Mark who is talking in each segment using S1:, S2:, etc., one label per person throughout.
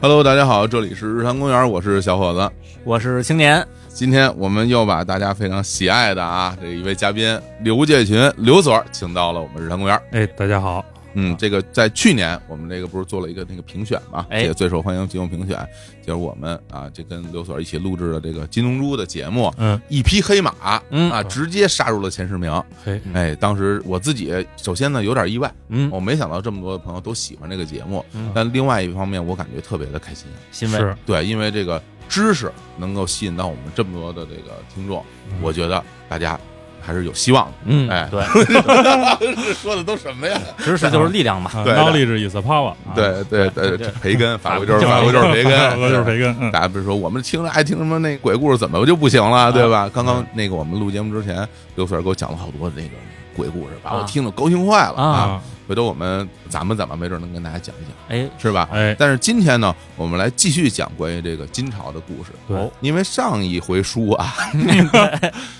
S1: Hello，大家好，这里是日坛公园，我是小伙子。
S2: 我是青年，
S1: 今天我们又把大家非常喜爱的啊这一位嘉宾刘介群刘所儿请到了我们日坛公园。
S3: 哎，大家好，
S1: 嗯，这个在去年我们这个不是做了一个那个评选嘛，
S2: 哎
S1: 这个最受欢迎节目评选，就是我们啊这跟刘所儿一起录制的这个金龙珠的节目，
S3: 嗯，
S1: 一匹黑马，
S2: 嗯
S1: 啊，直接杀入了前十名。
S3: 嘿，
S1: 哎，当时我自己首先呢有点意外，
S2: 嗯
S1: 我没想到这么多的朋友都喜欢这个节目，
S2: 嗯
S1: 但另外一方面我感觉特别的开心，
S2: 欣慰，
S3: 是
S1: 对，因为这个知识能够吸引到我们这么多的这个听众，
S3: 嗯
S1: 我觉得大家还是有希望的。
S2: 嗯，
S1: 哎
S2: 对，
S1: 说的都什么呀？
S2: 知识就是力量嘛，
S3: 啊
S1: 对的
S3: knowledge is power，啊，
S1: 对对对，
S2: 对
S1: 培根，法国就
S2: 就是是
S1: 法国就是培根，
S3: 法国就是培根，嗯，
S1: 大家不是说我们听着爱听什么那鬼故事，怎么就不行了，对吧？刚刚那个我们录节目之前，刘 Sir 给我讲了好多那个鬼故事，把我
S2: 啊
S1: 听得高兴坏了
S2: 啊
S3: 啊，
S1: 回头我们咱们咱们没准能跟大家讲一讲，
S2: 哎，
S1: 是吧？
S3: 哎，
S1: 但是今天呢，我们来继续讲关于这个金朝的故事，
S3: 对，
S1: 因为上一回书啊，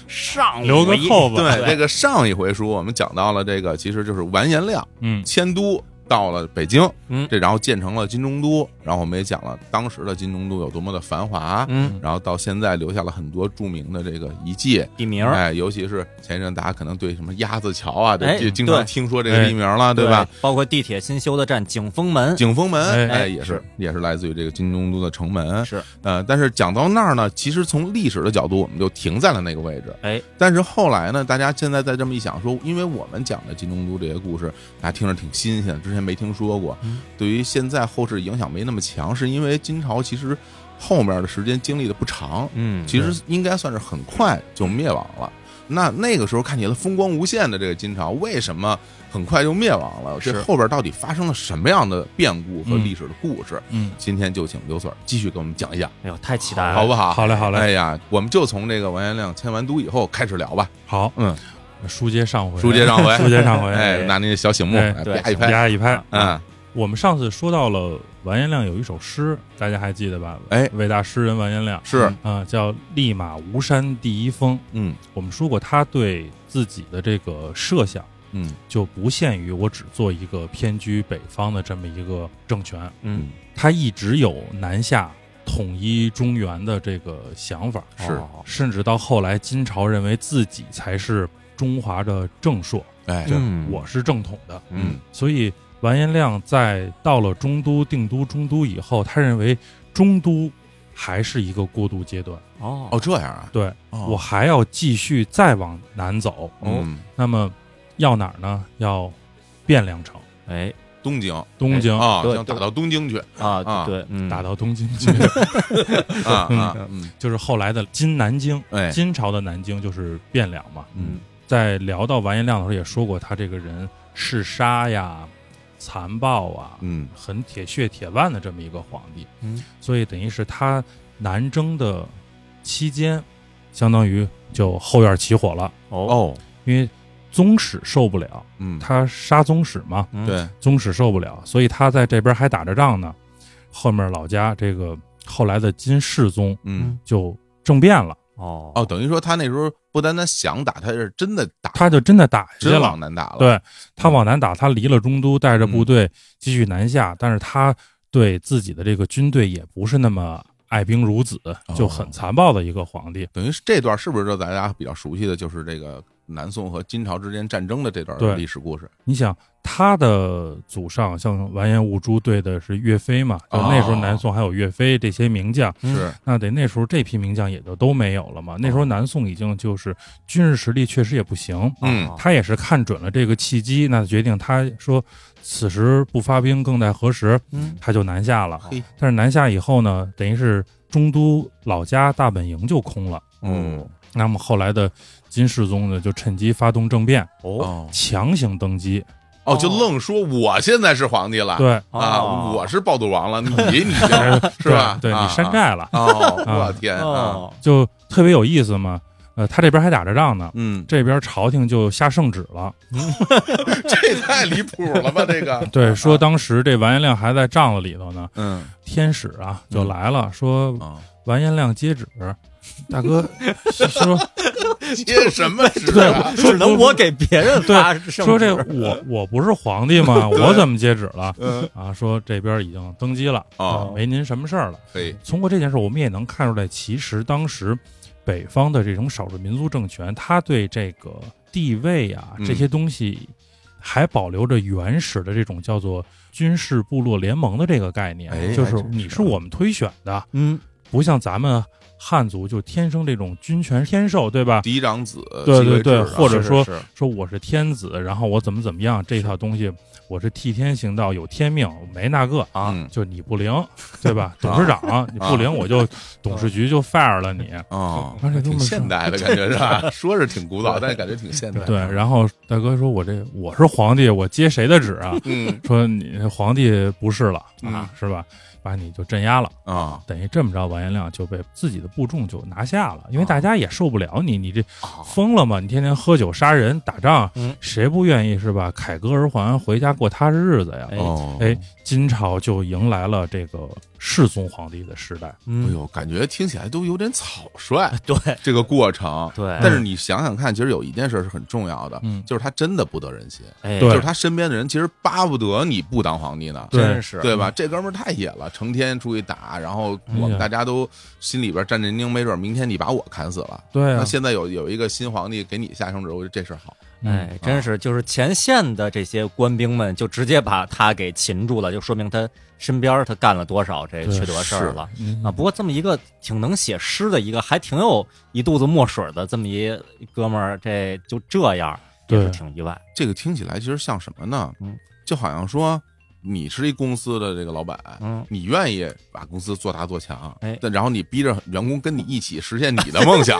S2: 上午
S3: 留个
S2: 一
S3: 扣子，
S1: 对，这个上一回书我们讲到了这个，其实就是完颜亮
S3: 嗯，
S1: 迁都到了北京，
S2: 嗯
S1: 这然后建成了金中都，然后我们也讲了当时的金中都有多么的繁华，
S2: 嗯，
S1: 然后到现在留下了很多著名的这个遗迹。
S2: 地名儿，
S1: 哎，尤其是前一阵大家可能对什么鸭子桥啊，
S2: 哎
S1: 这经常
S2: 对哎
S1: 听说这个地名了，对吧？？
S2: 包括地铁新修的站景峰门，
S1: 景峰门，
S3: 哎
S1: 哎，也是也是来自于这个金中都的城门。
S2: 是，
S1: 呃，但是讲到那儿呢，其实从历史的角度，我们就停在了那个位置。
S2: 哎，
S1: 但是后来呢，大家现在再这么一想说，因为我们讲的金中都这些故事，大家听着挺新鲜，之前没听说过。
S2: 嗯
S1: 对于现在后世影响没那么强，是因为金朝其实后面的时间经历的不长，
S2: 嗯，
S1: 其实应该算是很快就灭亡了。那那个时候看起来风光无限的这个金朝，为什么很快就灭亡了？这
S2: 是
S1: 后边到底发生了什么样的变故和历史的故事？
S3: 嗯，
S1: 今天就请刘 Sir 继续给我们讲一讲，
S2: 哎呦，太期待了，
S1: 好不好？
S3: 好嘞，好
S1: 哎
S3: 嘞，
S1: 呀，我们就从这个完颜亮迁完都以后开始聊吧。
S3: 好，
S1: 嗯，
S3: 书接上回，
S1: 书接上回
S3: 书接上回，
S1: 哎，拿那个小醒目，
S3: 哎
S1: 哎
S2: 对
S1: 啪一
S3: 大
S1: 拍，
S3: 家一拍，
S1: 嗯，
S3: 我们上次说到了完颜亮有一首诗，大家还记得吧？
S1: 哎
S3: 伟大诗人完颜亮
S1: 是，
S3: 啊，叫《立马吴山第一峰》。
S1: 嗯
S3: 我们说过，他对自己的这个设想
S1: 嗯
S3: 就不限于我只做一个偏居北方的这么一个政权，
S2: 嗯，
S3: 他一直有南下统一中原的这个想法，
S1: 嗯是
S2: 哦
S3: 甚至到后来金朝认为自己才是中华的正朔，
S1: 哎，
S2: 嗯
S3: 我是正统的，
S1: 嗯
S3: 所以完颜亮在到了中都定都中都以后，他认为中都还是一个过渡阶段，
S1: 哦
S2: 哦，
S1: 这样啊，
S3: 对
S1: 哦
S3: 我还要继续再往南走，
S1: 嗯
S3: 那么要哪儿呢？要汴梁城，
S2: 哎
S1: 东京
S3: 东京。
S1: 啊，
S2: 对
S1: 想打到东京去啊
S2: 啊，对，嗯
S3: 打到东京去，
S1: 啊啊，嗯，
S3: 就是后来的金南京，
S1: 哎，
S3: 金朝的南京就是汴梁嘛。
S1: 嗯
S3: 在聊到完颜亮的时候，也说过他这个人嗜杀呀、残暴啊，
S1: 嗯
S3: 很铁血铁腕的这么一个皇帝。
S2: 嗯，
S3: 所以等于是他南征的期间，相当于就后院起火了，
S2: 哦，
S1: 哦，
S3: 因为宗室受不了，
S1: 嗯，
S3: 他杀宗室嘛，
S2: 嗯，
S1: 对，
S3: 宗室受不了，所以他在这边还打着仗呢。后面老家这个后来的金世宗
S1: 嗯。
S3: 就政变了，
S2: 哦
S1: 哦，，等于说他那时候不单单想打，他是真的打，
S3: 他就真的打下去
S1: 真
S3: 了
S1: 往。南打了。
S3: 对他往南打，他离了中都，带着部队继续南下，但是他对自己的这个军队也不是那么爱兵如子，就很残暴的一个皇帝。
S1: 等于是这段是不是就大家比较熟悉的，就是这个南宋和金朝之间战争的这段
S3: 对
S1: 历史故事？
S3: 你想，他的祖上像完颜兀珠对的是岳飞嘛，就那时候
S1: 哦
S3: 南宋还有岳飞这些名将，
S2: 嗯
S1: 是，
S3: 那得那时候这批名将也就都没有了嘛。那时候南宋已经就是军事实力确实也不行，
S1: 嗯
S2: 哦
S3: 他也是看准了这个契机，那决定他说此时不发兵更待何时，
S2: 嗯
S3: 他就南下了。
S1: 嘿，
S3: 但是南下以后呢，等于是中都老家大本营就空了。
S1: 嗯，
S3: 那么后来的金世宗呢，就趁机发动政变，
S2: 哦
S1: 哦
S3: 强行登基。
S1: 哦，就愣说我现在是皇帝了，
S3: 对，
S1: 啊，
S2: 哦
S1: 我是暴肚王 了，你你就是吧？
S3: 对对
S1: 啊
S3: 你山寨了，
S1: 哦，
S3: 啊
S1: 我天啊，
S2: 哦，
S3: 就特别有意思嘛。呃，他这边还打着仗呢，
S1: 嗯，
S3: 这边朝廷就下圣旨了，
S1: 这太离谱了吧？这个
S3: 对，说当时这完颜亮还在帐子里头呢，
S1: 嗯
S3: 天使啊嗯就来了，说
S1: 啊
S3: 完颜亮接旨，大哥 说
S1: 接什么纸
S3: 对
S1: 啊？
S2: 只能我给别人发圣
S3: 说
S2: 旨
S3: 这我我不是皇帝 吗？
S1: 对
S3: 我怎么接旨了？
S1: 嗯
S3: 啊，说这边已经登基了，啊
S1: 哦
S3: 没您什么事儿了。
S1: 可以，
S3: 通过这件事，我们也能看出来，其实当时北方的这种少数民族政权，他对这个地位啊
S1: 嗯
S3: 这些东西，还保留着原始的这种叫做军事部落联盟的这个概念，
S1: 哎
S3: 就是
S1: 还真是
S3: 你是我们推选的，
S2: 嗯，
S3: 不像咱们汉族就天生这种君权天授，对吧？
S1: 嫡长子，
S3: 对
S1: 继位
S3: 对对
S1: 制啊
S3: 或者
S1: 是
S3: 说
S1: 是是
S3: 说我是天子，然后我怎么怎么样，这套东西我是替天行道，有天命，我没那个
S2: 啊
S1: 嗯
S3: 就你不 灵，对
S1: 啊
S3: 吧？董事长你不灵，我就董事局就 fire 了你。
S1: 哦，
S3: 而且
S1: 啊
S3: 这
S1: 挺
S3: 么说
S1: 现代的感觉是 吧？说是挺古老，但是感觉挺现代。？”
S3: 对，然后大哥说：“我这我是皇帝，我接谁的旨啊
S1: 嗯
S3: 说你皇帝不是了
S1: 嗯
S3: 啊，是吧？把你就镇压了，
S1: 啊，
S3: 等于这么着，王延亮就被自己的部众就拿下了，
S2: 啊
S3: 因为大家也受不了你，你这疯了吗？你天天喝酒、杀人、打仗
S2: 嗯，
S3: 谁不愿意是吧？凯歌而还，回家过踏实日子呀。
S2: 哎
S1: 哦，
S3: 哎，金朝就迎来了这个世宗皇帝的时代。
S1: 哎
S2: 嗯，
S1: 呦，感觉听起来都有点草率，
S3: 哎
S2: 对
S1: 这个过程。
S2: 对，
S1: 但是你想想看，其实有一件事是很重要的，
S3: 嗯
S1: 就是他真的不得人心，
S2: 哎
S3: 对
S1: 就是他身边的人其实巴不得你不当皇帝呢，
S3: 对
S2: 真是
S1: 对吧？这哥们儿太野了，成天出去打，然后我
S3: 哎
S1: 们
S3: 呀
S1: 大家都心里边站着宁，没准明天你把我砍死了。
S3: 对
S1: 那
S3: 啊，
S1: 现在有有一个新皇帝给你下圣旨，我觉得这事儿好。
S3: 嗯，
S2: 哎，真是就是前线的这些官兵们就直接把他给擒住了，就说明他身边儿他干了多少这
S3: 对
S2: 缺德
S1: 是
S2: 事儿了。
S3: 嗯
S2: 啊，不过这么一个挺能写诗的一个，还挺有一肚子墨水的这么一哥们儿，这就这样，也
S3: 对
S2: 是挺意外。
S1: 这个听起来其实像什么呢？
S2: 嗯，
S1: 就好像说你是一公司的这个老板，
S2: 嗯，
S1: 你愿意把公司做大做强，
S2: 哎
S1: 但然后你逼着员工跟你一起实现你的梦 想，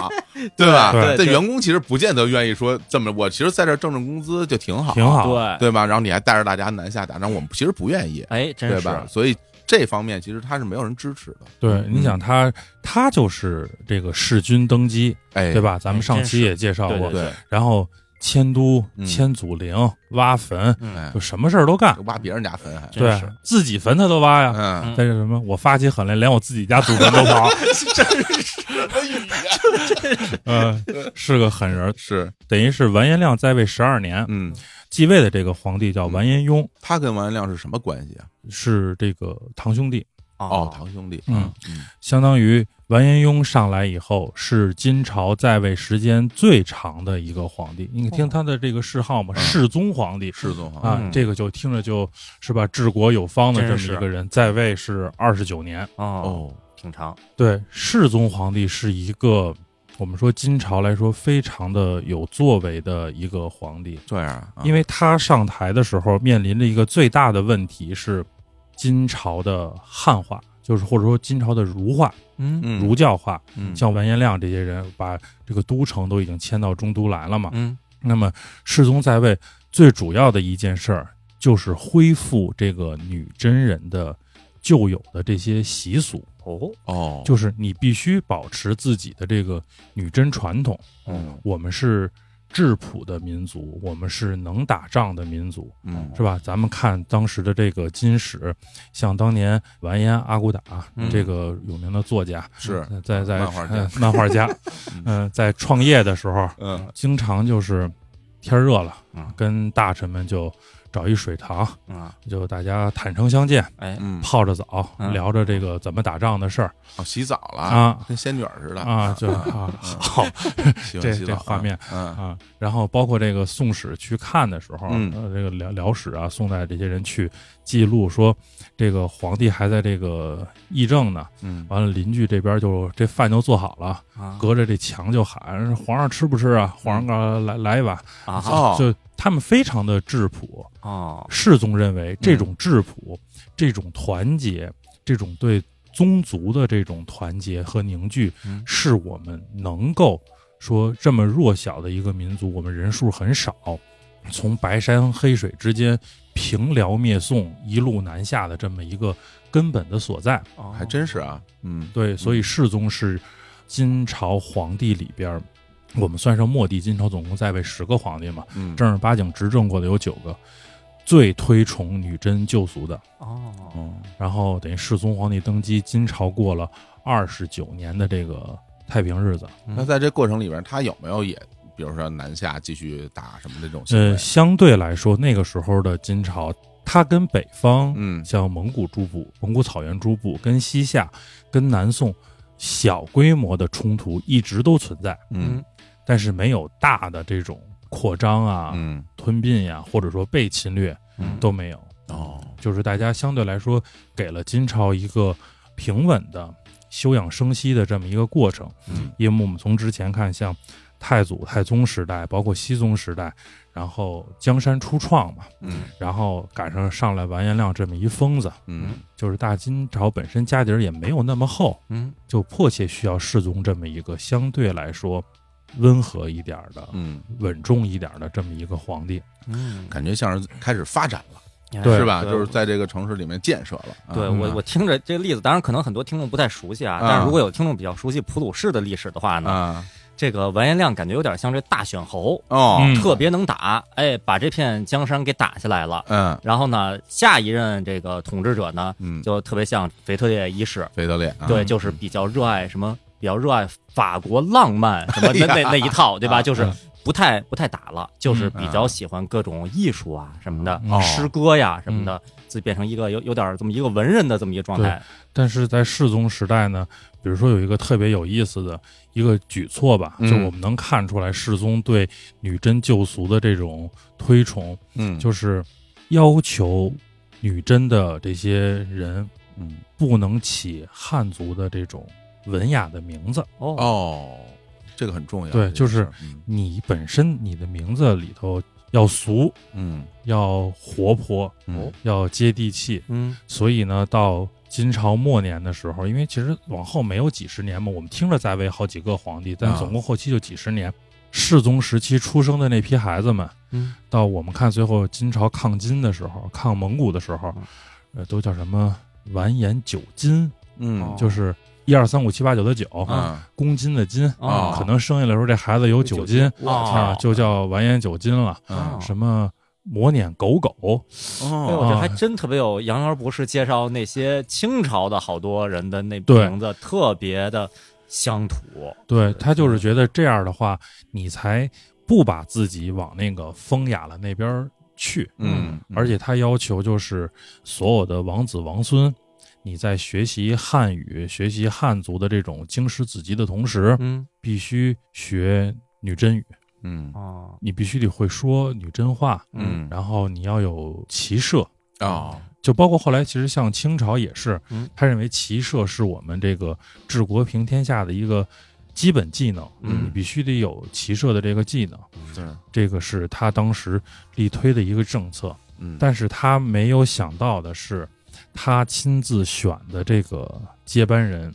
S1: 对吧？
S2: 对
S1: 但
S2: 对
S1: 员工其实不见得愿意说这么，我其实在这儿挣挣工资就挺好，
S3: 挺好。
S2: 嗯对，
S1: 对吧？然后你还带着大家南下打仗，我们其实不愿意，
S2: 哎，真
S1: 对
S2: 是
S1: 吧？所以这方面其实他是没有人支持的，
S3: 对，
S1: 嗯
S3: 你想他，他就是这个弑君登基，
S1: 哎，
S3: 对？吧？咱们上期也介绍
S2: 对
S3: 过，
S1: 对，
S3: 然后迁都
S1: 嗯、
S3: 迁祖陵、挖坟，
S1: 哎
S3: 就什么事儿都干。
S1: 挖别人家坟还，
S2: 嗯真
S3: 对
S2: 是，
S3: 自己坟他都挖呀。
S1: 嗯，
S3: 但是什么，我发起狠来，连我自己家祖坟都 刨。
S2: 哎
S3: 嗯，是个狠人，
S1: 是，
S3: 等于是完颜亮在位十二年，
S1: 嗯，
S3: 继位的这个皇帝叫完颜雍，
S1: 他跟王延亮是什么关系啊？
S3: 是这个堂兄弟，
S1: 哦，
S2: 哦，
S1: 堂兄弟，
S3: 嗯
S1: 嗯
S3: 相当于完颜雍上来以后是金朝在位时间最长的一个皇帝。你听他的这个谥号嘛，
S1: 嗯
S3: 世宗皇帝
S1: 世宗皇
S3: 啊
S2: 嗯，
S3: 这个就听着就是吧，治国有方的这
S2: 真
S3: 么
S2: 是
S3: 一个人，在位是二十九年。
S2: 哦，
S1: 哦，
S2: 挺长，
S3: 对，世宗皇帝是一个我们说金朝来说非常的有作为的一个皇帝，
S1: 这样啊，
S3: 因
S1: 为
S3: 为他上台的时候面临着一个最大的问题是金朝的汉化，就是或者说金朝的儒化、
S2: 嗯
S1: 嗯
S3: 儒教化。
S1: 嗯
S3: 像完颜亮这些人把这个都城都已经迁到中都来了嘛。
S2: 嗯，
S3: 那么世宗在位最主要的一件事儿就是恢复这个女真人的旧有的这些习俗，
S2: 哦，
S1: 哦，
S3: 就是你必须保持自己的这个女真传统。
S1: 嗯
S3: 我们是质朴的民族，我们是能打仗的民族，
S1: 嗯
S3: 是吧？咱们看当时的这个金史，像当年完颜阿骨打、
S2: 嗯
S3: 这个有名的作家，
S1: 是
S3: 呃在在
S1: 漫画家
S3: 呃漫画家，嗯、在创业的时候，
S1: 嗯
S3: 经常就是天热了
S2: 嗯，
S3: 跟大臣们就找一水塘，
S2: 啊，
S3: 就大家坦诚相见，
S2: 哎，
S1: 嗯，
S3: 泡着澡，
S2: 嗯
S3: 聊着这个怎么打仗的事儿
S1: 哦，洗澡了
S3: 啊
S1: 跟仙女儿似的
S3: 啊，就啊好
S1: 喜欢
S3: 这
S1: 洗澡
S3: 这
S1: 啊
S3: 画面，
S1: 嗯
S3: 啊。然后包括这个宋史去看的时候，
S1: 嗯
S3: 呃这个辽辽史啊、宋代这些人去记录说，这个皇帝还在这个议政呢，
S1: 嗯
S3: 完了邻居这边就这饭就做好了，
S2: 啊
S3: 隔着这墙就喊皇上吃不吃啊？皇上告来来一碗，
S2: 啊
S1: 嗯哦，
S3: 就他们非常的质朴。
S2: 哦，
S3: 世宗认为这种质朴、这种团结、这种对宗族的这种团结和凝聚，
S2: 嗯
S3: 是我们能够说这么弱小的一个民族，我们人数很少，从白山黑水之间平辽灭宋一路南下的这么一个根本的所在。
S2: 哦
S1: 还真是啊，嗯
S3: 对，所以世宗是金朝皇帝里边儿，我们算上末帝，金朝总共在位十个皇帝嘛，
S1: 嗯，
S3: 正儿八经执政过的有九个，最推崇女真旧俗的。
S2: 哦，
S1: 哦
S3: 然后等于世宗皇帝登基，金朝过了二十九年的这个太平日子。
S1: 那在这过程里边，他有没有也，比如说南下继续打什么这种行为
S3: 呃，？相对来说，那个时候的金朝，它跟北方，
S1: 嗯
S3: 像蒙古诸部、蒙古草原诸部，跟西夏、跟南宋小规模的冲突一直都存在，
S1: 嗯
S3: 但是没有大的这种扩张啊、
S1: 嗯
S3: 吞并呀、或者说被侵略
S1: 嗯
S3: 都没有。
S1: 哦
S3: 就是大家相对来说给了金朝一个平稳的休养生息的这么一个过程。
S1: 嗯
S3: 因为我们从之前看，像太祖、太宗时代，包括熙宗时代，然后江山初创嘛，
S1: 嗯
S3: 然后赶上上来完颜亮这么一疯子，
S1: 嗯
S3: 就是大金朝本身家底儿也没有那么厚，
S2: 嗯
S3: 就迫切需要世宗这么一个相对来说温和一点儿的、
S1: 嗯，
S3: 稳重一点儿的这么一个皇帝。
S2: 嗯，
S1: 感觉像是开始发展了，
S3: 对
S1: 是吧？
S2: 对
S1: 就是在这个城市里面建设了。啊
S2: 对我，我听着这个例子，当然可能很多听众不太熟悉
S1: 啊
S2: 啊，但是如果有听众比较熟悉普鲁士的历史的
S3: 嗯
S2: 话呢，
S1: 啊
S2: 这个完颜亮感觉有点像这大选侯，
S1: 哦
S3: 嗯
S2: 特别能打，哎，把这片江山给打下来了。
S1: 嗯
S2: 然后呢，下一任这个统治者呢，
S1: 嗯，
S2: 就特别像腓特烈一世，
S1: 腓特烈啊
S2: 对，就是比较热爱什么，比较热爱法国浪漫什么
S1: 哎呀
S2: 那那那一套，对吧？就是
S3: 嗯
S2: 不太不太打了，就是
S1: 嗯
S2: 比较喜欢各种艺术啊什么的，
S1: 哦
S2: 诗歌呀什么的，自己变成一个有有点这么一个文人的这么一个状态。
S3: 但是在世宗时代呢，比如说有一个特别有意思的一个举措吧，
S1: 嗯
S3: 就我们能看出来世宗对女真旧俗的这种推崇，
S1: 嗯
S3: 就是要求女真的这些人
S1: 嗯
S3: 不能起汉族的这种文雅的名字。
S2: 哦，
S1: 哦，这个很重要。
S3: 对
S1: 这个
S3: 就是
S1: 事儿
S3: 你本身你的名字里头要俗，
S1: 嗯
S3: 要活泼，
S1: 嗯
S3: 要接地气，
S2: 嗯
S3: 所以呢，到金朝末年的时候，因为其实往后没有几十年嘛，我们听着在位好几个皇帝，但
S1: 啊
S3: 总共后期就几十年。世宗时期出生的那批孩子们，
S2: 嗯，
S3: 到我们看最后金朝抗金的时候，抗蒙古的时候，呃，都叫什么完颜九金，
S1: 嗯
S3: 就是一二三五七八九的九，
S1: 啊
S3: 公斤的斤，
S1: 哦
S3: 可能生下来的时候这孩子有九斤
S2: 哇
S3: 啊，
S2: 哦
S3: 就叫完颜九斤了。
S1: 嗯
S3: 什么磨碾狗狗，
S2: 哎呦，我
S1: 哦
S2: 觉得
S3: 啊
S2: 还真特别有杨元博士介绍那些清朝的好多人的那
S3: 对
S2: 名字特别的乡土，
S3: 对他就是觉得这样的话，你才不把自己往那个风雅了那边儿去。
S1: 嗯，
S3: 而且他要求就是所有的王子王孙，你在学习汉语、学习汉族的这种经史子集的同时，
S2: 嗯
S3: 必须学女真语，
S1: 嗯
S2: 哦
S3: 你必须得会说女真话，
S1: 嗯
S3: 然后你要有骑射。
S1: 哦
S3: 就包括后来，其实像清朝也是
S2: 嗯，
S3: 他认为骑射是我们这个治国平天下的一个基本技能，
S2: 嗯
S3: 你必须得有骑射的这个技能，
S1: 对
S3: 这个是他当时力推的一个政策。
S1: 嗯
S3: 但是他没有想到的是，他亲自选的这个接班人，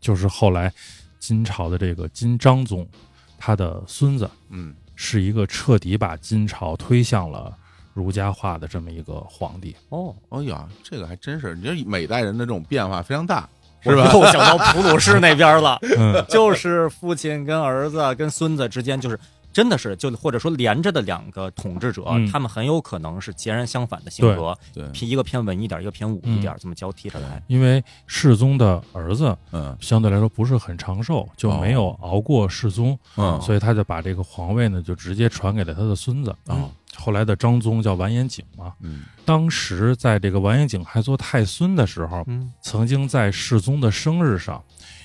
S3: 就是后来金朝的这个金章宗，他的孙子
S1: 嗯
S3: 是一个彻底把金朝推向了儒家化的这么一个皇帝。
S2: 哦，
S1: 哎呀，这个还真是，你这每代人的这种变化非常大，
S2: 我
S1: 是吧？
S2: 又想到普鲁士那边了。
S3: 嗯，
S2: 就是父亲跟儿子跟孙子之间，就是真的是就或者说连着的两个统治者，
S3: 嗯
S2: 他们很有可能是截然相反的性格，
S1: 对，
S2: 偏一个偏文一点，一个偏武一点，这么交替着来。
S3: 因为世宗的儿子
S1: 嗯
S3: 相对来说不是很长寿，就没
S1: 哦
S3: 有熬过世宗，
S1: 嗯
S3: 所以他就把这个皇位呢就直接传给了他的孙子。
S1: 哦
S3: 后来的章宗叫完颜景嘛，
S1: 嗯
S3: 当时在这个完颜景还做太孙的时候，
S2: 嗯
S3: 曾经在世宗的生日上，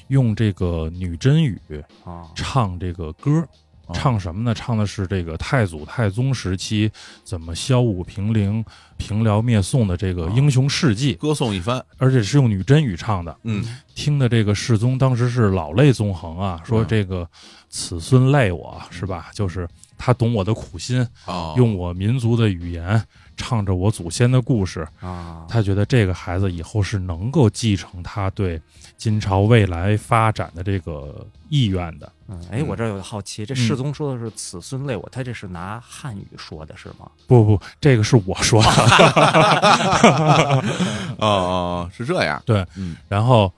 S3: 用这个女真语
S2: 啊，
S3: 唱这个歌
S1: 哦。
S3: 唱什么呢？唱的是这个太祖、太宗时期怎么骁武平陵、平辽灭宋的这
S1: 哦
S3: 个英雄事迹，
S1: 歌颂一番，
S3: 而且是用女真语唱的。
S1: 嗯
S3: 听的这个世宗当时是老泪纵横啊，说
S1: 嗯
S3: 这个此孙累我啊是吧？就是他懂我的苦心，
S1: 哦，
S3: 用我民族的语言唱着我祖先的故事，
S1: 哦
S2: 啊，
S3: 他觉得这个孩子以后是能够继承他对金朝未来发展的这个意愿的。
S2: 嗯哎，我这儿有个好奇，这世宗说的是“此孙累我”，他这是拿汉语说的是吗？
S3: 不不，这个是我 说的。
S1: 哦哦是这样，
S3: 对
S1: 嗯
S3: 然后，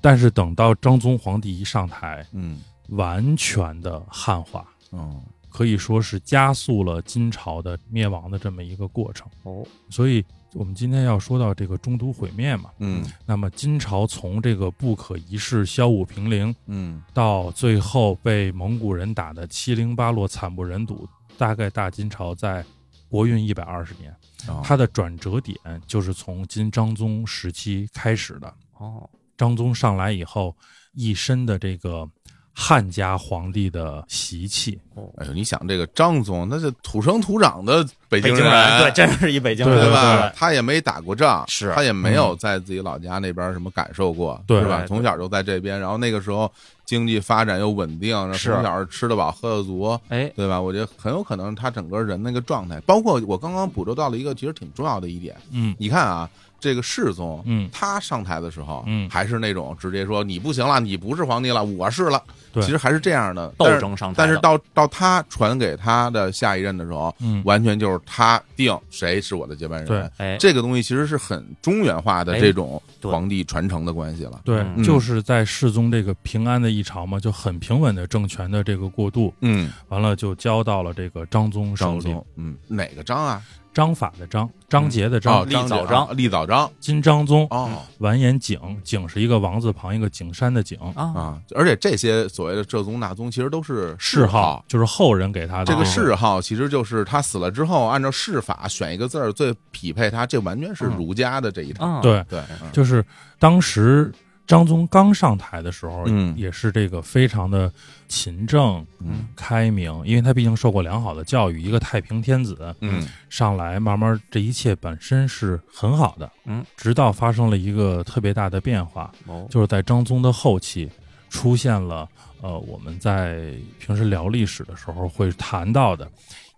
S3: 但是等到章宗皇帝一上台，
S1: 嗯
S3: 完全的汉化，
S1: 哦
S3: 可以说是加速了金朝的灭亡的这么一个过程。
S2: 哦，
S3: 所以，我们今天要说到这个中途毁灭嘛，
S1: 嗯
S3: 那么金朝从这个不可一世、骁武平陵，
S1: 嗯
S3: 到最后被蒙古人打得七零八落、惨不忍睹，大概大金朝在国运一百二十年，
S1: 哦
S3: 它的转折点就是从金章宗时期开始的。
S2: 哦，
S3: 章宗上来以后，一身的这个汉家皇帝的习气，
S1: 哎呦，你想这个张宗，那是土生土长的北
S2: 北
S1: 京
S2: 京人，对，真是一北京人，
S3: 对
S1: 吧？？他也没打过仗，
S2: 是
S1: 他也没有在自己老家那边什么感受过，
S3: 对
S1: 是吧？
S2: 对
S1: 从小就在这边，然后那个时候经济发展又稳定，然后
S2: 是
S1: 从小吃得饱喝得足，
S2: 哎，
S1: 对吧？我觉得很有可能他整个人那个状态，包括我刚刚捕捉到了一个其实挺重要的一点，
S3: 嗯
S1: 你看啊，这个世宗，
S3: 嗯，
S1: 他上台的时候，
S3: 嗯
S1: 还是那种直接说你不行了，你不是皇帝了，我是了，
S3: 对
S1: 其实还是这样的
S2: 斗
S1: 但是
S2: 争上台
S1: 但是
S2: 的
S1: 到到他传给他的下一任的时候，
S3: 嗯
S1: 完全就是他定谁是我的接班
S3: 对
S1: 人。
S2: 哎，
S1: 这个东西其实是很中原化的
S2: 哎
S1: 这种
S2: 对
S1: 皇帝传承的关系了。
S3: 对，
S2: 嗯
S3: 就是在世宗这个平安的一朝嘛，就很平稳的政权的这个过渡，
S1: 嗯，
S3: 完了就交到了这个章宗手
S1: 张
S3: 里。
S1: 宗，嗯，哪个张啊？
S3: 章法的章，章节的章，
S1: 哦，
S2: 立早
S1: 章
S2: 章
S1: 啊，立早章。
S3: 金章宗，
S1: 哦
S3: 完颜景，景是一个王字旁一个景山的景，
S2: 啊，
S1: 啊，而且这些所谓的这宗那宗，其实都是
S3: 谥
S1: 号
S3: 号。就是后人给他的
S1: 这个
S3: 个
S1: 谥号其实就是他死了之后，按照谥法选一个字儿最匹配他，这完全是儒家的这一套。
S2: 啊，
S3: 对，
S1: 对，嗯
S3: 就是当时章宗刚上台的时候，
S1: 嗯
S3: 也是这个非常的勤政
S1: 嗯
S3: 开明，因为他毕竟受过良好的教育，一个太平天子，
S1: 嗯，
S3: 上来慢慢这一切本身是很好的，
S2: 嗯，
S3: 直到发生了一个特别大的变化，
S2: 哦，
S3: 就是在章宗的后期出现了，呃，我们在平时聊历史的时候会谈到的。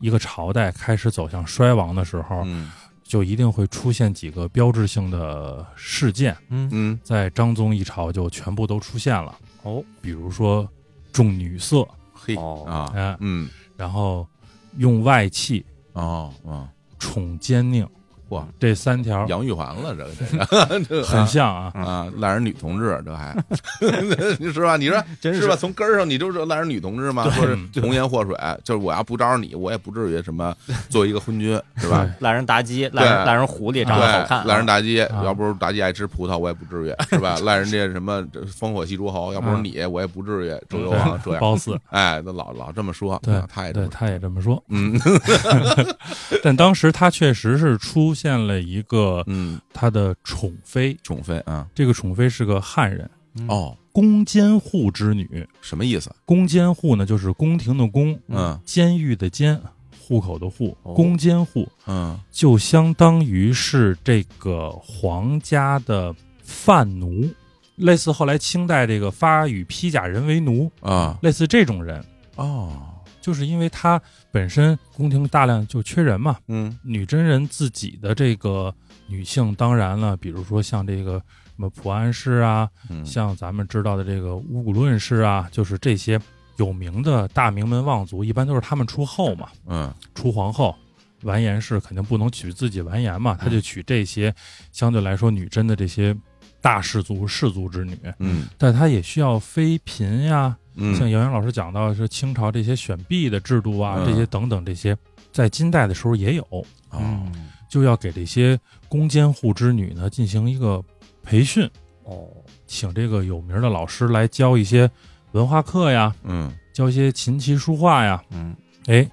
S3: 一个朝代开始走向衰亡的时候，
S1: 嗯
S3: 就一定会出现几个标志性的事件，
S2: 嗯，
S1: 嗯
S3: 在章宗一朝就全部都出现了。
S2: 哦，
S3: 比如说重女色，
S1: 嘿
S2: 哦
S1: 啊
S3: 哎，
S1: 嗯
S3: 然后用外戚、
S1: 哦哦，
S3: 宠奸佞，
S1: 哇，
S3: 这三条
S1: 杨玉环了，这个这个
S3: 很像啊。
S1: 啊，烂人女同志，这还 是吧？你说
S2: 真是
S1: 是吧？从根儿上你就是烂人女同志嘛，说是红颜祸水，就是我要不招你，我也不至于什么做一个昏君，是吧？
S2: 懒人妲己，
S1: 对
S2: 懒人懒人狐狸长得好看啊，
S1: 对，烂人妲己，
S3: 啊
S1: 要不是妲己爱吃葡萄，我也不至于，是吧？烂人家什么这烽火戏诸侯，要不是你，我也不至于周幽王哦这
S3: 对，
S1: 样。
S3: 褒 姒，
S1: 哎，那老老这么说，
S3: 对
S1: 啊他也这
S3: 对，
S1: 么
S3: 他也这么说。
S1: 嗯
S3: 但当时他确实是出现了一个
S1: 嗯，
S3: 他的宠妃，
S1: 宠妃啊，
S3: 这个宠妃是个汉人，
S2: 嗯，
S1: 哦，
S3: 宫监护之女。
S1: 什么意思？
S3: 宫监护呢，就是宫廷的宫，
S1: 嗯
S3: 监狱的监，户口的户，
S2: 哦
S3: 宫监护
S1: 嗯，
S3: 就相当于是这个皇家的贩奴，类似后来清代这个发与披甲人为奴，
S1: 啊
S3: 类似这种人，
S1: 哦，
S3: 就是因为他本身宫廷大量就缺人嘛，
S1: 嗯
S3: 女真人自己的这个女性，当然了，比如说像这个什么普安氏啊，
S1: 嗯
S3: 像咱们知道的这个乌古论氏啊，就是这些有名的大名门望族，一般都是他们出后嘛，
S1: 嗯
S3: 出皇后，完颜氏肯定不能娶自己完颜嘛，
S1: 嗯
S3: 他就娶这些相对来说女真的这些大氏族氏族之女，
S1: 嗯
S3: 但他也需要妃嫔呀，像
S1: 嗯
S3: 杨洋老师讲到是清朝这些选婢的制度啊，
S1: 嗯
S3: 这些等等这些，在金代的时候也有，
S1: 哦
S2: 嗯，
S3: 就要给这些宫监护之女呢进行一个培训，
S2: 哦，
S3: 请这个有名的老师来教一些文化课呀，
S1: 嗯
S3: 教一些琴棋书画呀，
S2: 嗯，
S3: 哎，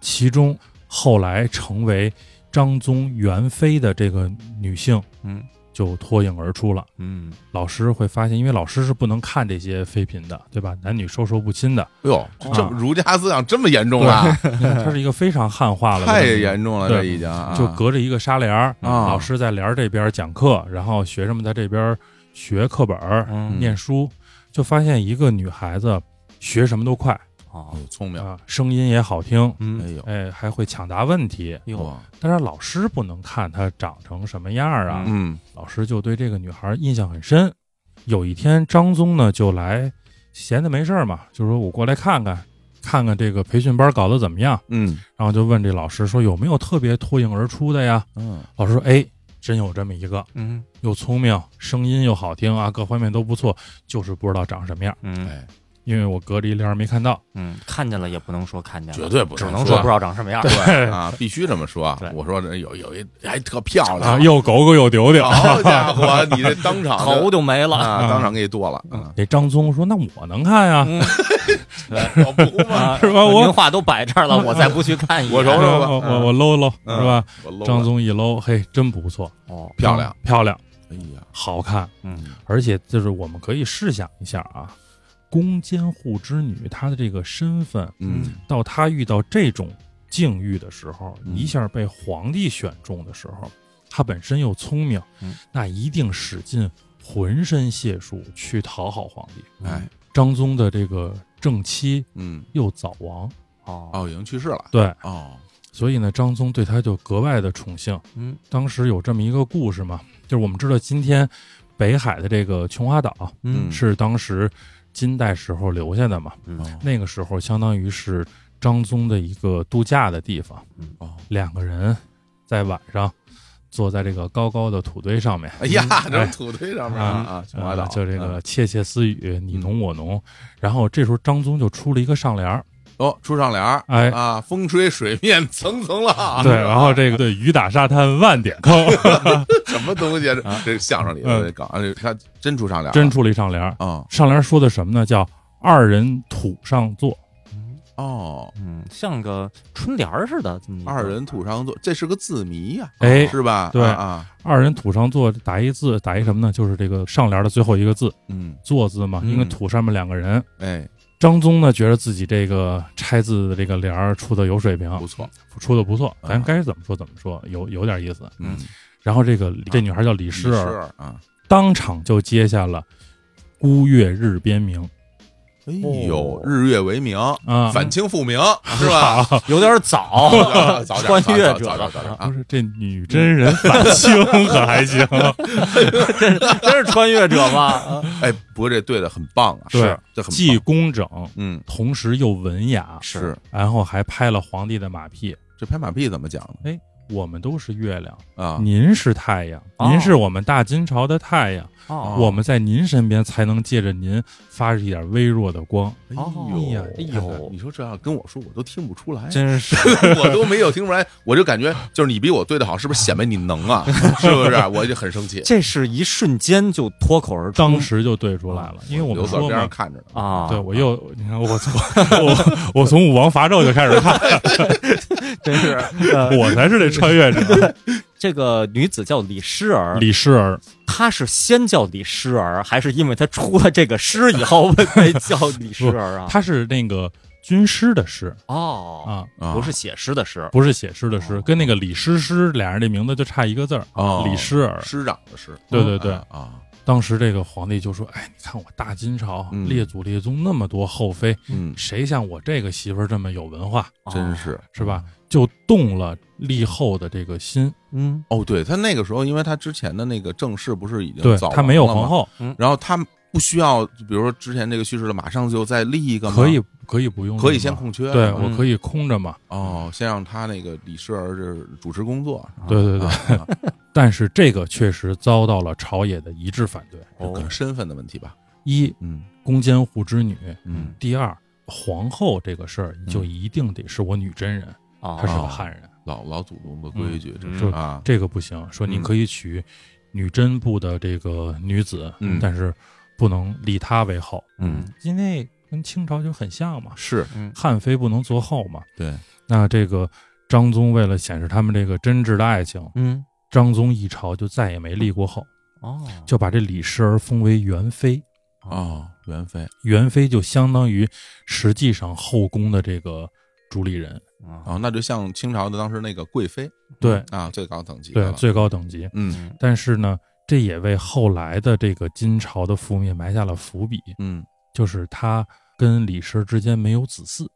S3: 其中后来成为章宗元妃的这个女性，
S2: 嗯，
S3: 就脱颖而出了。
S2: 嗯，
S3: 老师会发现，因为老师是不能看这些妃嫔的，对吧？男女授受不亲的，
S1: 哟，这这
S3: 啊
S1: 儒家思想这么严重了，
S3: 你看它是一个非常汉化了，
S1: 太严重了，
S3: 对
S1: 这已经啊
S3: 就隔着一个纱帘儿，
S1: 啊
S3: 老师在帘儿这边讲课，然后学生们在这边学课本儿、
S2: 嗯，
S3: 念书，就发现一个女孩子学什么都快
S2: 哦
S1: 哎，呦聪明，
S3: 啊，声音也好听，
S1: 哎
S2: 嗯，
S1: 呦，
S3: 哎，还会抢答问题，
S2: 哟，
S1: 哇，
S3: 但是老师不能看她长成什么样儿啊，
S1: 嗯
S3: 老师就对这个女孩印象很深。有一天，张宗呢就来，闲的没事儿嘛，就说我过来看看，看看这个培训班搞得怎么样。
S1: 嗯
S3: 然后就问这老师说有没有特别脱颖而出的呀？
S1: 嗯
S3: 老师说，哎，真有这么一个，
S2: 嗯
S3: 又聪明，声音又好听啊，各方面都不错，就是不知道长什么样。
S2: 嗯，
S1: 哎，
S3: 因为我隔着一帘儿没看到，
S2: 嗯，看见了也不能说看见了，
S1: 绝对不
S2: 只
S1: 能
S2: 能
S1: 说
S2: 不知道长什么样。
S1: 啊，必须这么说啊
S2: 对！
S1: 我说这有有一还特漂
S3: 啊，
S1: 亮，
S3: 又狗狗又丢丢。
S1: 好家伙，你这当场
S2: 头
S1: 就
S2: 就没了。
S1: 啊，当场给你剁了啊！
S3: 这张宗说：“那我能看呀、
S2: 嗯
S1: 我不嘛，
S2: 啊
S3: 是吧我
S2: 您话都摆这儿了，我再不去看一眼，哦
S1: 我瞅瞅
S3: 我
S1: 吧
S3: 我
S1: 嗯
S3: 我我搂一搂，
S1: 嗯
S3: 是吧？
S1: 我搂
S3: 张
S1: 了，
S3: 宗一搂，嘿，真不错，嗯
S2: 哦，
S1: 漂亮，
S3: 漂亮，
S1: 哎呀，
S3: 好看。
S2: 嗯，
S3: 而且就是我们可以试想一下啊，宫监护之女她的这个身份，
S1: 嗯，
S3: 到她遇到这种境遇的时候，
S1: 嗯
S3: 一下被皇帝选中的时候，她本身又聪明，
S2: 嗯
S3: 那一定使尽浑身解数去讨好皇帝。
S1: 哎，
S3: 张宗的这个正妻
S1: 嗯，
S3: 又早亡，
S2: 哦，
S1: 哦，已经去世了，
S3: 对，
S1: 哦，
S3: 所以呢，张宗对她就格外的宠幸。
S2: 嗯，
S3: 当时有这么一个故事嘛，就是我们知道今天北海的这个琼花岛
S1: 嗯
S3: 是当时金代时候留下的嘛，
S2: 嗯
S3: 那个时候相当于是张宗的一个度假的地方。
S1: 哦，
S3: 两个人在晚上坐在这个高高的土堆上面，
S1: 哎呀，这
S3: 哎
S1: 是土堆上面
S3: 啊
S1: 啊，琼花岛
S3: 呃就这个窃窃私语，你侬我
S1: 嗯
S3: 侬。然后这时候张宗就出了一个上联儿，
S1: 哦，出上联儿，
S3: 哎
S1: 啊，风吹水面层层浪，
S3: 对，然后这个对雨打沙滩万点
S1: 啊
S3: 坑，
S1: 什么东西啊？这这相声里头这梗，啊这他真出上联儿了，
S3: 真出了一上联儿。
S1: 啊，
S3: 上联儿说的什么呢？叫二人土上坐。
S1: 哦，
S2: 嗯，像个春联儿似的，这么一个
S1: 二人土上坐，这是个字谜呀，
S3: 哎
S1: 是吧？
S3: 对
S1: 啊啊，
S3: 二人土上坐，打一字，打一什么呢？就是这个上联的最后一个字
S1: 嗯，
S3: “坐”字嘛，
S1: 嗯
S3: 因为土上面两个人。
S1: 哎，
S3: 张宗呢，觉得自己这个拆字的这个联儿出的有水平，
S1: 不错，
S3: 出的不错，
S1: 啊
S3: 咱该怎么说怎么说，有有点意思。
S1: 嗯，
S3: 然后这个这女孩叫李
S1: 李
S3: 师儿，
S1: 儿啊，
S3: 当场就接下了“孤月日边明
S1: 哎呦，日月为明，”
S3: 啊，
S1: 反清复明是吧？
S2: 哦有点早，
S1: 早点
S2: 穿越者
S1: 早点早点啊
S3: 不！是这女真人反清可还行？
S1: 嗯
S2: 真是穿越者吗？
S1: 哎，不过这对的很棒啊，
S3: 对
S1: 是这很
S3: 既
S1: 棒，
S3: 工整，
S1: 嗯，
S3: 同时又文雅，
S1: 是
S3: 然后还拍了皇帝的马屁。
S1: 这拍马屁怎么讲呢？
S3: 我们都是月亮，
S1: 啊，
S3: 您是太阳，
S2: 哦
S3: 您是我们大金朝的太阳，
S2: 哦，
S3: 我们在您身边才能借着您发出一点微弱的光。
S1: 哎
S2: 哦
S1: 呦，
S2: 哎呦
S1: 你说这要跟我说，我都听不出来，
S2: 真是
S1: 我都没有听出来，我就感觉就是你比我对的好，是不是显摆你能 啊？是不是？我就很生气，
S2: 这是一瞬间就脱口而出，
S3: 当时就对出来了，因为我
S1: 刘
S3: 们
S1: 啊所
S3: 说
S1: 边上
S3: 嘛，
S1: 看着呢。
S2: 啊，
S3: 对我又你看我从我我从武王伐纣就开始看，
S2: 真是呃
S3: 我才是这穿越者
S2: 这个女子叫李师儿，
S3: 李师儿。
S1: 啊
S2: 她是先叫李师儿，还是因为她出了这个诗以后被叫李师 儿啊？
S3: 他是那个军师的师
S2: 哦，
S3: 啊，
S1: 啊
S2: 不是写诗的诗，
S3: 不是写诗的
S2: 哦
S3: 诗，跟那个李师师俩人这名字就差一个字儿，
S1: 哦
S3: 李师儿。
S1: 师长的师，
S3: 对对对，
S1: 啊，
S3: 当时这个皇帝就说：“哎，你看我大金朝
S1: 嗯
S3: 列祖列宗那么多后妃，
S1: 嗯，
S3: 谁像我这个媳妇儿这么有文化，
S2: 哦
S1: 真是
S3: 是吧？就动了立后的这个心。
S2: 嗯
S1: 哦，对他那个时候，因为他之前的那个正室不是已经
S3: 对
S1: 早，
S3: 他没有
S1: 亡了吗
S3: 皇，后，
S1: 然后他不需要，比如说之前这个叙事的，马上就再立一个吗
S3: 可以可以不用，
S1: 可以先。空缺，
S3: 对，
S1: 嗯
S3: 我可以空着嘛。
S1: 哦，先让他那个李师儿是主持工作，
S3: 对对对。
S1: 啊，啊
S3: 但是这个确实遭到了朝野的一致反 对。
S1: 可能身份的问题吧，
S3: 一，
S1: 嗯
S3: 宫监护之女；
S1: 嗯，
S3: 第二，皇后这个事儿就一定得是我女真人，
S2: 哦
S3: 她是个汉人，
S1: 老老祖宗的规矩，这
S2: 嗯
S1: 是啊，
S3: 这个不行。说你
S1: 嗯
S3: 可以娶女真部的这个女子，
S1: 嗯
S3: 但是不能立她为后，
S1: 嗯，
S3: 因为跟清朝就很像嘛。
S1: 是
S2: 嗯
S3: 汉妃不能做后嘛。
S1: 对，
S3: 那这个张宗为了显示他们这个真挚的爱情，
S2: 嗯
S3: 张宗一朝就再也没立过后，
S2: 哦，
S3: 就把这李师儿封为元妃。
S1: 哦，元妃，
S3: 元妃就相当于实际上后宫的这个主理人，
S2: 啊
S1: 哦，那就像清朝的当时那个贵妃
S3: 对
S1: 啊，最高等级的
S3: 嗯对，
S1: 了，
S3: 最高等级。
S1: 嗯
S3: 但是呢，这也为后来的这个金朝的覆灭埋下了伏笔，
S1: 嗯，
S3: 就是他跟李师儿之间没有子嗣。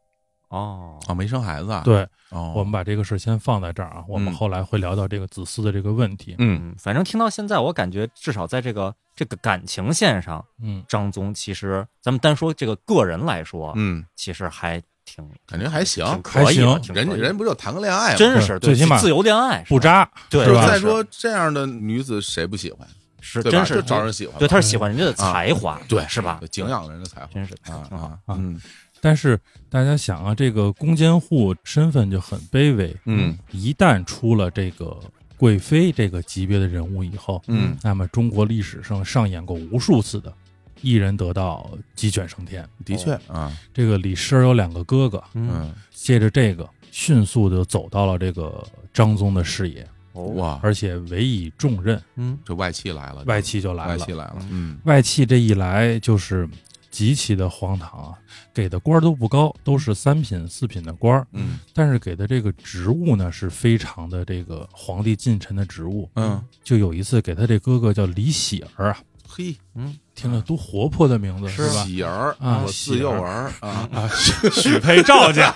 S2: 哦
S1: 哦，没生孩子啊，，
S3: 对，
S1: 哦，
S3: 我们把这个事儿先放在这儿啊，我们
S1: 嗯
S3: 后来会聊到这个子嗣的这个问题。
S1: 嗯，
S2: 嗯，反正听到现在，我感觉至少在这个这个感情线上，
S3: 嗯，
S2: 张宗其实咱们单说这个个人来说，
S1: 嗯，
S2: 其实还挺
S1: 感觉还行，
S2: 挺可以的，
S3: 还行
S2: 挺可以
S1: 人
S2: 的
S1: 家人不就谈个恋爱吗？
S2: 真是
S3: 对最
S2: 对
S3: 起码
S2: 自由恋爱是吧
S3: 不渣，
S2: 对
S1: 就是
S3: 吧
S1: 再说这样的女子谁不喜欢？
S2: 是
S1: 就
S2: 吧
S1: 再说这对吧？就
S2: 是真
S1: 是招人喜欢嘛，
S2: 对，他是喜欢人家的才华，
S1: 对
S2: 是吧？
S1: 敬仰人的才华，
S2: 真是
S1: 啊
S2: 啊，
S1: 啊，嗯
S3: 但是大家想啊，这个宫监户身份就很卑微，
S1: 嗯，
S3: 一旦出了这个贵妃这个级别的人物以后，
S1: 嗯，
S3: 那么中国历史上上演过无数次的一人得道鸡犬升天。
S1: 的确啊，
S3: 这个李师儿有两个哥哥，
S2: 嗯，
S1: 嗯，
S3: 借着这个迅速的走到了这个张宗的视野，
S2: 哦，
S1: 哇，
S3: 而且委以重任，
S2: 嗯，
S1: 这外戚来了，
S3: 外戚就来
S1: 外
S3: 了
S1: 戚。来了，嗯
S3: 外戚这一来就是极其的荒唐啊，给的官儿都不高，都是三品四品的官儿，
S1: 嗯
S3: 但是给的这个职务呢是非常的这个皇帝近臣的职务。
S1: 嗯，
S3: 就有一次给他这哥哥叫李喜儿啊，
S1: 嘿，
S2: 嗯，
S3: 听着多活泼的名字
S2: 是
S3: 吧？
S1: 喜儿
S3: 啊
S1: 我自幼儿啊，
S3: 啊，许许配赵家，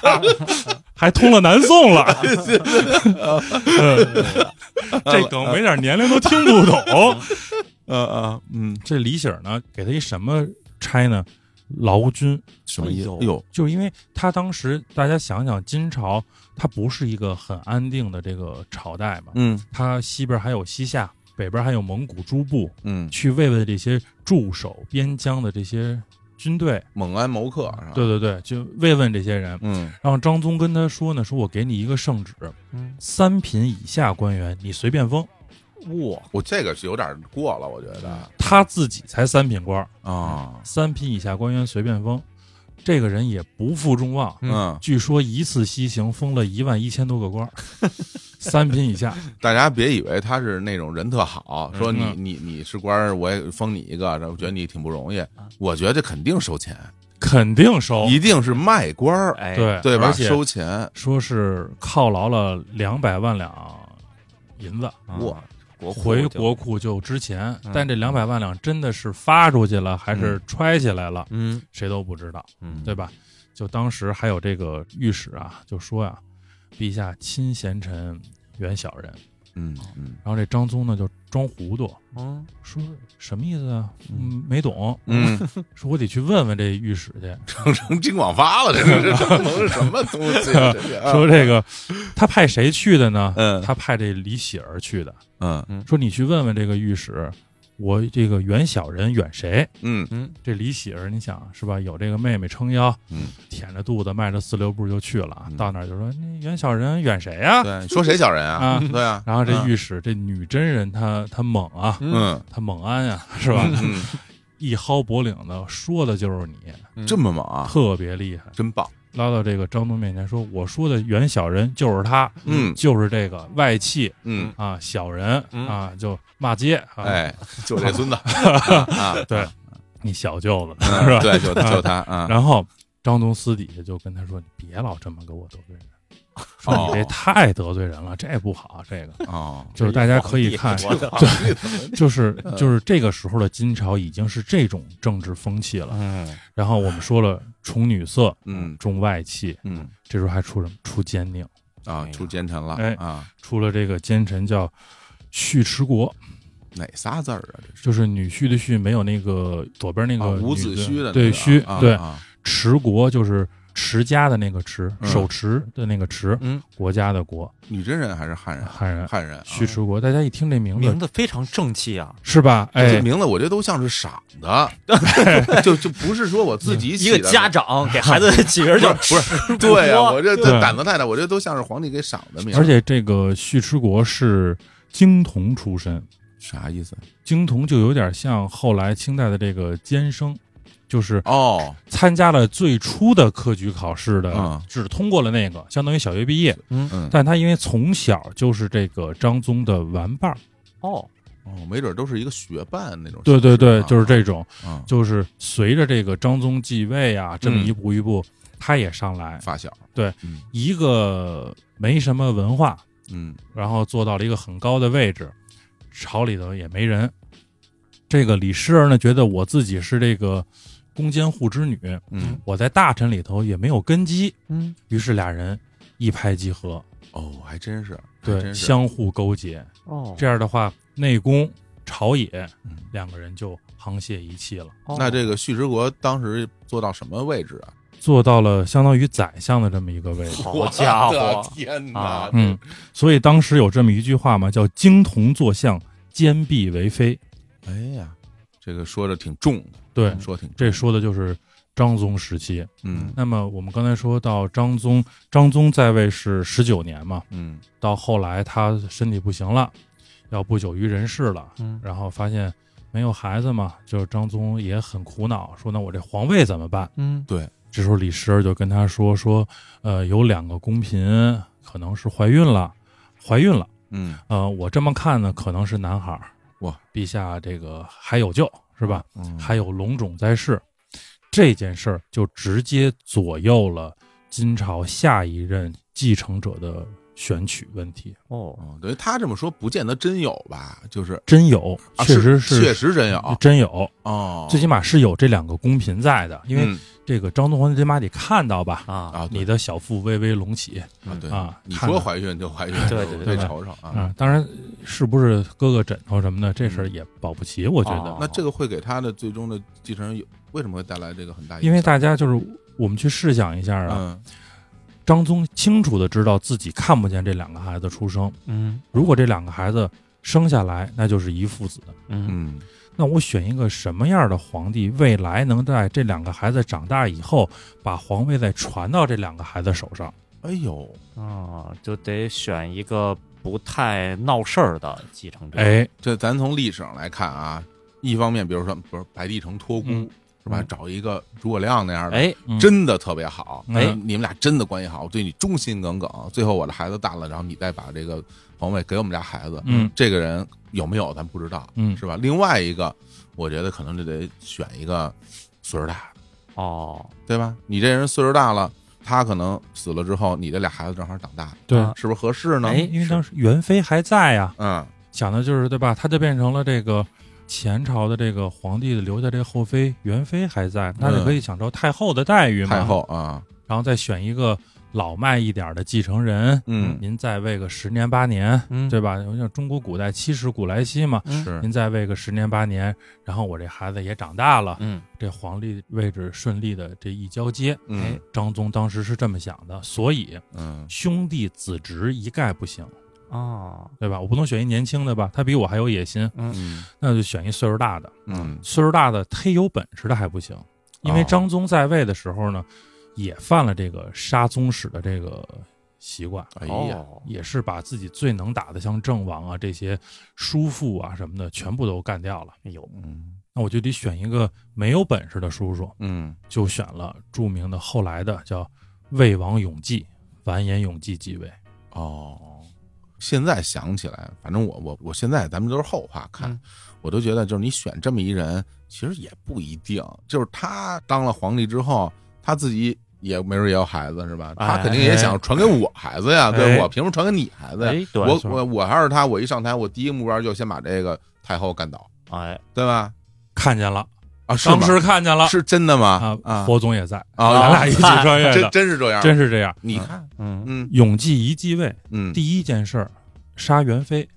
S3: 还通了南宋 了。嗯这梗没点年龄都听不懂。
S1: 啊啊，嗯，
S3: 这李喜儿呢，给他一什么差呢？劳军，
S1: 什么意思？
S2: 哎呦
S1: 哎呦，
S3: 就是因为他当时大家想想，金朝它不是一个很安定的这个朝代嘛，
S1: 嗯
S3: 它西边还有西夏，北边还有蒙古诸部，
S1: 嗯，
S3: 去慰问这些驻守边疆的这些军队。
S1: 猛安谋克是吧？
S3: 对，对对，就慰问这些人。
S1: 嗯
S3: 然后张宗跟他说呢，说我给你一个圣旨，
S2: 嗯，
S3: 三品以下官员你随便封。
S2: 哇，
S1: 我这个是有点过了，我觉得
S3: 他自己才三品官儿，
S1: 啊，
S3: 三品以下官员随便封。这个人也不负众望，
S1: 嗯，
S3: 据说一次西行封了一万一千多个官儿，三品以下。
S1: 大家别以为他是那种人特好，说你
S3: 嗯
S1: 你你是官儿，我也封你一个，然后觉得你挺不容易。
S3: 嗯
S1: 我觉得这肯定收钱，
S3: 肯定收，
S1: 一定是卖官儿，
S2: 哎，
S3: 对
S1: 对
S3: 哦而
S1: 吧？
S3: 且
S1: 收钱，
S3: 说是犒劳了两百万两银子，
S2: 啊
S1: 哇，
S2: 国库
S3: 回
S2: 就
S3: 国，库就支钱。
S2: 嗯
S3: 但这两百万两真的是发出去了，还
S1: 嗯
S3: 是揣起来了，
S2: 嗯
S3: 谁都不知道，
S2: 嗯，
S3: 对吧？就当时还有这个御史啊，就说呀、陛下亲贤臣，远小人。
S1: 嗯嗯
S3: 然后这张宗呢就装糊涂，
S2: 嗯，
S3: 说什么意思啊？
S2: 嗯
S3: 嗯，没懂。
S1: 嗯，
S3: 说我得去问问这御史去。
S1: 整成京广发了，这个这这能是什么东西？这是啊
S3: 说这个他派谁去的 呢？
S1: 嗯
S3: 他派这李喜儿去的。
S1: 嗯
S3: 说你去问问这个御史，我这个远小人远谁？
S1: 嗯
S3: 这李喜儿，你想是吧？有这个妹妹撑腰，
S1: 嗯，
S3: 舔着肚子迈着四六步就去了啊。
S1: 嗯
S3: 到那儿就说那远小人远谁呀、
S1: 对，你说谁小人啊？
S3: 啊
S1: 对啊，
S3: 然后这御史这女真人她她猛啊，
S1: 嗯
S3: 她猛安呀、是吧？
S1: 嗯
S3: 一薅脖领子，说的就是你，
S1: 嗯，这么猛啊，
S3: 特别厉害。
S1: 真棒！
S3: 拉到这个张东面前说：“我说的远小人就是他，
S1: 嗯
S3: 就是这个外戚
S1: 嗯，
S3: 啊，小人
S2: 嗯
S3: 啊，就骂街啊，
S1: 哎，就这孙子 啊，
S3: 对你小舅子
S1: 嗯
S3: 是吧？”
S1: 对，就就他啊，
S3: 然后张东私底下就跟他说：“你别老这么给我得罪人，说
S1: 哦
S3: 你这太得罪人了，这不好。这 个
S1: 哦，
S3: 就是大家可以 看，
S2: 这一皇帝
S3: 对， 就是就是这个时候的金朝已经是这种政治风气了。
S2: 嗯，
S3: 然后我们说了重女色，
S1: 嗯
S3: 重外戚，
S1: 嗯
S3: 这时候还出什么？出奸佞，
S1: 啊，出奸臣了
S3: 哎
S1: 啊，
S3: 出了这个奸臣叫尉迟国，
S1: 哪仨字儿啊？这是
S3: 就是女婿的婿，没有那个左边那
S1: 啊
S3: 个
S1: 伍
S3: 女
S1: 子
S3: 字
S1: 胥的那
S3: 对
S1: 个
S3: 胥
S1: 啊
S3: 对
S1: 啊
S3: 持国就是持家的那个持，
S1: 嗯
S3: 手持的那个持，
S2: 嗯，
S3: 国家的国，
S1: 女真人还是汉人？
S3: 汉人
S1: 汉人啊，
S3: 徐迟国，大家一听这名
S2: 名
S3: 字
S2: 字非常正气啊，
S3: 是吧？
S1: 这
S3: 哎，
S1: 名字我觉得都像是赏 的，就 就不是说我自己
S2: 一
S1: 起
S2: 个
S1: 的
S2: 家 长给孩子起名叫
S1: 不是，对呀、
S2: 锅
S1: 我这
S3: 对
S1: 胆子太大，我这都像是皇帝给赏的名儿，
S3: 而且这个徐迟国是京童出身，
S1: 啥意思？
S3: 京童就有点像后来清代的这个监生，就是
S1: 哦，
S3: 参加了最初的科举考试
S1: 嗯
S3: 的，只通过了那个，相当于小学毕业。
S1: 嗯，
S3: 但他因为从小就是这个张宗的玩伴儿，
S2: 哦，
S1: 哦，没准都是一个学伴那种形
S3: 对
S1: 式啊。
S3: 对对，就是这种，
S1: 啊，
S3: 就是随着这个张宗继位啊，这么
S1: 嗯
S3: 一步一步，他也上来，
S1: 发小，
S3: 一个没什么文化，
S1: 嗯
S3: 然后做到了一个很高的位置，朝里头也没人。这个李师儿呢，觉得我自己是这个宫监户之女，
S1: 嗯，
S3: 我在大臣里头也没有根基，
S2: 嗯，
S3: 于是俩人一拍即合，
S1: 哦，还真是，还
S3: 对，
S1: 真是
S3: 相互勾结。
S2: 哦，
S3: 这样的话，内宫、朝野
S1: 嗯
S3: 两个人就沆瀣一气了，
S2: 哦
S1: 那这个旭之国当时做到什么位置啊？
S3: 做到了相当于宰相的这么一个位置。
S2: 好
S1: 我
S2: 家
S1: 的
S2: 伙，
S1: 天哪
S2: 啊！
S3: 嗯嗯，所以当时有这么一句话嘛，叫“京童坐相，坚壁为妃
S1: 哎呀，这个说的挺重的，
S3: 对，
S1: 说得挺
S3: 这说的就是章宗时期。
S1: 嗯
S3: 那么我们刚才说到章宗，章宗在位是十九年嘛，
S1: 嗯
S3: 到后来他身体不行了，要不久于人世了，
S2: 嗯
S3: 然后发现没有孩子嘛，就是章宗也很苦恼，说那我这皇位怎么办？
S2: 嗯
S3: 这时候李师儿就跟他说说，呃，有两个宫嫔可能是怀孕了，怀孕了，
S1: 嗯，
S3: 呃，我这么看呢，可能是男孩儿
S1: 哇，
S3: 陛下这个还有救是吧？
S1: 嗯
S3: 还有龙种在世，这件事儿就直接左右了金朝下一任继承者的选取问题。
S2: 哦，
S1: 哦，等于他这么说，不见得真有吧？就是
S3: 真有，
S1: 啊
S3: 确实
S1: 是确实啊真有
S3: 真有，
S1: 哦，
S3: 最起码是有这两个宫嫔在的，因为
S1: 嗯
S3: 这个张宗皇帝最起码得看到吧，
S2: 啊，
S1: 啊，对
S3: 你的小腹微微隆起
S1: 啊对
S3: 啊
S1: 你
S3: 看
S1: 说
S3: 看
S1: 怀孕就怀孕，
S2: 对对
S1: 我
S2: 对
S1: 得
S3: 对
S1: 瞅瞅啊。
S3: 啊。当然，是不是割个枕头什么的，这
S1: 嗯
S3: 事儿也保不齐，我觉得，
S2: 哦
S1: 那这个会给他的最终的继承人有为什么会带来这个很大影响？
S3: 因为大家就是我们去试想一下啊，
S1: 哎嗯
S3: 张宗清楚的知道自己看不见这两个孩子出生，
S2: 嗯
S3: 如果这两个孩子生下来，那就是一父子。
S2: 嗯
S1: 嗯
S3: 那我选一个什么样的皇帝，未来能在这两个孩子长大以后，把皇位再传到这两个孩子手上？
S1: 哎呦，
S2: 啊，就得选一个不太闹事儿的继承者。，
S3: 哎，
S1: 这咱从历史上来看啊，一方面，比如说不是白帝城托孤、
S3: 嗯
S1: 是吧？
S3: 嗯
S1: 找一个诸葛亮那样的，
S2: 哎，
S3: 嗯
S1: 真的特别好，
S3: 哎
S1: 你们俩真的关系好，我对你忠心耿耿。最后我的孩子大了，然后你再把这个皇位给我们家孩子，
S3: 嗯
S1: 这个人有没有咱不知道，
S3: 嗯
S1: 是吧？另外一个，我觉得可能就得选一个岁数大的，
S2: 哦，
S1: 对吧？你这人岁数大了，他可能死了之后，你这俩孩子正好长大，
S3: 对，
S2: 啊
S1: 是不是合适呢？
S2: 哎
S3: 因为当时元妃还在呀，
S1: 嗯，
S3: 想的就是对吧？她就变成了这个前朝的这个皇帝留下这后妃，元妃还在，那就可以享受太后的待遇嘛。
S1: 太，后啊，
S3: 然后再选一个老迈一点的继承人，
S1: 嗯
S3: 您再喂个十年八年，
S2: 嗯，
S3: 对吧？像中国古代七十古来稀嘛，
S2: 嗯
S1: 是，
S3: 您再喂个十年八年，然后我这孩子也长大了，
S2: 嗯，
S3: 这皇帝位置顺利的这一交接，
S1: 嗯
S2: 哎
S3: 张宗当时是这么想的，所以
S1: 嗯
S3: 兄弟子侄一概不行，
S2: 哦，
S3: 对吧？我不能选一年轻的吧，他比我还有野心，
S1: 嗯
S3: 那就选一岁数大的，
S1: 嗯
S3: 岁数大的忒有本事的还不行，因为
S1: 哦
S3: 张宗在位的时候呢，也犯了这个杀宗室的这个习惯。
S1: 哎呀，
S2: 哦，
S3: 也是把自己最能打的，像郑王啊这些叔父啊什么的，全部都干掉了。
S2: 哎呦，
S1: 嗯
S3: 那我就得选一个没有本事的叔叔，
S1: 嗯，
S3: 就选了著名的后来的叫魏王永济，完颜永济继位。
S1: 哦，现在想起来，反正我我我现在咱们都是后话看，
S2: 嗯
S1: 我都觉得就是你选这么一人，其实也不一定，就是他当了皇帝之后，他自己。也没准也有孩子是吧？
S2: 哎
S1: 他肯定也想传给我孩子呀，
S3: 哎
S1: 对
S3: 哎
S1: 我凭什么传给你孩子呀？
S2: 哎，对，
S1: 我
S3: 错
S1: 我我还是他，我一上台，我第一目标就先把这个太后干倒，
S2: 哎，
S1: 对吧？
S3: 看见了，
S1: 啊，是
S3: 当
S1: 吗？
S3: 时看见了
S1: 是真的吗
S3: 啊？
S1: 啊，
S3: 佛总也在，
S1: 啊
S3: 咱俩一起穿越
S1: 真
S3: 的，
S1: 真是这样，
S3: 真是这样。
S1: 你看，
S2: 嗯，
S1: 嗯
S3: 永济一继位，
S1: 嗯，
S3: 第一件事儿杀元妃，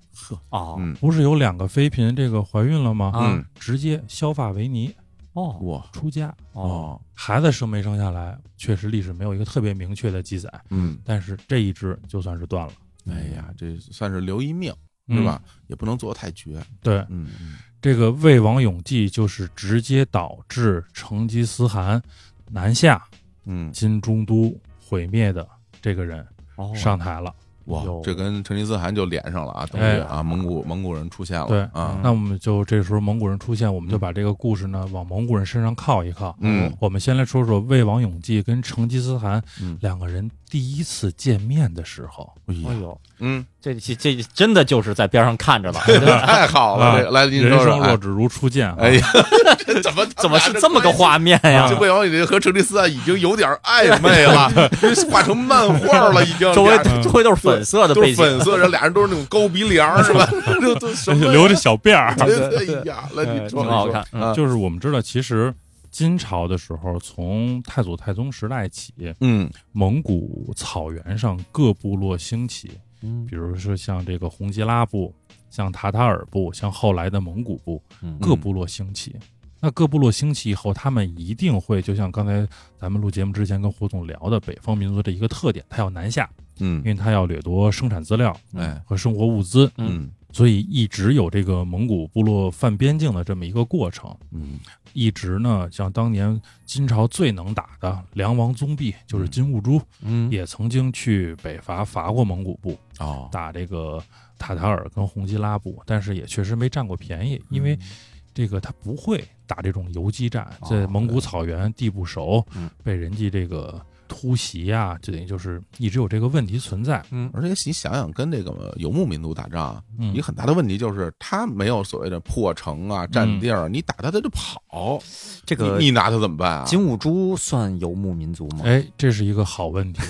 S2: 哦，
S1: 嗯
S3: 不是有两个妃嫔这个怀孕了吗？
S2: 啊
S1: 嗯
S3: 直接削发为尼
S2: 哦，
S1: 哇
S3: 出家。
S2: 哦，，
S3: 孩子生没生下来，确实历史没有一个特别明确的记载，
S1: 嗯，
S3: 但是这一支就算是断了，
S2: 嗯
S1: 哎呀，这算是留一命
S3: 嗯
S1: 是吧？？也不能做得太绝，
S3: 对，
S1: 嗯
S3: 这个魏王永济就是直接导致成吉思汗南下
S1: 嗯，
S3: 金中都毁灭的这个人
S2: 哦，
S3: 上台了。
S1: 哇
S2: 哟，
S1: 这跟成吉思汗就连上了啊，等
S3: 哎
S1: 于啊，蒙古蒙古人出现了，
S3: 对
S1: 啊，
S2: 嗯
S3: 那我们就这时候蒙古人出现，我们就把这个故事呢往蒙古人身上靠一靠。
S1: 嗯
S3: 我们先来说说魏王永济跟成吉思汗
S1: 嗯
S3: 两个人第一次见面的时候。
S1: 哎
S2: 哎
S1: 呀，
S2: 呦，
S1: 嗯，
S2: 这这这真的就是在边上看 着了，
S1: 太好了，
S3: 啊
S1: 这个来，你
S3: 人
S1: 说说
S3: 生 若
S1: 哎，
S3: 只如初见、啊，
S1: 哎 呀，这怎么
S2: 怎么是这么个？画面 啊呀
S1: 啊这？魏王已经和成吉思汗已 经有点暧昧了，画成漫画了，已经
S2: 周围
S1: 俩人
S2: 周围都是粉色的
S1: 都
S2: 背
S1: 是
S2: 景，
S1: 粉色，人俩人都是那种高鼻梁 是吧？这都什么呀
S3: 留着小辫儿。
S1: 哎呀，来你说，
S2: 挺好看
S1: 你说啊
S3: 就是我们知道，其实金朝的时候，从太祖太宗时代起，
S1: 嗯
S3: 蒙古草原上各部落兴起，
S2: 嗯
S3: 比如说像这个红吉拉部、像塔塔尔部、像后来的蒙古部，
S2: 嗯
S3: 各部落兴起。那各部落兴起以后，他们一定会，就像刚才咱们录节目之前跟胡总聊的，北方民族的一个特点，他要南下，
S1: 嗯，
S3: 因为他要掠夺生产资料
S1: 哎，
S3: 和生活物资。
S1: 嗯
S3: 所以一直有这个蒙古部落犯边境的这么一个过程。
S1: 嗯
S3: 一直呢，像当年金朝最能打的梁王宗弼，就是金兀术，
S1: 嗯，
S3: 也曾经去北伐伐过蒙古部，
S1: 哦，
S3: 打这个塔塔尔跟洪基拉部，但是也确实没占过便宜，
S1: 嗯
S3: 因为这个他不会打这种游击战，
S1: 哦
S3: 在蒙古草原地不熟
S1: 嗯，
S3: 被人家这个突袭啊，这等于就是一直有这个问题存在。
S1: 嗯，而且你想想，跟这个游牧民族打仗，啊
S3: 嗯
S1: 一个，很大的问题就是他没有所谓的破城啊、占地儿，你打他他就跑，
S2: 嗯这个
S1: 你你拿他怎么办啊？
S2: 金兀术算游牧民族吗？
S3: 哎，这是一个好问题。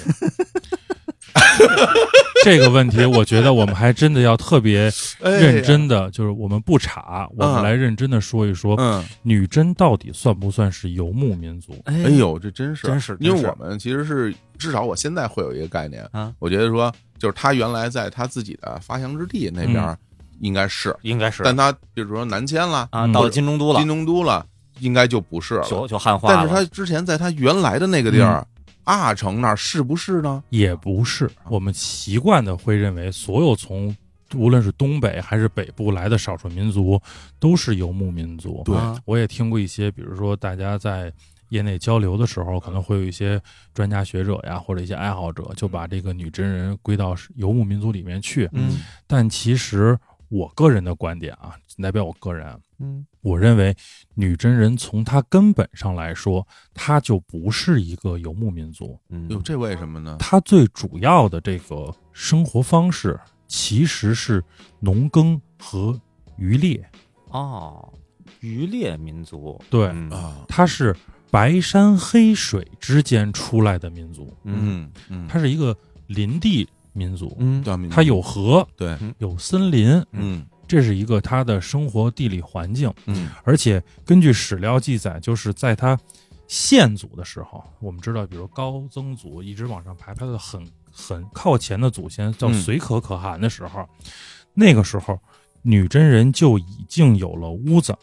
S3: 这个问题，我觉得我们还真的要特别
S1: 哎呀
S3: 认，真的，就是我们不查，我
S1: 嗯
S3: 们来认真的说一说，
S1: 嗯，
S3: 女真到底算不算是游牧民族？
S2: 哎
S1: 哎，呦，这真是
S2: 真是
S1: 因
S2: 真
S1: 为
S2: 是
S1: 我们其实是至少我现在会有一个概念
S2: 啊，
S1: 我觉得说就是他原来在他自己的发祥之地那边儿应该是，
S2: 应该嗯是
S1: 但他比如说南迁了、
S2: 啊，
S3: 嗯
S2: 到了金中都了
S1: 金，中都了，应该就不是了。
S2: 就就汉化
S1: 但
S2: 了。嗯
S1: 是他之前在他原来的那个地儿，阿城那儿是不是呢？
S3: 也不是，我们习惯的会认为，所有从无论是东北还是北部来的少数民族都是游牧民族。
S1: 对
S2: 啊
S3: 我也听过一些，比如说大家在业内交流的时候，可能会有一些专家学者呀，或者一些爱好者，就把这个女真人归到游牧民族里面去。
S2: 嗯
S3: 但其实我个人的观点啊，仅代表我个人啊，
S2: 嗯
S3: 我认为女真人从她根本上来说，她就不是一个游牧民族，
S1: 哟，
S2: 嗯，
S1: 这为什么呢？
S3: 她最主要的这个生活方式其实是农耕和渔猎，
S2: 哦，渔猎民族，
S3: 对，
S2: 嗯
S1: 啊，
S3: 她是白山黑水之间出来的民族，
S2: 嗯
S1: 嗯嗯，
S3: 它是一个林地民族，
S2: 嗯
S1: 对啊民族
S3: 它有河，
S1: 对，
S3: 有森林，
S1: 嗯
S3: 这是一个它的生活地理环境。
S1: 嗯
S3: 而且根据史料记载，就是在他县族的时候，我们知道，比如高曾族一直往上排，排的很很靠前的祖先叫
S1: 嗯
S3: 随可可汗的时候，那个时候女真人就已经有了屋子，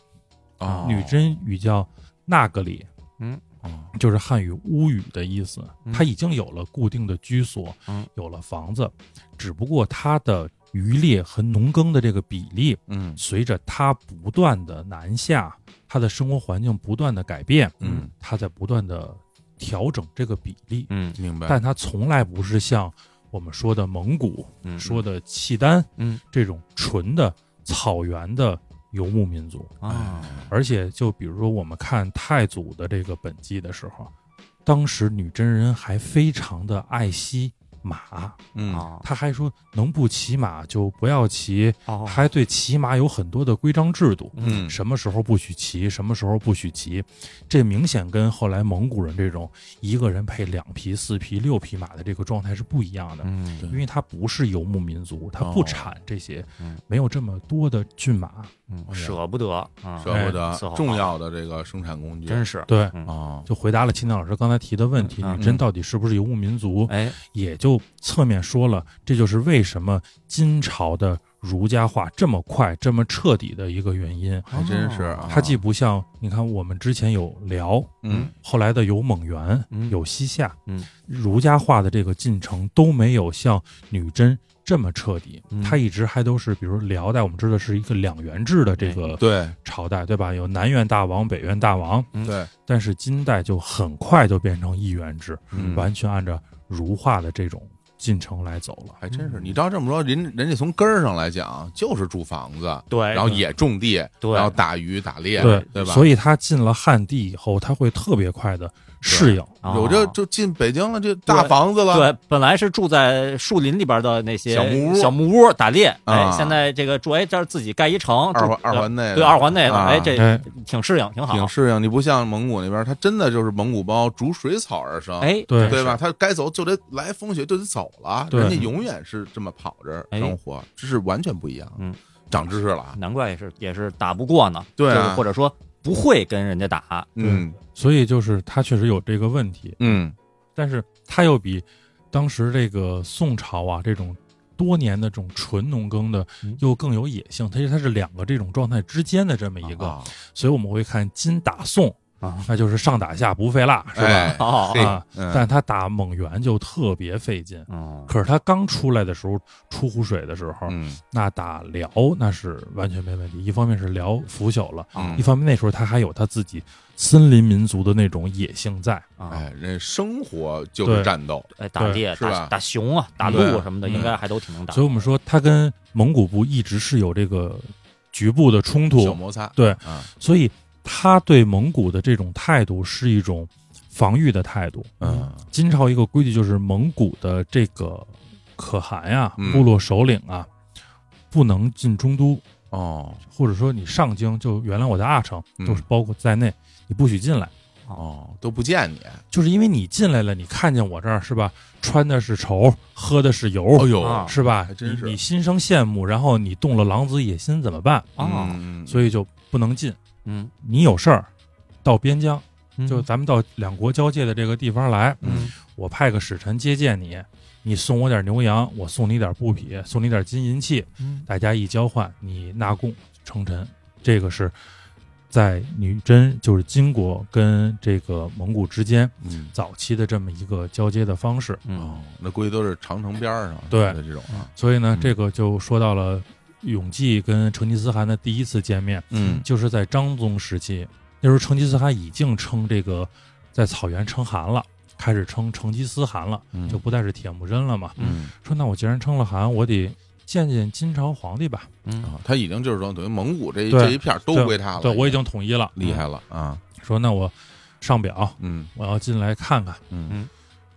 S2: 哦
S1: 啊，
S3: 女真语叫那格里，啊
S1: 哦
S3: 就是汉语屋宇的意思，
S2: 嗯
S3: 它已经有了固定的居所
S2: 嗯，
S3: 有了房子，只不过它的渔猎和农耕的这个比例
S1: 嗯
S3: 随着他不断的南下，他的生活环境不断的改变，
S1: 嗯，
S3: 他在不断的调整这个比例，
S2: 嗯
S1: 明白，
S3: 但他从来不是像我们说的蒙古、
S2: 嗯，
S3: 说的契丹，
S2: 嗯，
S3: 这种纯的草原的游牧民族。
S1: 哎
S2: 啊，
S3: 而且，就比如说我们看太祖的这个本纪的时候，当时女真人还非常的爱惜马，
S1: 嗯
S2: 啊
S3: 他还说能不骑马就不要骑，
S2: 哦，
S3: 还对骑马有很多的规章制度。
S1: 嗯
S3: 什么时候不许骑，什么时候不许骑，这明显跟后来蒙古人这种一个人配两匹、四匹、六匹马的这个状态是不一样的，
S2: 嗯
S1: 对
S3: 因为它不是游牧民族，它不产这些，
S2: 嗯
S3: 没有这么多的骏马。
S2: 嗯，舍不得啊，
S1: 舍不得
S2: 哎伺候好
S1: 重要的这个生产工具，
S2: 真是
S3: 对，
S2: 嗯
S1: 啊，
S3: 就回答了秦老师刚才提的问题，
S2: 嗯
S3: 女真到底是不是游牧民族，
S2: 哎，
S3: 也就侧面说了，这就是为什么金朝的儒家化这么快、这么彻底的一个原因。
S1: 还真
S2: 哦
S1: 是啊，
S3: 它既不像你看我们之前有辽，
S1: 嗯
S3: 后来的有蒙元，
S2: 嗯
S3: 有西夏，
S2: 嗯，
S3: 儒家化的这个进程都没有像女真这么彻底，
S2: 嗯
S3: 它一直还都是，比如辽代，我们知道是一个两元制的这个
S1: 对
S3: 朝代，对吧？有南元大王、北元大王，
S1: 对，
S3: 但是金代就很快就变成一元制，
S1: 嗯
S3: 完全按照儒化的这种进程来走了。
S1: 还真是，你照这么说，人人家从根儿上来讲就是住房子，
S2: 对，
S1: 然后也种地，
S2: 对
S1: 然后打鱼打猎，
S3: 对
S1: 哎对吧？
S3: 所以他进了汉地以后，他会特别快的适应。
S2: 啊
S1: 有这就进北京了，这大房子了，
S2: 对，本来是住在树林里边的那些
S1: 小木屋
S2: 小木屋打猎，
S1: 啊
S2: 哎，现在这个住哎这儿自己盖一城，
S1: 二
S2: 住
S1: 环二环内的
S2: 对二环内的，
S1: 啊
S2: 哎，这
S3: 哎
S2: 挺适应，挺好
S1: 挺，适应。你不像蒙古那边，它真的就是蒙古包逐水草而生，
S2: 哎，
S3: 对
S2: 真是
S1: 对吧？？它该走就得来风雪就得走了，
S3: 对
S1: 人家永远是这么跑着
S2: 哎
S1: 生活，这是完全不一样。
S2: 嗯，
S1: 长知识了啊，
S2: 难怪也是也是打不过呢，
S1: 对啊
S2: 就是或者说不会跟人家打，
S1: 嗯
S3: 所以就是他确实有这个问题，
S1: 嗯
S3: 但是它又比当时这个宋朝啊这种多年的这种纯农耕的
S2: 嗯
S3: 又更有野性，它是它是两个这种状态之间的这么一个，
S1: 啊
S3: 所以我们会看金打宋
S2: 啊
S3: 那就是上打下不费蜡，是吧？
S1: 哎
S2: 哦
S1: 嘿
S3: 啊，
S1: 嗯
S3: 但他打蒙元就特别费劲。
S2: 哦，
S3: 可是他刚出来的时候，出湖水的时候，
S1: 嗯
S3: 那打辽那是完全没问题。一方面是辽腐朽了，
S2: 啊
S3: 一
S1: 嗯，
S3: 方面那时候他还有他自己森林民族的那种野性在。
S2: 啊
S1: 哎，，人生活就是
S3: 对
S1: 战斗，
S2: 哎，打猎、
S1: 是吧
S2: 打打熊啊、打
S1: 对
S2: 鹿什么的，
S3: 嗯
S2: 应该还都挺能打。
S3: 所以我们说，他跟蒙古部一直是有这个局部的冲
S1: 小
S3: 突，
S1: 摩擦，
S3: 对
S1: 啊，
S3: 所以他对蒙古的这种态度是一种防御的态度。
S1: 嗯，
S3: 金朝一个规矩就是，蒙古的这个可汗呀、
S1: 嗯
S3: 部落首领啊，不能进中都，
S1: 哦
S3: 或者说你上京，就原来我的阿城
S1: 嗯
S3: 都是包括在内，你不许进来。
S1: 哦，都不见你，
S3: 就是因为你进来了，你看见我这儿是吧？穿的是绸，喝的是油，
S1: 哦呦，
S2: 啊
S3: 是吧？
S1: 还真是
S3: 你你心生羡慕，然后你动了狼子野心，怎么办？
S2: 啊，
S1: 嗯，
S3: 哦所以就不能进。
S2: 嗯，
S3: 你有事儿，到边疆，
S2: 嗯
S3: 就咱们到两国交界的这个地方来，
S2: 嗯
S3: 我派个使臣接见你，你送我点牛羊，我送你点布匹，送你点金银器，
S2: 嗯
S3: 大家一交换，你纳贡称臣。这个是在女真，就是金国跟这个蒙古之间
S1: 嗯，
S3: 早期的这么一个交接的方式。
S2: 嗯
S1: 哦，那估计都是长城边儿上
S3: 对
S1: 的这种啊，
S3: 所以呢
S1: 嗯，
S3: 这个就说到了永济跟成吉思汗的第一次见面，
S1: 嗯
S3: 就是在章宗时期。那时候成吉思汗已经称这个在草原称汗了，开始称成吉思汗了，
S1: 嗯
S3: 就不再是铁木真了嘛。
S1: 嗯
S3: 说那我既然称了汗，我得见见金朝皇帝吧。
S2: 嗯
S1: 啊，他已经就是说等于蒙古这一
S3: 对
S1: 这一片儿都归他了，
S3: 对我已经统一了，
S1: 厉害了啊，
S3: 说那我上表，
S1: 嗯
S3: 我要进来看看。
S1: 嗯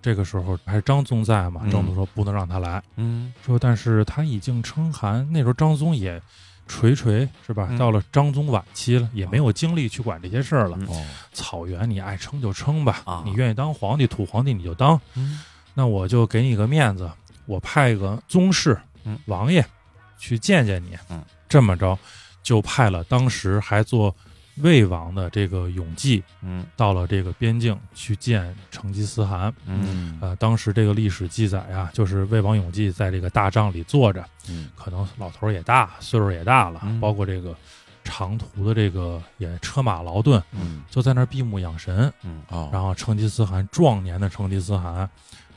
S3: 这个时候还是张宗在嘛？
S1: 嗯
S3: 张宗说不能让他来，
S2: 嗯
S3: 说但是他已经称汗，那时候张宗也垂垂是吧？
S2: 嗯啊
S3: 到了张宗晚期了，也没有精力去管这些事儿了。
S2: 嗯
S1: 哦，
S3: 草原你爱称就称吧，
S2: 啊
S3: 你愿意当皇帝土皇帝你就当，
S2: 嗯
S3: 那我就给你个面子，我派个宗室、
S2: 嗯
S3: 王爷去见见你。
S2: 嗯
S3: 这么着就派了当时还做魏王的这个永济
S2: 嗯
S3: 到了这个边境去见成吉思汗。
S2: 嗯
S3: 呃，当时这个历史记载啊，就是魏王永济在这个大帐里坐着，
S1: 嗯
S3: 可能老头儿也大，岁数也大了，
S2: 嗯
S3: 包括这个长途的这个也车马劳顿，
S1: 嗯
S3: 就在那儿闭目养神。
S1: 哦，
S3: 然后成吉思汗壮年的成吉思汗，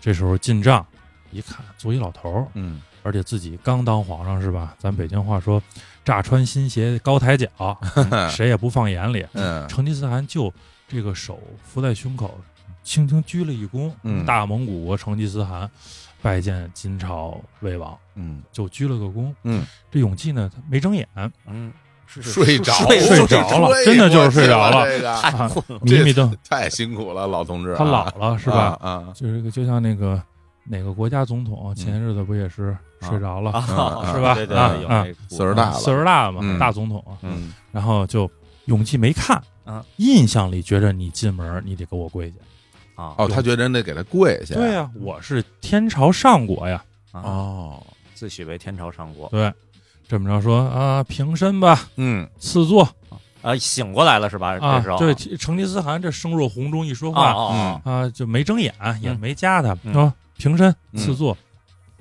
S3: 这时候进帐一看，作为老头儿，
S1: 嗯
S3: 而且自己刚当皇上是吧？咱北京话说，乍穿新鞋高抬脚， 谁也不放眼里。
S1: 嗯
S3: 成吉思汗就这个手扶在胸口，轻轻鞠了一躬，
S1: 嗯
S3: 大蒙古国成吉思汗拜见金朝魏王，
S1: 嗯
S3: 就鞠了个躬。
S1: 嗯，哦
S3: 这永济呢，他没睁眼，
S2: 嗯，是是
S1: 睡着哎啊
S2: 睡
S3: 睡着了真的就是睡着了
S1: 这个
S2: 太困了，
S1: 这
S3: 迷迷瞪，
S1: 太辛苦了，老同志啊，
S3: 他老了是吧？
S1: 啊？啊，
S3: 就是个就像那个哪个国家总统前些日子不也是睡着了，
S1: 啊
S3: 是吧
S2: 对对
S3: 啊
S2: 对，有
S3: 啊
S2: 那个
S1: 岁数大了
S3: 岁数大了嘛，
S1: 嗯
S3: 大总统啊，
S1: 嗯
S3: 然后就永济没看
S2: 啊，
S3: 印象里觉着你进门你得给我跪下，
S2: 啊
S1: 哦，他觉得人得给他跪下，
S3: 对呀、我是天朝上国呀，
S2: 啊，
S1: 哦，
S2: 自诩为天朝上国
S3: 对，这么着说啊，平身吧，
S1: 嗯
S3: 赐座
S2: 啊，醒过来了是
S1: 哎
S2: 吧？
S3: 啊
S2: 这时候，
S3: 对，成吉思汗这声若洪钟一说
S2: 哦
S3: 话
S1: 嗯
S2: 哦
S3: 啊，就没睁眼，也
S2: 嗯
S3: 没夹他
S2: 嗯
S3: 啊，平身
S1: 嗯
S3: 赐座。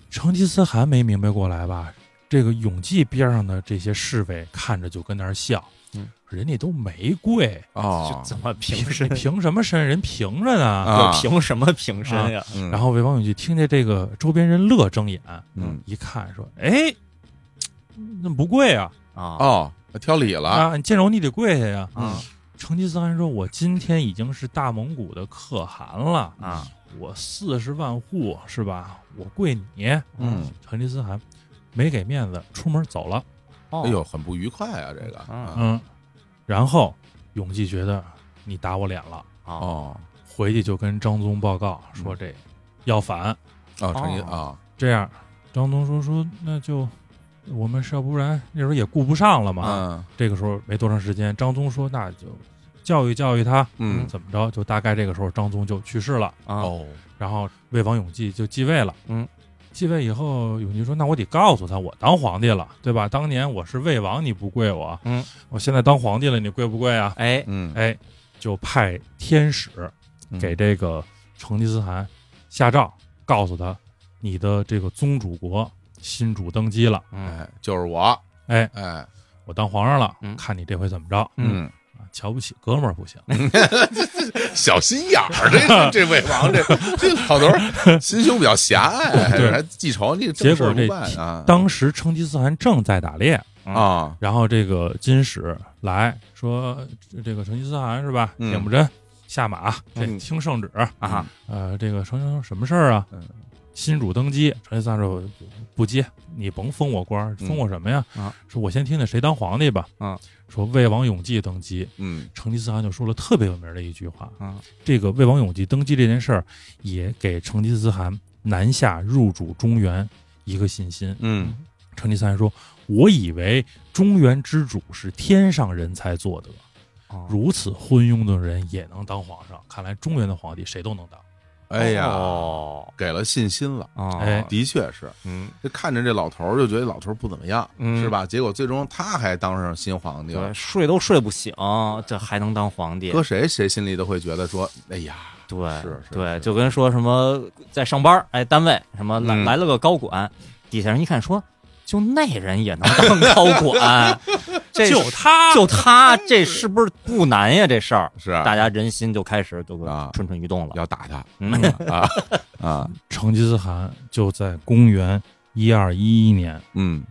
S3: 成吉思汗没明白过来吧？这个永济边上的这些侍卫看着就跟那儿笑
S2: 嗯，
S3: 人家都没跪，
S2: 哦，
S1: 哦
S2: 就，怎么 平
S3: 你
S2: 身？
S3: 凭什么身？人凭着呢。
S1: 啊
S2: 就凭什么平身呀？
S1: 嗯
S3: 然后魏王永济听见这个周边人乐睁眼，
S1: 嗯
S3: 一看说：“哎，那不跪啊
S2: 啊
S1: 哦，挑理了，
S3: 啊，你见着我你得跪下呀。
S1: 嗯
S3: 成吉思汗说：“我今天已经是大蒙古的可汗了，
S2: 啊
S3: 我四十万户是吧？我跪你。”啊
S1: 嗯，
S3: 成吉思汗没给面子，出门走了。
S2: 哦
S1: 哎呦，很不愉快啊，这个，啊
S3: 嗯，然后永济觉得你打我脸了，
S2: 啊
S1: 哦
S3: 回去就跟张宗报告
S1: 嗯
S3: 说这要反。
S1: 哦，成一
S2: 哦
S1: 啊，
S3: 这样，张东说说那就我们是要不然那时候也顾不上了嘛。
S1: 嗯
S3: 这个时候没多长时间，张宗说那就教育教育他，
S1: 嗯
S3: 怎么着？就大概这个时候张宗就去世了，
S2: 啊
S1: 哦，
S3: 然后魏王永济就继位了。
S2: 嗯。
S3: 继位以后，永济说：“那我得告诉他，我当皇帝了，对吧？当年我是魏王，你不跪我，
S2: 嗯，
S3: 我现在当皇帝了，你跪不跪啊？
S2: 哎
S1: 嗯
S3: 哎，就派天使给这个成吉思汗下诏，告诉他你的这个宗主国新主登基了，
S2: 嗯
S1: 哎，就是我，
S3: 哎，
S1: 哎，
S3: 我当皇上了，
S2: 嗯
S3: 看你这回怎么着。
S1: 嗯，
S3: 啊，瞧不起哥们儿不行，
S1: 小心眼儿， 这这魏王这这老头儿心胸比较狭隘，
S3: 对
S1: 还记仇，你正事儿不办
S3: 结
S1: 啊？
S3: 当时成吉思汗正在打猎，
S1: 啊，
S3: 然后这个金使来说，这个成吉思汗是吧？
S1: 嗯
S3: 铁木真下马，这
S1: 嗯
S3: 听圣旨
S2: 啊，
S3: 呃，这个成吉思汗说什么事儿啊
S1: 嗯？
S3: 新主登基，成吉思汗说不接，你甭封我官儿，封我什么呀？
S2: 嗯啊
S3: 说我先听听谁当皇帝吧。
S2: 啊，
S3: 说魏王永济登基，
S1: 嗯
S3: 成吉思汗就说了特别有名的一句话
S2: 啊，
S3: 这个魏王永济登基这件事儿，也给成吉思汗南下入主中原一个信心。
S1: 嗯
S3: 成吉思汗说：“我以为中原之主是天上人才做得，
S1: 嗯
S2: 哦
S3: 如此昏庸的人也能当皇上，看来中原的皇帝谁都能当。
S1: 哎呀，
S2: 哦
S1: 给了信心了，
S2: 哦，
S3: 哎
S1: 的确是。
S2: 嗯，
S1: 这看着这老头儿就觉得老头儿不怎么样，
S2: 嗯
S1: 是吧？结果最终他还当上新皇帝了
S2: 对，，睡都睡不醒，这还能当皇帝？
S1: 搁谁谁心里都会觉得说，哎呀，
S2: 对，
S1: 是是
S2: 对，
S1: 是
S2: 就跟说什么在上班儿，哎，单位什么来、
S1: 嗯
S2: 来了个高管，底下人一看说，就那人也能当高管， 这
S3: 就他，
S2: 就他这是不是不难呀？这事儿，
S1: 是
S2: 大家人心就开始就
S1: 啊
S2: 蠢蠢欲动了。
S1: 要打他
S2: 嗯，
S1: 啊 啊，
S3: 成吉思汗就在公元一二一一年
S1: 嗯。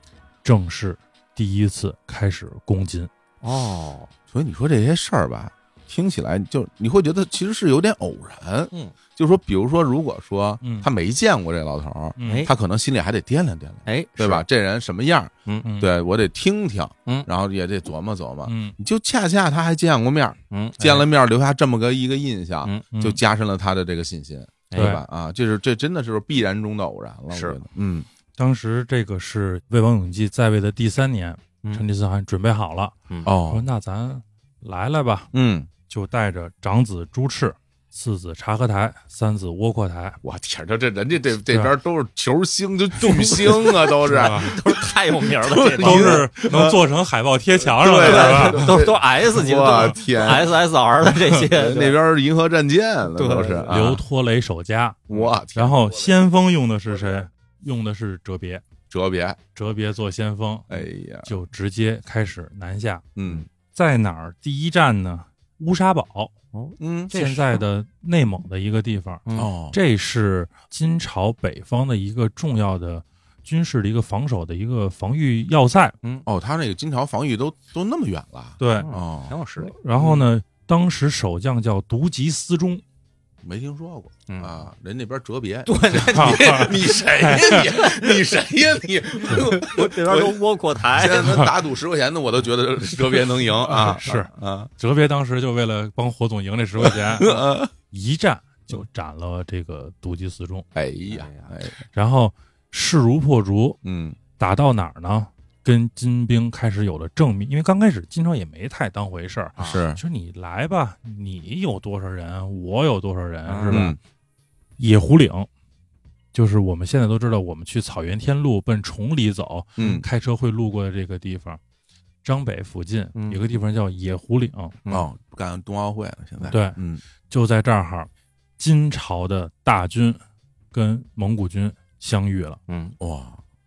S3: 正式第一次开始攻金。
S2: 哦，
S1: 所以你说这些事儿吧，听起来就你会觉得其实是有点偶然。
S2: 嗯，
S1: 就说比如说，如果说
S3: 嗯
S1: 他没见过这老头儿，
S3: 嗯
S2: 哎
S1: 他可能心里还得掂量掂量，
S2: 哎，
S1: 对吧？这人什么样儿？
S3: 嗯，
S1: 对我得听听，
S2: 嗯
S1: 然后也得琢磨琢磨。
S3: 嗯，
S1: 你就恰恰他还见过面儿，
S2: 是？嗯，
S1: 见了面儿留下这么个一个印象，
S2: 嗯
S3: 嗯
S1: 就加深了他的这个信心，
S2: 哎
S1: 对吧？啊，这是这真的是必然中的偶然了，我
S2: 是
S1: 觉得，嗯
S3: 当时这个是魏王永济在位的第三年，
S2: 嗯
S3: 成吉思汗准备好了，说
S1: 哦，
S3: 那咱来来吧，
S1: 嗯，
S3: 就带着长子朱赤、次子察合台、三子窝阔台，
S1: 我天，这这人家这这边都是球星，就巨星啊，都是，
S3: 吧？
S2: 都是太有名了， 这帮
S3: 都是能做成海报贴墙上的，
S1: 对
S3: 是吧？
S2: 人都是都是 S 级的
S1: 我
S2: 都是
S1: 天，
S2: ，SSR 的这些
S1: 那边儿银河战舰了，
S2: 对
S1: 都是啊
S3: 刘托雷守家，
S1: 我天，
S3: 然后先锋用的是谁？用的是哲别，
S1: 哲别，
S3: 哲别做先锋，
S1: 哎呀，
S3: 就直接开始南下，
S1: 嗯
S3: 在哪儿？第一站呢？乌沙堡，
S1: 嗯
S2: 这是
S3: 现在的内蒙的一个地方，
S2: 嗯
S1: 哦，
S3: 这是金朝北方的一个重要的军事的一个防守的一个防御要塞。
S1: 哦，他那个金朝防御都都那么远了，
S3: 对，
S1: 哦
S2: 挺有实力，
S3: 然后呢，当时守将叫独吉思忠，
S1: 没听说过
S2: 嗯
S1: 啊，人那边哲别，
S2: 对，
S1: 你谁呀你？你谁呀你？
S2: 我这边都窝阔台
S1: 现，在能打赌十块钱的，我都觉得哲别能赢啊！
S3: 是
S1: 啊，
S3: 哲别当时就为了帮火总赢这十块 钱，
S1: 嗯
S3: 一战就斩了这个独吉思忠，
S1: 哎呀
S2: 哎呀，
S1: 哎，
S3: 然后势如破竹，
S1: 嗯
S3: 打到哪儿呢？跟金兵开始有了正面，因为刚开始金朝也没太当回事儿，
S2: 啊
S1: 是
S3: 说你来吧，你有多少人，我有多少人，是吧？
S1: 嗯
S3: 野狐岭，就是我们现在都知道，我们去草原天路奔崇礼走，
S1: 嗯
S3: 开车会路过的这个地方，张北附近
S2: 嗯
S3: 有个地方叫野狐岭，
S1: 哦，赶冬奥会了，现在
S3: 对
S1: 嗯
S3: 就在这儿哈，金朝的大军跟蒙古军相遇了，
S2: 嗯，
S1: 哇，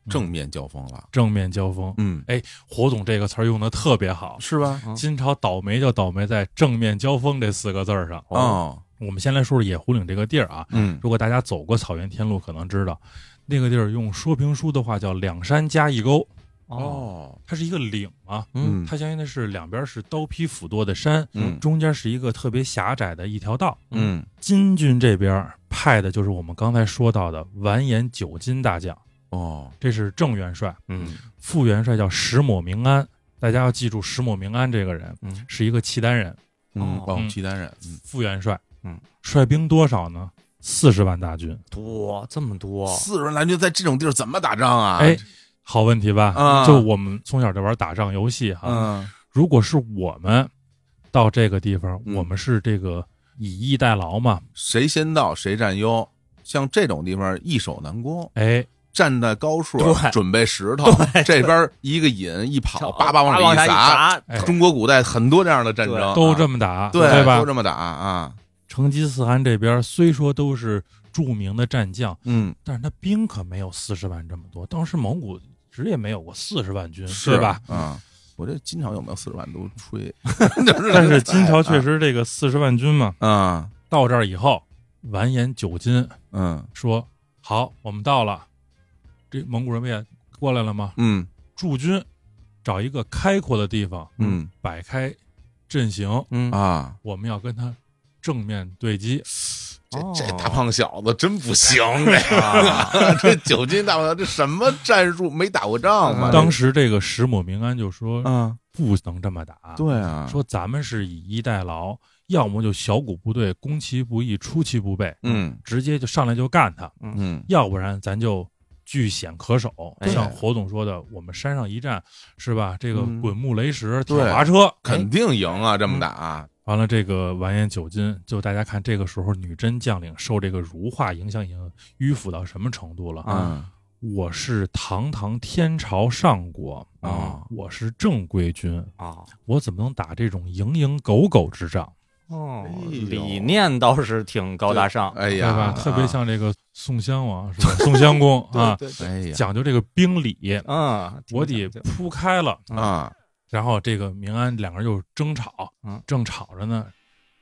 S1: 正面交锋了，
S3: 正面交锋。
S1: 嗯，
S3: 火总这个词儿用的特别好，
S1: 是吧？
S3: 金朝倒霉就倒霉在“正面交锋”这四个字儿上。
S1: 哦，
S3: 我们先来说说野狐岭这个地儿啊，
S1: 嗯，
S3: 如果大家走过草原天路，可能知道，那个地儿用说评书的话叫“两山夹一沟”。
S1: 哦，
S3: 它是一个岭啊，
S2: 嗯
S1: 嗯
S3: 它相应的是两边是刀劈斧剁的山，
S1: 嗯
S3: 中间是一个特别狭窄的一条道。
S1: 嗯，
S3: 金军这边派的就是我们刚才说到的完颜九金大将，
S1: 哦，
S3: 这是正元帅，
S2: 嗯
S3: 副元帅叫石抹明安。大家要记住，石抹明安这个人
S2: 嗯，
S3: 是一个契丹人，
S1: 嗯，
S2: 哦
S1: 哦，
S3: 嗯
S1: 契丹人，嗯，
S3: 副元帅，
S2: 嗯，
S3: 率兵多少呢？四十万大军。
S2: 多这么多，
S1: 四十万蓝军在这种地儿怎么打仗啊？
S3: 哎，好问题吧？
S1: 啊
S3: 就我们从小就玩打仗游戏哈，
S1: 嗯，
S3: 如果是我们到这个地方，
S1: 嗯
S3: 我们是这个以逸待劳嘛，
S1: 谁先到谁占优，像这种地方易守难攻，
S3: 哎，
S1: 站在高处
S2: 对
S1: 准备石头，这边一个引一跑，叭叭往里
S2: 往
S1: 一撒。
S2: 砸，
S3: 哎
S1: 中国古代很多这样的战争，
S2: 对
S1: 啊
S3: 都这么打，
S1: 对
S3: 吧
S1: 都？这么打啊，
S3: 成吉思汗这边虽说都是著名的战将，
S1: 嗯，
S3: 但是他兵可没有四十万这么多。当时蒙古其实也没有过四十万军，
S1: 是
S3: 对吧？
S1: 啊，我这金朝有没有四十万都吹，就是哎
S3: 但是金朝确实这个四十万军嘛，
S1: 啊，
S3: 到这儿以后，完颜九斤
S1: 嗯
S3: 说：“好，我们到了。”这蒙古人不也过来了吗？
S1: 嗯
S3: 驻军找一个开阔的地方，，
S1: 嗯
S3: 摆开阵型，
S2: 嗯
S1: 啊，
S3: 我们要跟他正面对击。
S1: 这
S2: 哦
S1: 这大胖小子真不行，这个 这九斤大胖小子这什么战术？没打过仗吗？
S2: 啊
S3: 嗯当时这个石母明安就说
S1: 啊，：“
S3: 不能这么打。”
S1: 对啊，
S3: 说咱们是以逸待劳，要么就小股部队攻其不意，出其不备，
S1: 嗯
S3: 直接就上来就干他；
S1: 嗯
S3: 要不然咱就据险可守。
S2: 哎
S3: 像火总说的，我们山上一战是吧？这个
S1: 嗯
S3: 滚木雷石、
S1: 对
S3: 挑滑车，哎
S1: 肯定赢啊，这么打，
S3: 完了，这个完颜九斤，就大家看这个时候女真将领受这个儒化影响已经迂腐到什么程度了？
S1: 嗯
S3: 我是堂堂天朝上国
S1: 啊
S3: 我是正规军，
S2: 啊，
S3: 我怎么能打这种蝇营狗苟之仗？
S2: 哦
S1: 哎呦
S2: 理念倒是挺高大上，
S1: 哎
S3: 对吧？
S1: 呀，
S3: 特别像这个宋襄王 是吧？宋襄公啊，
S1: 啊，哎呀
S3: 讲究这个兵理，
S2: 嗯，挺
S3: 我得
S2: 讲究
S3: 铺开了。
S1: 啊，
S3: 然后这个明安两个人又争吵
S2: 嗯，
S3: 正吵着呢，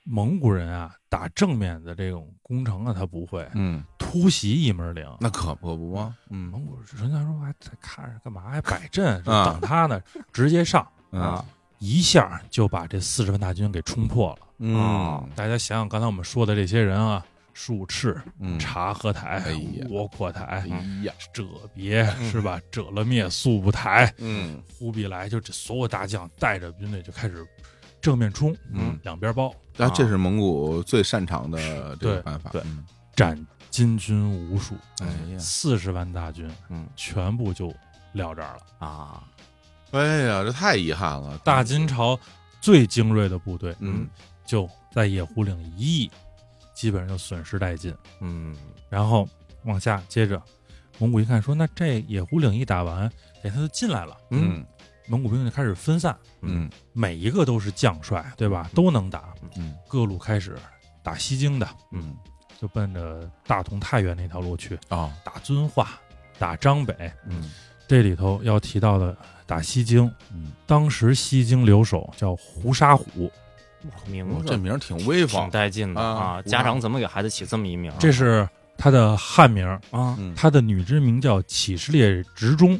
S3: 蒙古人啊打正面的这种攻城啊，他不会
S1: 嗯，
S3: 突袭一门儿
S1: 那可不不吗？嗯
S3: 蒙古人家说还在看着干嘛？还摆阵，
S2: 嗯
S1: 啊
S3: 等他呢，直接上，
S1: 嗯
S2: 啊，
S3: 一下就把这四十万大军给冲破了。
S1: 嗯
S3: 大家想想刚才我们说的这些人啊，术赤、
S1: 嗯，
S3: 察合台
S1: 哎呀、
S3: 窝阔台啊
S1: 哎、呀，
S3: 者别是吧？者勒灭、速不台、
S1: 嗯
S3: 忽必来，就这所有大将带着军队就开始正面冲，
S1: 嗯，
S3: 两边包，
S1: 那这是蒙古最擅长的这个
S3: 对
S1: 办法，
S2: 对
S1: 嗯
S3: 斩金军无数，
S1: 哎呀，
S3: 四十万大军，
S2: 嗯
S3: 全部就撂这儿
S1: 嗯
S3: 了。
S2: 啊，
S1: 哎呀，这太遗憾了，
S3: 大金朝最精锐的部队，
S1: 嗯，
S3: 就在野狐岭一役，基本上就损失殆尽。
S2: 嗯，
S3: 然后往下接着，蒙古一看说，那这野狐岭一打完，哎，他就进来了，
S1: 嗯
S3: 蒙古兵就开始分散，
S1: 嗯
S3: 每一个都是将帅，对吧？都能打，
S1: 嗯
S3: 各路开始打西京的，
S1: 嗯，
S3: 就奔着大同、太原那条路去，
S1: 哦，
S3: 打遵化，打张北。
S1: 嗯
S3: 这里头要提到的打西京，
S1: 嗯，
S3: 当时西京留守叫胡沙虎，
S2: 名
S3: 嗯
S1: 哦
S2: 字
S1: 这名儿挺威
S2: 挺
S1: 风，
S2: 带劲的
S1: 啊
S2: 啊，家长怎么给孩子起这么一名？
S3: 这是他的汉名，
S2: 啊，
S1: 嗯
S3: 他的女真名叫乞士烈直忠。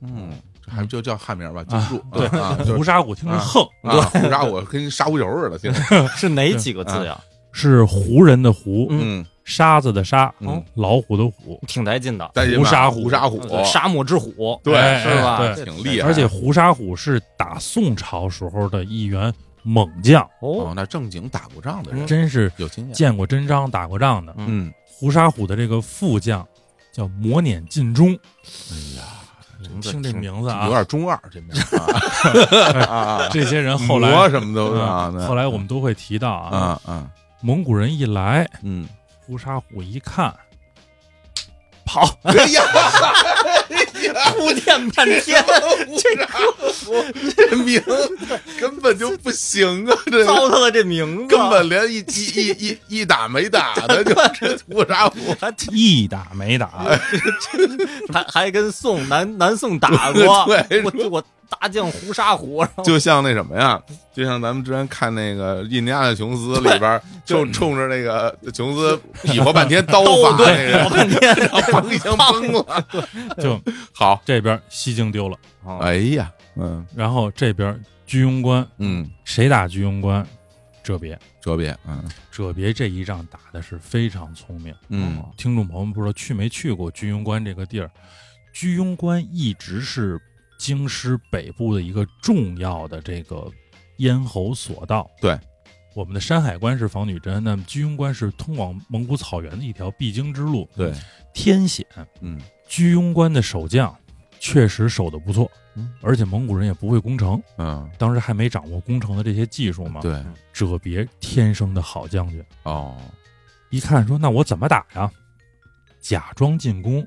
S1: 嗯，这还就叫汉名吧，记
S3: 啊
S1: 住，
S3: 对
S1: 啊，就是
S3: 胡沙虎听着横，
S1: 啊，胡渣我跟沙乌油似的，现 在，
S2: 是哪几个
S1: 啊
S2: 字呀？
S3: 是胡人的胡，
S1: 嗯，
S3: 沙子的沙，
S1: 嗯
S3: 老虎的虎。
S2: 挺带劲的，
S1: 带劲
S3: 胡
S1: 吧
S3: 沙虎
S1: 胡沙虎，
S2: 对沙漠之虎，
S1: 对
S3: 哎
S2: 是吧
S3: 哎对
S1: 挺厉害，
S3: 而且胡沙虎是打宋朝时候的一员猛将，
S1: 哦
S2: 哦，，
S1: 那正经打过仗的人
S3: 真是
S1: 有经验，
S3: 嗯见过真章、打过仗的。
S2: 嗯
S1: 嗯，
S3: 胡沙虎的这个副将叫摩辇进忠，
S1: 哎
S3: 嗯
S2: 名字
S3: 听这
S2: 挺
S3: 名字
S1: 有
S3: 啊，
S1: 点中二这名儿 啊啊，
S3: 这些人后来
S1: 魔什么都啊，
S3: 嗯
S1: 那
S3: 后来我们都会提到啊，
S1: 啊啊，
S3: 蒙古人一来，
S1: 嗯，
S3: 胡沙虎一看，
S1: 跑，哎呀，
S2: 铺垫半 天，
S1: 这这名根本就不行啊，这
S2: 糟蹋了这名字，
S1: 根本连一一一一一打没打的，就是胡沙虎。
S2: 还
S3: 一打没 打，
S2: 还还跟宋南南宋打过，
S1: 对
S2: 我我大将胡沙虎，然后
S1: 就像那什么呀，就像咱们之前看那个《印第安纳琼斯》里边 儿，就冲着那个琼斯比划半天 刀
S2: 刀
S1: 法那
S2: 对
S1: 人
S2: 搞，半天，
S1: 然后砰一枪 崩了。
S3: 就
S1: 好，
S3: 这边西京丢了，
S1: 哎呀，嗯
S3: 然后这边居庸关，
S1: 嗯，
S3: 谁打居庸关？哲别，
S1: 哲别，嗯
S3: 哲别这一仗打的是非常聪明。啊
S1: 嗯
S3: 听众朋友们不知道去没去过居庸关这个地儿，居庸关一直是京师北部的一个重要的这个咽喉索道。
S1: 对，
S3: 我们的山海关是防女真，那么居庸关是通往蒙古草原的一条必经之路，
S1: 对，
S3: 天险。
S1: 嗯
S3: 居庸关的守将确实守得不错
S1: 嗯，
S3: 而且蒙古人也不会攻城，
S1: 嗯，
S3: 当时还没掌握攻城的这些技术嘛。，
S1: 对，
S3: 哲别天生的好将军。
S1: 哦，
S3: 一看说：“那我怎么打呀？”假装进攻，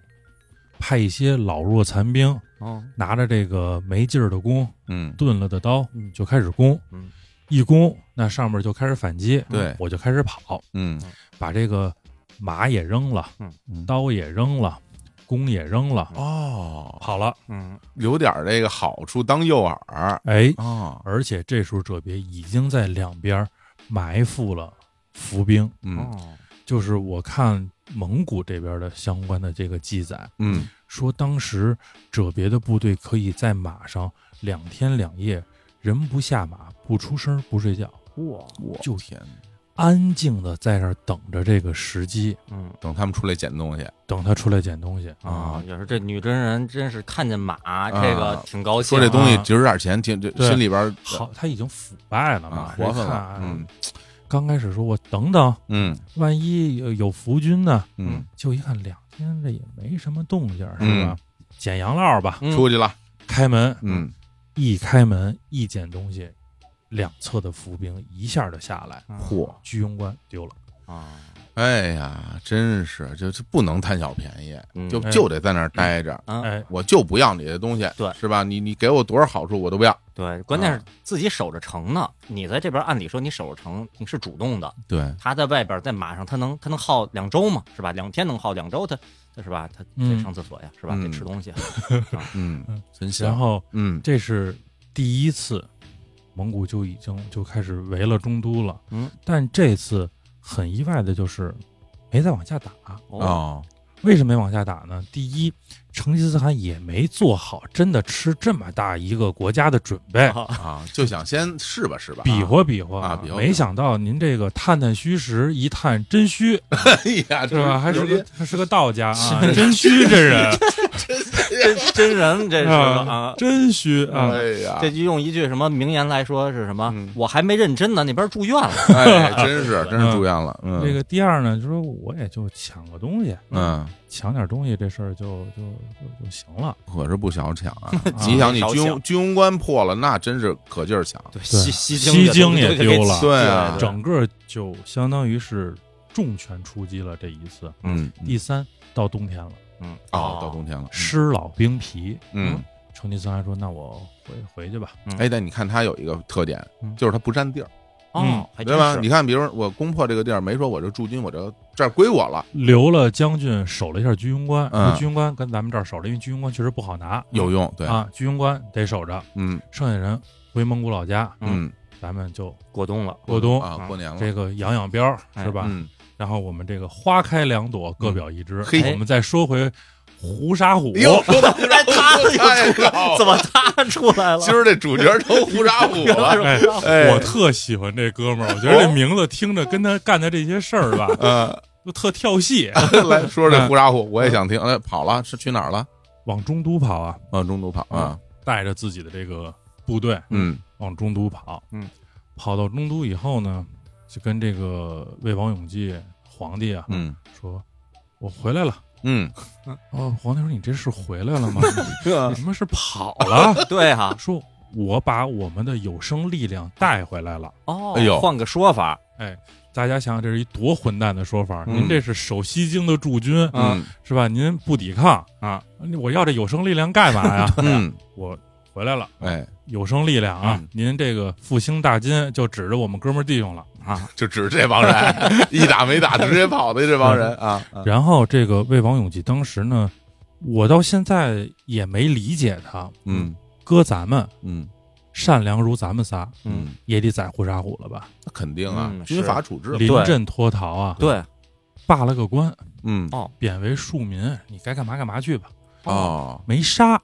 S3: 派一些老弱残兵
S2: 哦
S3: 拿着这个没劲儿的弓、
S1: 嗯
S3: 钝了的刀
S2: 嗯
S3: 就开始攻
S2: 嗯。
S3: 一攻，那上面就开始反击，
S1: 对
S3: 我就开始跑，
S1: 嗯
S3: 把这个马也扔了
S2: 嗯
S1: 嗯，
S3: 刀也扔了，弓也扔了，
S1: 哦，
S3: 跑了。
S2: 嗯，
S1: 留点儿这个好处当诱饵
S3: 哎，
S1: 啊，
S3: 而且这时候者别已经在两边埋伏了伏兵，
S1: 嗯
S2: 哦，
S3: 就是我看蒙古这边的相关的这个记载，
S1: 嗯，
S3: 说当时者别的部队可以在马上两天两夜，人不下马，不出声，不睡觉，
S2: 哇，
S1: 我
S3: 就
S1: 天，
S3: 安静的在这儿等着这个时机，
S2: 嗯
S1: 等他们出来捡东西，
S3: 等他出来捡东西
S2: 啊，也是这女真人真是看见马这个挺高
S1: 说
S2: 兴啊，
S1: 这东西值点钱，挺这
S3: 对
S1: 心里边儿
S3: 好，他已经腐败了嘛
S1: 啊，
S3: 这
S1: 活泛了
S3: 看，
S1: 嗯
S3: 刚开始说我等等，
S1: 嗯
S3: 万一有有伏军呢，
S1: 嗯，
S3: 就一看两天这也没什么动静儿，是吧？捡洋蜡吧，
S2: 嗯
S1: 出去了，
S3: 开门，
S1: 嗯，
S3: 一开门一捡东西，两侧的伏兵一下就下来，
S2: 嗯
S1: 嚯，
S3: 居庸关丢了，
S2: 啊，
S1: 哎呀，真是就是不能贪小便宜，
S2: 嗯
S1: 就
S3: 哎
S1: 就得在那儿待着，
S2: 嗯
S3: 哎，
S1: 我就不要你的东西，
S2: 对
S1: 是吧？你你给我多少好处我都不要，
S2: 对，关
S1: 啊
S2: 键是自己守着城呢。你在这边，按理说你守着城，你是主动的。
S1: 对，
S2: 他在外边，在马上，他能他能耗两周嘛，是吧？两天能耗两周，他他是吧？他得
S3: 嗯
S2: 上厕所呀，是吧？
S1: 嗯
S2: 得吃 东西。啊
S1: 嗯，真
S3: 然
S1: 香，
S3: 后
S1: 嗯
S3: 这是第一次，蒙古就已经就开始围了中都了，
S2: 嗯，
S3: 但这次很意外的就是没再往下打，
S2: 哦，
S1: 哦，
S3: 为什么没往下打呢？第一，成吉思汗也没做好真的吃这么大一个国家的准备，
S2: 啊
S1: 啊，就想先试吧试吧，
S3: 比划比划
S1: 啊比划比划
S3: 没想到您这个探探虚实，一探真虚，
S1: 哎呀，
S3: 是吧？还
S1: 这
S3: 是个还是个道家 啊，
S2: 是
S3: 真虚这人
S2: 真 真人这是个
S3: 啊
S2: 啊，，
S3: 真虚啊，
S1: 哎呀，
S2: 这就用一句什么名言来说是什么
S1: 嗯？
S2: 我还没认真呢，那边住院了。
S1: 哎，真 是真是住院了，嗯，
S3: 这个第二呢，就说我也就抢个东西，
S1: 嗯。
S3: 抢点东西这事儿就就就就行 了。
S1: 可是不小抢啊！
S3: 啊
S1: 你想，你
S2: 少
S1: 军
S2: 抢
S1: 军庸关破了，那真是可劲儿抢。
S2: 对，西
S3: 西
S2: 京
S3: 京也
S2: 也都都给
S3: 丢了
S2: 对
S1: 啊
S2: 对
S3: 整个就相当于是重拳出击了这一次。
S1: 嗯，
S3: 第三，到冬天了，
S2: 嗯
S1: 哦，到冬天了。
S3: 师老兵疲，
S1: 嗯，
S3: 成吉思汗说：“那我回回去吧。
S1: 哎，但你看他有一个特点
S3: 嗯，
S1: 就是他不占地儿，嗯
S2: 哦，还真
S1: 对吧？
S2: 是
S1: 你看，比如说我攻破这个地儿，没说我这驻军，我这这儿归我了，”
S3: 留了将军守了一下居庸关，
S1: 嗯
S3: 说居庸关跟咱们这儿守着，因为居庸关确实不好拿
S1: 有用。对，
S3: 啊，居庸关得守着。
S1: 嗯
S3: 剩下人回蒙古老家，
S1: 嗯，
S3: 咱们就
S2: 过冬了。
S3: 过 冬，
S1: 啊，过年了，
S3: 哦这个养养膘儿
S2: 哎
S3: 是吧？
S1: 嗯，
S3: 然后我们这个花开两朵，各表一枝。
S1: 嘿
S3: 我们再说回胡沙虎，
S1: 哟，说到
S2: 哎，他又出
S1: 哎
S2: 来
S1: 呦，
S2: 怎么他出来了？
S1: 今儿这主角都胡沙虎 了，
S3: 哎
S1: 哎哦
S3: 我特喜欢这哥们儿，我觉得这名字听着跟他干的这些 事儿吧，
S1: 呃，
S3: 就特跳 戏，
S1: 来说说这胡沙虎，我也想听。哎，跑了是去哪儿了？
S3: 往中都跑啊，
S1: 往中途跑啊，
S3: 带着自己的这个部队
S1: 嗯
S3: 往中都跑。
S2: 嗯，
S3: 跑到中都以后呢，就跟这个魏王永济皇帝啊
S1: 嗯
S3: 说：“我回来了。”
S1: 嗯，
S3: 哦，皇帝说：“你这是回来 了吗？
S1: 这
S3: 你他妈是跑了
S2: 对哈？”，
S3: 说：“我把我们的有生力量带回来了。
S2: 哦，
S1: 哎呦
S2: 换个说法，”
S3: 哎大家想想，这是一多混蛋的说法！
S1: 嗯
S3: 您这是守西京的驻军、
S1: 嗯？
S3: 是吧？您不抵抗啊？我要这有生力量干嘛呀
S1: 嗯，
S3: 我回来了，
S1: 哎，
S3: 有生力量啊！
S1: 嗯
S3: 您这个复兴大金就指着我们哥们儿弟兄了。啊
S1: 就指着这帮人，一打没打直接跑的这帮人啊，啊
S3: 然后这个魏王永济当时呢，我到现在也没理解他。，
S1: 嗯
S3: 搁咱们
S1: 嗯
S3: 善良如咱们仨，
S1: 嗯，
S3: 也得宰胡沙虎了吧？
S1: 那肯定啊
S2: 嗯，
S1: 军法处置嘛，
S3: 临阵脱逃啊，
S2: 对，
S3: 罢了个官，
S1: 嗯
S3: 贬为庶民，你该干嘛干嘛去吧，
S1: 哦，
S3: 没杀。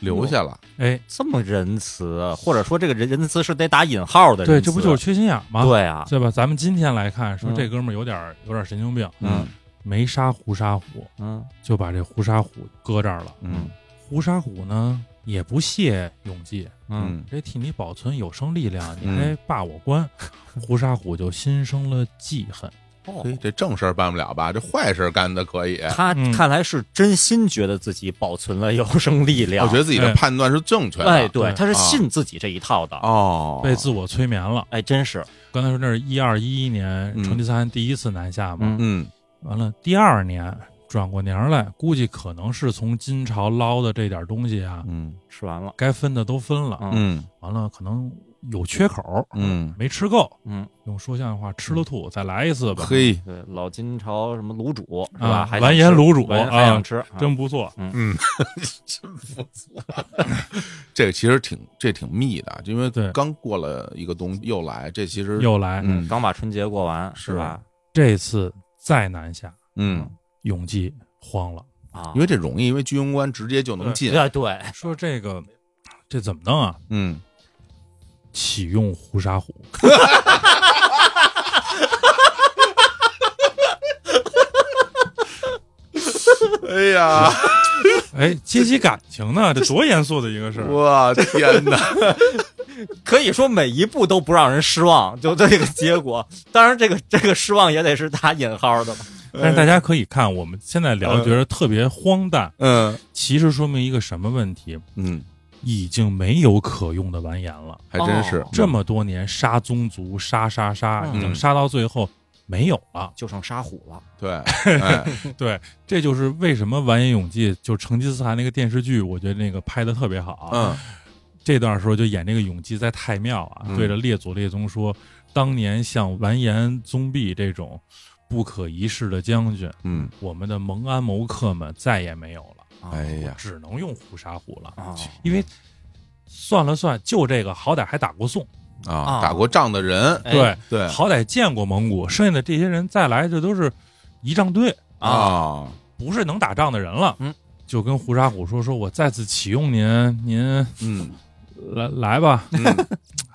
S1: 留下了，
S3: 哎，
S2: 这么仁慈，或者说这个仁仁慈是得打引号的仁
S3: 对，
S2: 慈，
S3: 这不就是缺心眼儿吗？，
S2: 对啊？
S3: 对吧？咱们今天来看，说
S2: 嗯
S3: 这哥们儿有点儿有点儿神经病，
S1: 嗯
S3: 没杀胡沙虎，
S2: 嗯
S3: 就把这胡沙虎搁这儿了。
S1: 嗯
S3: 胡沙虎呢也不屑永济，
S1: 嗯
S3: 这替你保存有生力量，你
S1: 嗯
S3: 还罢我官，胡沙虎就心生了记恨。
S2: 哦
S1: 嘿，这正事儿办不了吧？这坏事儿干的可以，
S2: 他
S3: 嗯
S2: 看来是真心觉得自己保存了有生力
S1: 我
S2: 量，
S1: 觉得自己的判断是正确的。
S2: 哎，对，
S3: 对
S2: 他是
S1: 啊
S2: 信自己这一套的，
S1: 哦，
S3: 被自我催眠了。
S2: 哎，真是，
S3: 刚才说那是一二一一年
S1: 嗯
S3: 成吉思汗第一次南下嘛，
S2: 嗯
S1: 嗯
S3: 完了，第二年转过年儿来，估计可能是从金朝捞的这点儿东西啊，
S1: 嗯
S2: 吃完了，
S3: 该分的都分了。
S2: 嗯
S1: 嗯
S3: 完了，可能有缺口，
S1: 嗯，
S3: 没吃够，
S2: 嗯，
S3: 用说相声话，吃了吐，再来一次吧。
S1: 嘿，
S2: 对，老金朝什么卤煮是
S3: 啊
S2: 吧？还想
S3: 完颜
S2: 吃
S3: 卤煮
S2: 完
S3: 啊
S2: 还想吃，啊
S3: 真不错，
S1: 嗯，真不错。这个其实挺这挺密的，因为
S3: 对
S1: 刚过了一个冬又来，这其实
S3: 又来。
S1: 嗯
S2: 刚把春节过完
S1: 是
S2: 吧？
S3: 这次再南下，
S1: 嗯，
S3: 永济慌了，
S2: 啊，
S1: 因为这容易，因为居庸关直接就能进。
S2: 对对，
S3: 说这个这怎么弄啊？
S1: 嗯，
S3: 启用胡沙虎，
S1: 哎 呀，
S3: 哎，接起感 情呢，这多严肃的一个事儿。
S1: 我天哪！
S2: 可以说每一步都不让人失望，就这个结果。 当然，这个这个失望也得是打引号的嘛。
S3: 但是大家可以看，我们现在聊
S1: 哎嗯
S3: 觉得特别荒诞，
S1: 嗯
S3: 其实说明一个什么问题？
S1: 嗯，
S3: 已经没有可用的完颜了。
S1: 还真是
S2: 哦
S3: 这么多年杀宗族，杀杀杀，
S2: 嗯
S3: 已经杀到最后没有了。
S2: 就剩沙虎了，
S1: 对，哎
S3: 对，这就是为什么完颜永济就成吉思汗那个电视剧，我觉得那个拍的特别好。啊
S1: 嗯，
S3: 这段时候就演这个永济在太庙啊，
S1: 嗯
S3: 对着列祖列宗说，当年像完颜宗弼这种不可一世的将军，
S1: 嗯，
S3: 我们的蒙安谋克们再也没有了，
S2: 啊
S1: 哎呀，
S3: 只能用胡沙虎了，
S1: 嗯
S2: 啊，
S3: 因为。算了算，就这个，好歹还打过宋，
S1: 啊，打过仗的人，
S2: 哎
S3: 对，
S1: 对
S3: 好歹见过蒙古，剩下的这些人再来，这都是仪仗队，
S2: 啊，
S1: 啊，
S3: 不是能打仗的人了。
S2: 嗯，
S3: 就跟胡沙虎说：“说我再次启用您，您
S1: 嗯，
S3: 来来吧。
S1: 嗯哎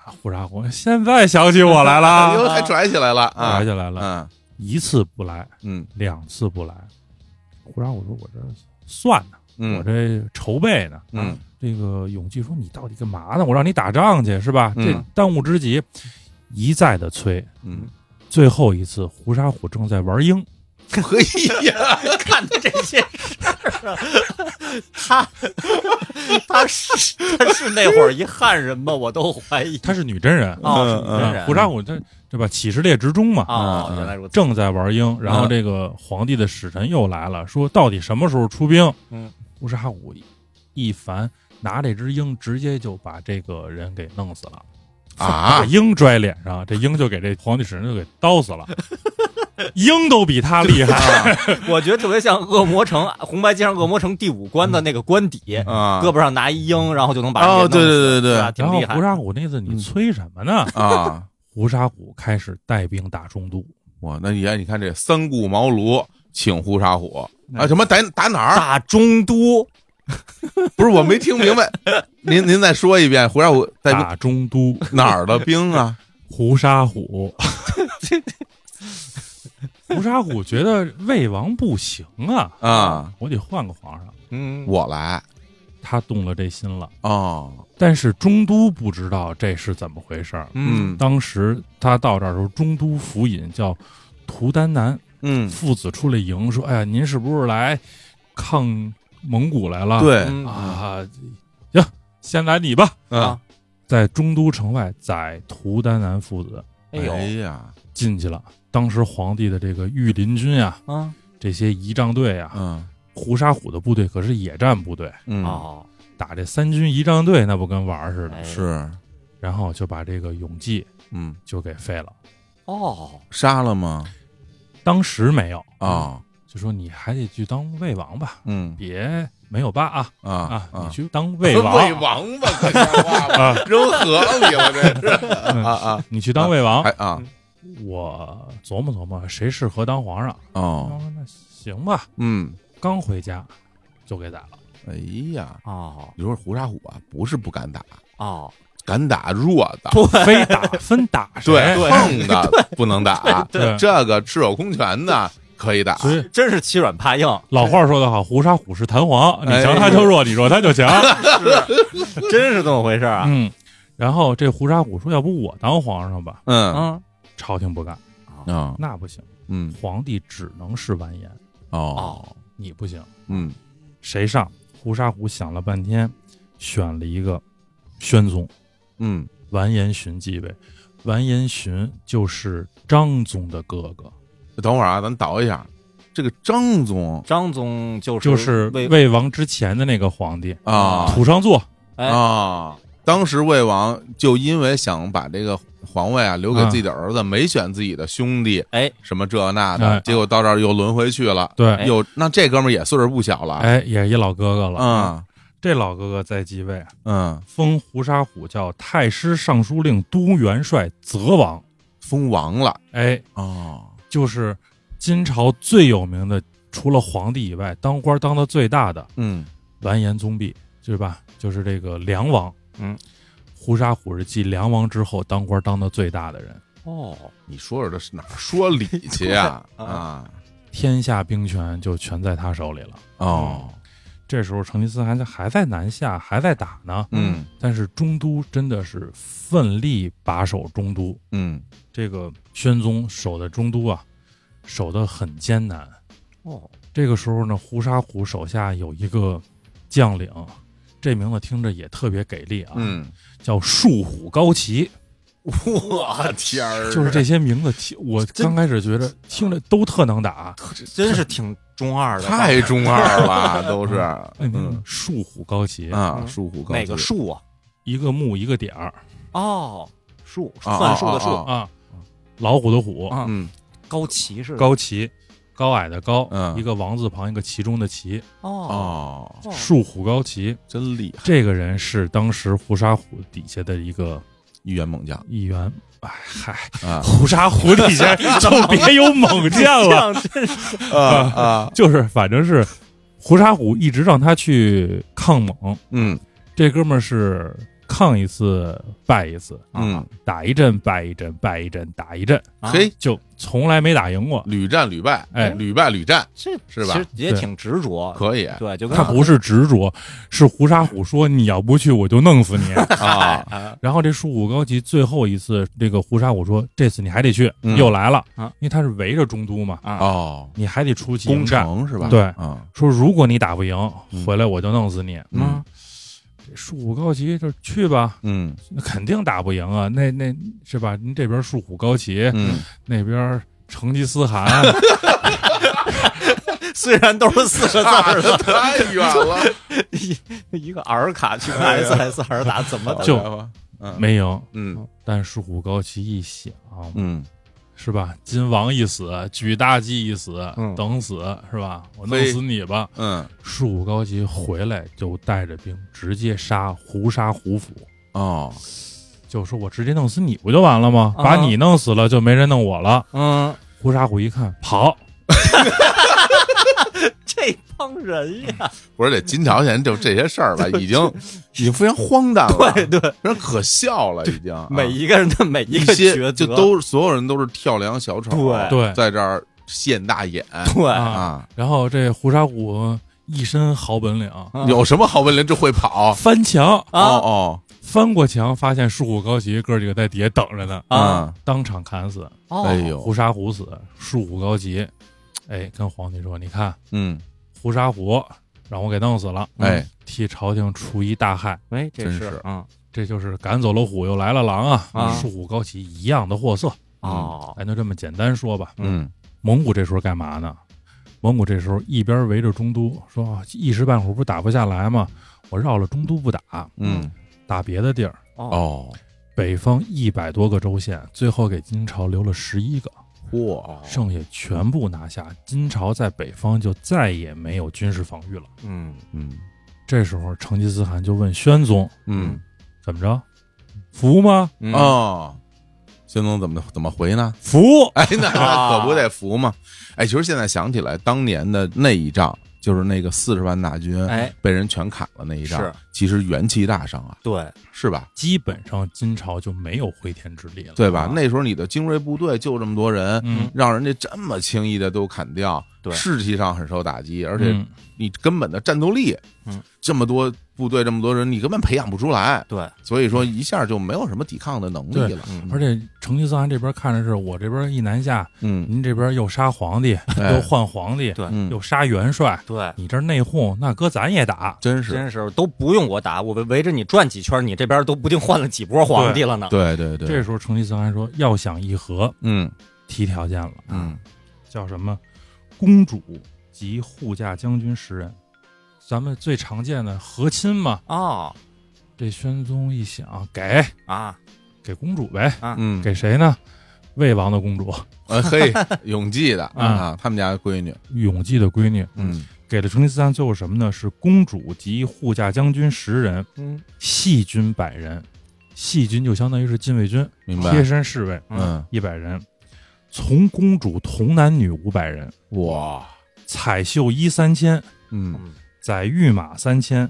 S3: 啊”胡沙虎现在想起我来 了，
S1: 又还拽起来了啊
S2: 哎
S3: 来，啊起来了，
S1: 嗯
S3: 一次不来，
S1: 嗯
S3: 两次不来。胡沙虎说：“我这算呢，
S1: 嗯，
S3: 我这筹备呢。”
S1: 嗯，
S3: 这个永济说：“你到底干嘛呢？我让你打仗去是吧？这
S1: 嗯
S3: 当务之急。”一再的催，
S1: 嗯，
S3: 最后一次，胡沙虎正在玩鹰，
S1: 可以呀，
S2: 看的这些事儿啊，他他是他是那会儿一汉人吗？我都怀疑
S3: 她是女真人
S2: 哦，是女真
S3: 啊，
S2: 人
S3: 胡沙虎这这吧，起事列职中嘛，
S2: 哦，
S1: 嗯
S2: 原来如此，
S3: 正在玩
S2: 嗯
S3: 鹰，然后这个皇帝的使臣又来了，说到底什么时候出兵？
S2: 嗯，
S3: 胡沙虎一烦，拿这只鹰直接就把这个人给弄死了，把
S1: 啊，
S3: 鹰拽脸上，这鹰就给这皇帝使臣就给刀死 了，鹰都比他厉害。
S1: 啊
S2: 我觉得特别像恶魔城红白机上恶魔城第五关的那个关底，
S1: 啊，
S2: 胳膊上拿一鹰，然后就能把人给
S1: 哦，
S2: 弄死
S1: 对对对
S2: 是
S1: 对
S2: 吧，
S3: 然
S2: 挺
S3: 后
S2: 厉害嗯
S3: 胡沙虎那次你催什么呢？
S1: 啊，
S3: 胡沙虎开始带兵打中都，
S1: 哇，那爷，你看这三顾茅庐请呼沙虎
S3: 那
S1: 啊，什么打打哪儿？
S2: 打中都
S1: 不是我没听明白，您您再说一遍，胡沙虎带兵
S3: 打中都，
S1: 哪儿的兵啊？
S3: 胡沙 虎， 胡沙虎觉得魏王不行啊，
S1: 啊，
S3: 我得换个皇上。
S2: 嗯，
S1: 我来
S3: 他动了这心了，
S1: 哦，
S3: 但是中都不知道这是怎么回事儿。
S1: 嗯
S3: 当时他到这儿的时候，中都府尹叫涂丹南
S1: 嗯，
S3: 父子出来迎说：“哎呀，您是不是来抗蒙古来了？”
S1: 对
S2: 嗯
S3: 啊，行，先来你吧。
S1: 啊，
S3: 在中都城外宰涂丹南父子
S2: 哎
S1: 哎
S2: 呦，
S1: 呀，
S3: 进去了。当时皇帝的这个御林军啊，
S2: 啊
S3: 这些仪仗队啊，
S1: 嗯
S3: 胡沙虎的部队可是野战部队，
S1: 嗯，
S2: 哦，
S3: 打这三军仪仗队那不跟玩儿似的。
S2: 哎
S1: 是，
S3: 然后就把这个永济
S1: 嗯，
S3: 就给废了。
S2: 哦，
S1: 杀了吗？
S3: 当时没有，
S1: 啊，
S3: 就说你还得去当魏王吧，
S1: 嗯
S3: 别没有爸啊
S1: 啊
S3: 啊，你
S1: 啊，
S3: 去当魏王，
S1: 魏王吧，可像话吗
S3: 啊，嗯
S1: 扔河里了这 是啊啊，
S3: 你去当魏王
S1: 还。啊
S3: 我琢磨琢磨，谁适合当皇上？
S1: 哦，
S3: 哦，那行吧。
S1: 嗯，
S3: 刚回家就给宰了。
S1: 哎呀，
S2: 哦，
S1: 你说胡沙虎啊，不是不敢打，
S2: 哦，
S1: 敢打弱的，
S3: 非打分 打谁？
S1: 对碰的不能打，
S3: 对对
S1: 这个赤手空拳的可以打，
S3: 所以
S2: 真是欺软怕硬，
S3: 老话说得好，胡杀虎是弹簧，你
S1: 哎
S3: 强他就弱，你弱他 就强。
S2: 真是这么回事啊？
S3: 嗯，然后这胡沙虎说：“要不我当皇上吧
S1: 嗯
S2: 嗯，？”
S3: 朝廷不干，
S1: 啊
S3: 那不行，
S1: 嗯
S3: 皇帝只能是完颜，
S1: 哦
S2: 哦，
S3: 你不行，
S1: 嗯
S3: 谁上？胡沙虎想了半天，选了一个宣宗
S1: 嗯
S3: 完颜询继位。完颜询就是张宗的哥哥，
S1: 等会儿啊，咱倒一下，这个张宗
S2: 张宗就是
S3: 就是
S2: 为
S3: 魏王之前的那个皇帝
S1: 啊
S3: 土生座。
S2: 哎
S1: 啊当时魏王就因为想把这个皇位啊留给自己的儿子，没选自己的兄弟，
S2: 哎，
S1: 什么这那的，
S3: 哎
S1: 结果到这儿又轮回去了。
S3: 对，
S2: 哎
S1: 又那这哥们儿也岁数不小了，
S3: 哎，也是一老哥哥了。
S1: 嗯
S3: 啊这老哥哥在继位，
S1: 嗯，
S3: 封胡沙虎叫太师尚书令都元帅泽王。
S1: 封王了
S3: 哎，
S1: 哦，
S3: 就是金朝最有名的，除了皇帝以外，当官当的最大的
S1: 嗯
S3: 完颜宗弼，对吧？就是这个梁王。
S1: 嗯，
S3: 胡沙虎是继梁王之后当官当的最大的人，
S2: 哦，
S1: 你说说这是哪儿说理去 呀
S2: 对
S1: 啊
S3: 天下兵权就全在他手里了。
S1: 哦
S3: 这时候成吉思汗还在南下，还在打呢。
S1: 嗯
S3: 但是中都真的是奋力把守中都，
S1: 嗯
S3: 这个宣宗守的中都啊，守得很艰难。
S2: 哦，
S3: 这个时候呢，胡沙虎手下有一个将领，这名字听着也特别给力啊，
S1: 嗯，
S3: 叫树虎高齐，
S1: 我天儿
S3: 就是这些名字听我刚开始觉得听着都特能打。
S2: 真是挺中二的吧，
S1: 太中二了， 都是
S3: 哎，明白
S1: 嗯
S3: 树虎高齐，
S1: 啊，树虎高
S2: 哪
S1: 级
S2: 个树啊？
S3: 一个木一个点儿
S2: 哦，树
S1: 啊
S2: 算数的
S1: 啊
S2: 树，
S3: 啊，老虎的虎，
S2: 啊
S1: 嗯
S2: 高旗是
S3: 高齐，高矮的高，
S1: 嗯
S3: 一个王字旁一个其中的齐，
S2: 哦
S1: 哦，
S2: 哦
S3: 树虎高齐。
S1: 真厉害，
S3: 这个人是当时胡沙虎底下的一个
S1: 一员猛将
S3: 一员。哎嗨，
S1: 啊
S3: 胡沙虎底下就别有猛将了，
S1: 啊啊
S3: 就是反正是胡沙虎一直让他去抗蒙，
S1: 嗯
S3: 这哥们儿是抗一次败一次，啊
S1: 嗯，
S3: 打一阵败一阵，败一阵打一阵，
S2: 啊
S1: 嘿，
S3: 就从来没打赢过。
S1: 屡战屡败，
S3: 哎
S1: 屡败屡战，
S2: 这
S1: 是吧
S2: 其实也
S3: 对
S2: 挺执着，
S1: 可以
S2: 对，就跟
S3: 他不是执着，是胡沙虎说你要不去我就弄死你。
S1: 啊，
S2: 啊
S3: 然后这树虎高齐最后一次，这个胡沙虎说这次你还得去，
S1: 嗯
S3: 又来了，
S2: 啊
S3: 因为他是围着中都嘛，
S2: 啊
S1: 哦，
S3: 你还得出去
S1: 攻
S3: 迎战。
S1: 城是吧？
S3: 对
S1: 啊，
S3: 说如果你打不赢
S1: 嗯，
S3: 回来我就弄死你。
S1: 嗯，
S3: 这树虎高齐就去吧，
S1: 嗯
S3: 那肯定打不赢啊，那那是吧？您这边树虎高齐，
S1: 嗯，
S3: 那边成吉思汗，
S2: 虽然都是四个字
S1: 大
S2: 儿
S1: 的
S2: 的，
S1: 太远 了，
S2: 一一个 R 卡去
S1: 哎
S2: SSR 打怎么打？
S3: 就
S1: 嗯
S3: 没赢。
S1: 嗯
S3: 但树虎高齐一想，
S1: 嗯，
S3: 啊是吧？金王一死，举大计一死
S2: 嗯，
S3: 等死是吧？我弄
S1: 非
S3: 死你吧！
S1: 嗯
S3: 树虎高齐回来就带着兵直接杀胡杀胡府，
S1: 哦，
S3: 就说我直接弄死你不就完了吗？
S2: 啊
S3: 把你弄死了就没人弄我了。
S2: 嗯，
S3: 胡沙虎一看，跑，
S2: 这帮人 呀，
S1: 不是这金条现在就这些事儿 吧，已经已经非常荒诞了，
S2: 对对，
S1: 非常可笑了，已经啊
S2: 每一个人的每
S1: 一
S2: 个
S1: 些
S2: 抉
S1: 就
S2: 择
S1: 都所有人都是跳梁小丑，
S2: 对
S3: 对
S1: 在这儿现大眼
S2: 对
S3: 啊
S1: 啊，
S3: 然后这胡沙虎一身好本领，
S2: 啊
S1: 有什么好本领就会跑，
S3: 翻墙，
S2: 啊
S1: 哦
S3: 翻过墙，发现树虎高齐哥几个在底下等着呢，
S2: 啊
S1: 哦，
S3: 当场砍死。
S1: 嗯，
S2: 哦
S1: 哎呦，
S3: 胡沙虎死，树虎高齐，哎，跟皇帝说，你看
S1: 嗯，
S3: 胡沙虎让我给弄死了，
S2: 嗯
S1: 哎，
S3: 替朝廷除一大害。
S2: 哎，这
S1: 真是
S2: 是嗯
S3: 这就是赶走了虎，又来了狼啊！
S2: 啊
S3: 树虎高齐一样的货色，
S2: 哦，
S3: 咱就这么简单说吧。
S1: 嗯
S3: 蒙古这时候干嘛呢？蒙古这时候一边围着中都，说啊一时半会儿不打不下来嘛，我绕了中都不打，
S1: 嗯，
S3: 打别的地儿。
S2: 哦
S1: 哦，
S3: 北方一百多个州县，最后给金朝留了十一个，
S1: 嚯，
S3: 剩下全部拿下。金朝在北方就再也没有军事防御了。
S2: 嗯
S1: 嗯
S3: 这时候，成吉思汗就问宣宗
S1: 嗯
S3: 怎么着，服吗？
S2: 嗯
S1: 哦，孙总怎么怎么回呢？
S3: 服。
S1: 哎，那那
S2: 啊
S1: 可不得服吗？哎，其实现在想起来，当年的那一仗，就是那个四十万大军
S2: 哎
S1: 被人全砍了那一仗
S2: 是，
S1: 其实元气大伤啊，
S2: 对
S1: 是吧？
S3: 基本上金朝就没有回天之力了。
S1: 对吧
S2: 啊？
S1: 那时候你的精锐部队就这么多人，
S3: 嗯，
S1: 让人家这么轻易的都砍掉，
S2: 对
S1: 士气上很受打击，而
S3: 而
S1: 且嗯你根本的战斗力，
S2: 嗯，
S1: 这么多部队，这么多人，你根本培养不出来，
S2: 对，
S1: 所以说一下就没有什么抵抗的能力
S3: 对
S1: 了。
S2: 嗯
S3: 而且成吉思汗这边看着是我这边一南下，
S1: 嗯，
S3: 您这边又杀皇帝，
S1: 哎
S3: 又换皇帝，
S2: 对
S1: 嗯，
S3: 又杀元帅，
S2: 对，
S3: 你这内讧，那哥咱也打。
S1: 真是，
S2: 真是都不用我打，我围围着你转几圈，你这边都不定换了几波皇帝了呢。
S1: 对对对，
S3: 这时候成吉思汗说，要想议和，
S1: 嗯
S3: 提条件了，
S1: 嗯，
S3: 叫什么？公主及护驾将军十人。咱们最常见的和亲嘛，
S2: 哦，
S3: 这宣宗一想，给
S2: 啊，
S3: 给公主呗，
S1: 嗯，
S3: 给谁呢？魏王的公主，
S1: 呃，嘿，永济的
S3: 嗯
S1: 啊，他们家的闺女，
S3: 永济的闺女，
S1: 嗯
S3: 给了成吉思汗最后什么呢？是公主及护驾将军十人，
S1: 嗯，
S3: 细军百人，细军就相当于是禁卫军，
S1: 明白，
S3: 贴身侍卫，
S1: 嗯，
S3: 一百人，从公主童男女五百人，
S1: 哇，
S3: 彩绣衣三千，
S1: 嗯
S2: 嗯
S3: 载御马三千，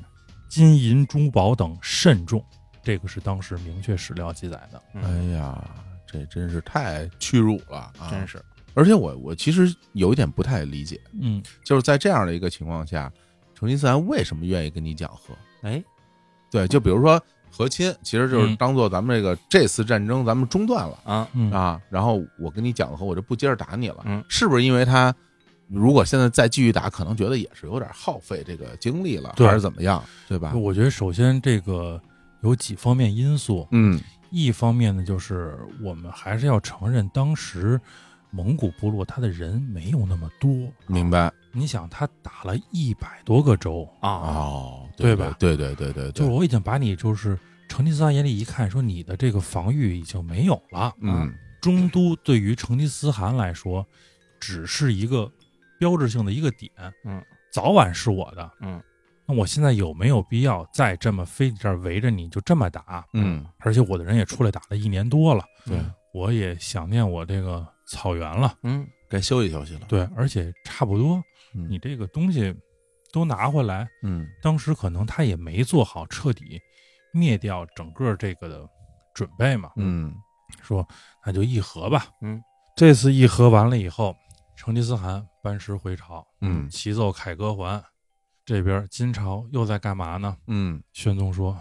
S3: 金银珠宝等甚重。这个是当时明确史料记载的。
S1: 哎
S2: 嗯，
S1: 呀，这真是太屈辱了啊！
S2: 真，是，
S1: 而且我我其实有一点不太理解，
S3: 嗯，
S1: 就是在这样的一个情况下，成吉思汗为什么愿意跟你讲和？
S2: 哎，
S1: 对，就比如说和亲，其实就是
S3: 嗯
S1: 当做咱们这个这次战争咱们中断了
S2: 啊，
S3: 嗯
S1: 啊，然后我跟你讲和，我就不接着打你了，
S2: 嗯
S1: 是不是因为他？如果现在再继续打，可能觉得也是有点耗费这个精力了，
S3: 对
S1: 还是怎么样，对吧？
S3: 我觉得首先这个有几方面因素，
S1: 嗯
S3: 一方面呢，就是我们还是要承认当时蒙古部落他的人没有那么多，
S1: 明白
S3: 你想他打了一百多个州，
S2: 啊，
S1: 哦，对
S3: 对吧
S1: 对对对对
S3: 就
S1: 对，
S3: 是我已经把你就是成吉思汗眼里一看，说你的这个防御已经没有了。啊
S1: 嗯，
S3: 中都对于成吉思汗来说，只是一个标志性的一个点，
S2: 嗯，
S3: 早晚是我的，
S2: 嗯。
S3: 那我现在有没有必要再这么非得这儿围着你就这么打？
S1: 嗯，
S3: 而且我的人也出来打了一年多了，
S1: 对，
S3: 我也想念我这个草原了。
S2: 嗯
S1: 该休息休息了。
S3: 对，而且差不多，
S1: 嗯
S3: 你这个东西都拿回来，
S1: 嗯
S3: 当时可能他也没做好彻底灭掉整个这个的准备嘛，
S1: 嗯
S3: 说那就议和吧。
S2: 嗯，
S3: 这次议和完了以后，成吉思汗班师回朝，
S1: 嗯
S3: 齐奏凯歌还。这边金朝又在干嘛呢？
S1: 嗯
S3: 宣宗说，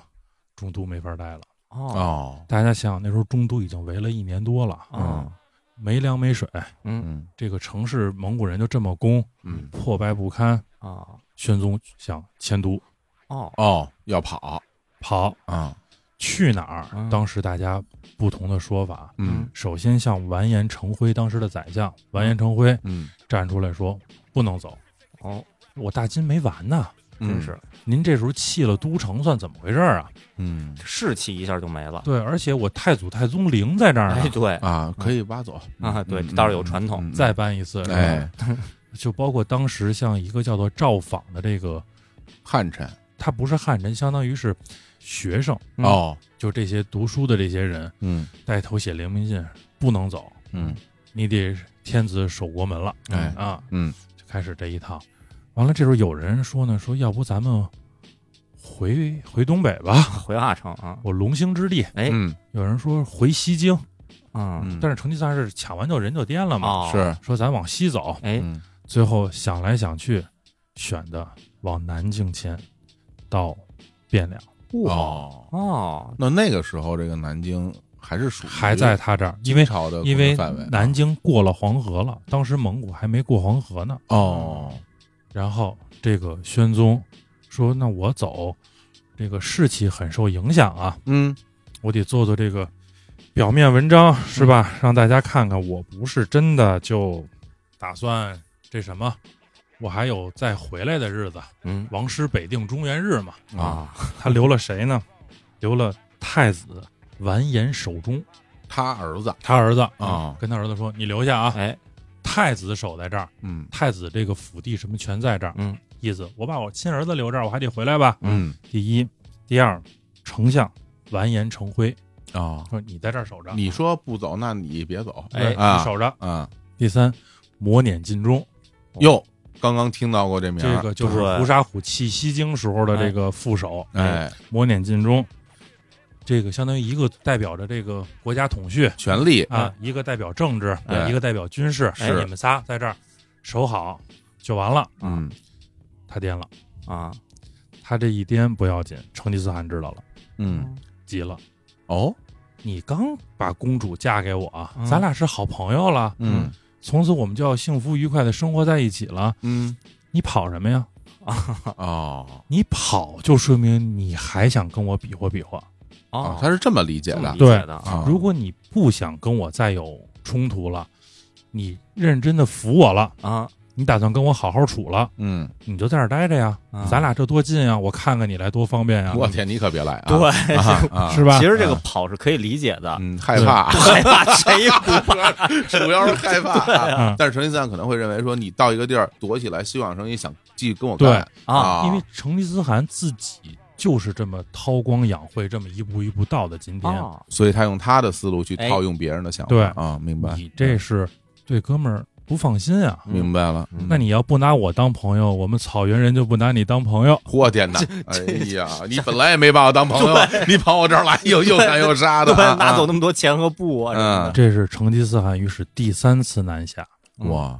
S3: 中都没法待了。
S2: 哦
S1: 哦
S3: 大家想想，那时候中都已经围了一年多了，
S2: 哦，
S3: 没粮没水，
S2: 嗯
S1: 嗯
S3: 这个城市蒙古人就这么攻，
S1: 嗯
S3: 破败不堪。
S2: 啊
S3: 宣宗想迁都，
S2: 哦
S1: 哦，要跑
S3: 跑
S1: 啊
S3: 去哪儿？
S2: 嗯
S3: 当时大家不同的说法。
S1: 嗯
S3: 首先，像完颜成辉当时的宰相完颜成辉
S1: 嗯
S3: 站出来说：“不能走，
S2: 哦，
S3: 我大金没完呢！
S2: 真是
S3: 您这时候弃了都城，算怎么回事儿啊？
S1: 嗯
S2: 士气一下就没了，
S3: 对，而且我太祖太宗陵在这儿呢，
S2: 哎对
S1: 啊，可以挖走嗯
S2: 啊对倒是有传统
S3: 再办一次。是吧
S1: 哎，
S3: 就包括当时像一个叫做赵访的这个，
S1: 汉臣
S3: 他不是汉人，相当于是学生，
S2: 嗯
S1: 哦，
S3: 就这些读书的这些人
S1: 嗯
S3: 带头写联名信，不能走，
S1: 嗯
S3: 你得天子守国门了，
S1: 哎
S3: 啊，
S1: 嗯
S3: 就开始这一套。完了，这时候有人说呢，说要不咱们回回东北吧，
S2: 回化城啊
S3: 我龙兴之地。
S2: 哎
S1: 嗯
S3: 有人说回西京，
S2: 嗯
S3: 但是成吉思汗是抢完就人就颠了嘛，
S2: 哦
S1: 是
S3: 说咱往西走。
S2: 哎
S1: 嗯
S3: 最后想来想去，选的往南境迁，到汴梁，
S1: 哦，
S2: 哦
S1: 那那个时候这个南京还是属于
S3: 还在他这儿，因为
S1: 朝的
S3: 因为
S1: 范围啊
S3: 南京过了黄河了，当时蒙古还没过黄河呢。
S1: 哦，
S3: 然后这个宣宗说：“那我走，这个士气很受影响啊，
S1: 嗯
S3: 我得做做这个表面文章，是吧？让大家看看我不是真的就打算这什么，我还有再回来的日子。
S2: 嗯
S3: 王师北定中原日嘛，
S1: 嗯
S2: 啊
S3: 他留了谁呢？留了太子完颜守忠，
S1: 他儿子
S3: 他儿子
S1: 啊
S3: 跟他儿子说：“你留下啊，
S2: 哎
S3: 太子守在这儿，
S1: 嗯
S3: 太子这个府地什么全在这儿。
S2: 嗯
S3: 意思我把我亲儿子留这儿，我还得回来吧。
S1: 嗯
S3: 第一，第二，丞相完颜成辉
S1: 哦，
S3: 说：“你在这儿守着，
S1: 你说不走，那你别走
S3: 对
S2: 哎
S1: 啊
S3: 你守着。
S1: 啊，”
S3: 第三，磨碾尽忠，
S1: 哟，刚刚听到过这名
S3: 这
S1: 儿，
S3: 个就是
S2: 对
S3: 胡沙虎弃西京时候的这个副手，
S1: 哎，
S3: 磨碾尽忠。这个相当于一个代表着这个国家统绪，
S1: 权力
S3: 啊，一个代表政治，
S1: 哎
S3: 一个代表军事，
S1: 是
S3: 你们仨在这儿守好就完了。
S1: 嗯
S3: 他颠了，
S2: 啊
S3: 他这一颠不要紧，成吉思汗知道了，
S1: 嗯
S3: 急了。
S1: 哦
S3: 你刚把公主嫁给我
S2: 嗯，
S3: 咱俩是好朋友了，
S1: 嗯
S3: 从此我们就要幸福愉快的生活在一起了。
S1: 嗯
S3: 你跑什么呀？
S1: 哦
S3: 你跑就说明你还想跟我比划比划。
S1: 啊
S2: 哦，
S1: 他是这么理解
S2: 这么
S1: 的
S2: 理解的
S1: 啊，
S3: 如果你不想跟我再有冲突了，你认真的服我了，
S2: 啊
S3: 你打算跟我好好处了，
S1: 嗯，
S3: 你就在这儿待着呀，
S2: 啊
S3: 咱俩这多近呀，我看看你来多方便呀，
S1: 我天，你可别来啊！
S2: 对，
S1: 啊，啊
S3: 是啊吧
S2: 其？实这个跑是可以理解的，
S1: 嗯，害怕，
S2: 害怕 谁啊不
S1: 主要是害怕啊
S3: 嗯。
S1: 但是成吉思汗可能会认为说，你到一个地儿躲起来，希望生也想继续跟我
S3: 对
S1: 干
S2: 啊
S1: 啊，
S3: 因为成吉思汗自己就是这么韬光养晦，这么一步一步到的今天。
S2: 啊？
S1: 所以他用他的思路去套用别人的想法。
S3: 对
S1: 啊，明白。
S3: 你这是对哥们儿不放心啊。
S1: 嗯明白了。
S3: 那你要不拿我当朋友，我们草原人就不拿你当朋友。
S1: 我天哪！哎呀，你本来也没把我当朋友，你跑我这儿来又又砍又杀的
S2: 对，，
S1: 啊
S2: 拿走那么多钱和布啊什
S1: 嗯
S2: 么的，
S3: 这是成吉思汗，于是第三次南下。
S1: 哇，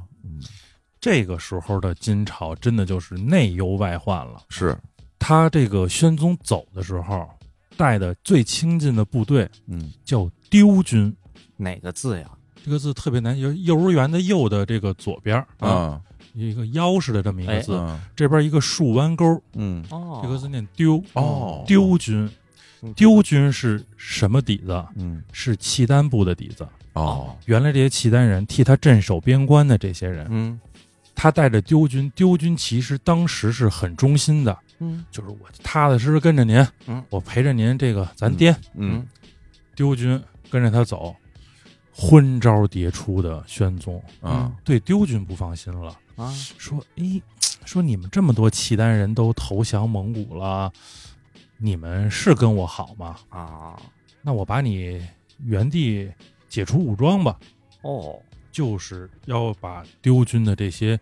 S3: 这个时候的金朝真的就是内忧外患了。
S1: 是，
S3: 他这个宣宗走的时候，带的最亲近的部队
S1: 嗯，
S3: 叫丢军，
S2: 哪个字呀？
S3: 这个字特别难，就是幼儿园的幼的这个左边儿，
S1: 啊，
S3: 一个腰似的这么一个
S2: 哎
S3: 字，
S1: 嗯
S3: 这边一个竖弯钩，
S1: 嗯，
S2: 哦，
S3: 这个字念丢
S1: 哦
S3: 丢军
S2: 嗯，
S3: 丢军是什么底子？
S1: 嗯，
S3: 是契丹部的底子。
S1: 哦，
S3: 原来这些契丹人替他镇守边关的这些人，
S1: 嗯
S3: 他带着丢军，丢军其实当时是很忠心的，
S2: 嗯，
S3: 就是我踏踏实实跟着您，
S1: 嗯
S3: 我陪着您这个咱爹、
S1: 嗯，
S3: 丢军跟着他走，昏招迭出的宣宗嗯
S1: 啊，
S3: 对丢军不放心了，
S2: 啊，
S3: 说哎，说你们这么多契丹人都投降蒙古了，你们是跟我好吗？
S2: 啊，
S3: 那我把你原地解除武装吧，
S2: 哦，
S3: 就是要把丢军的这些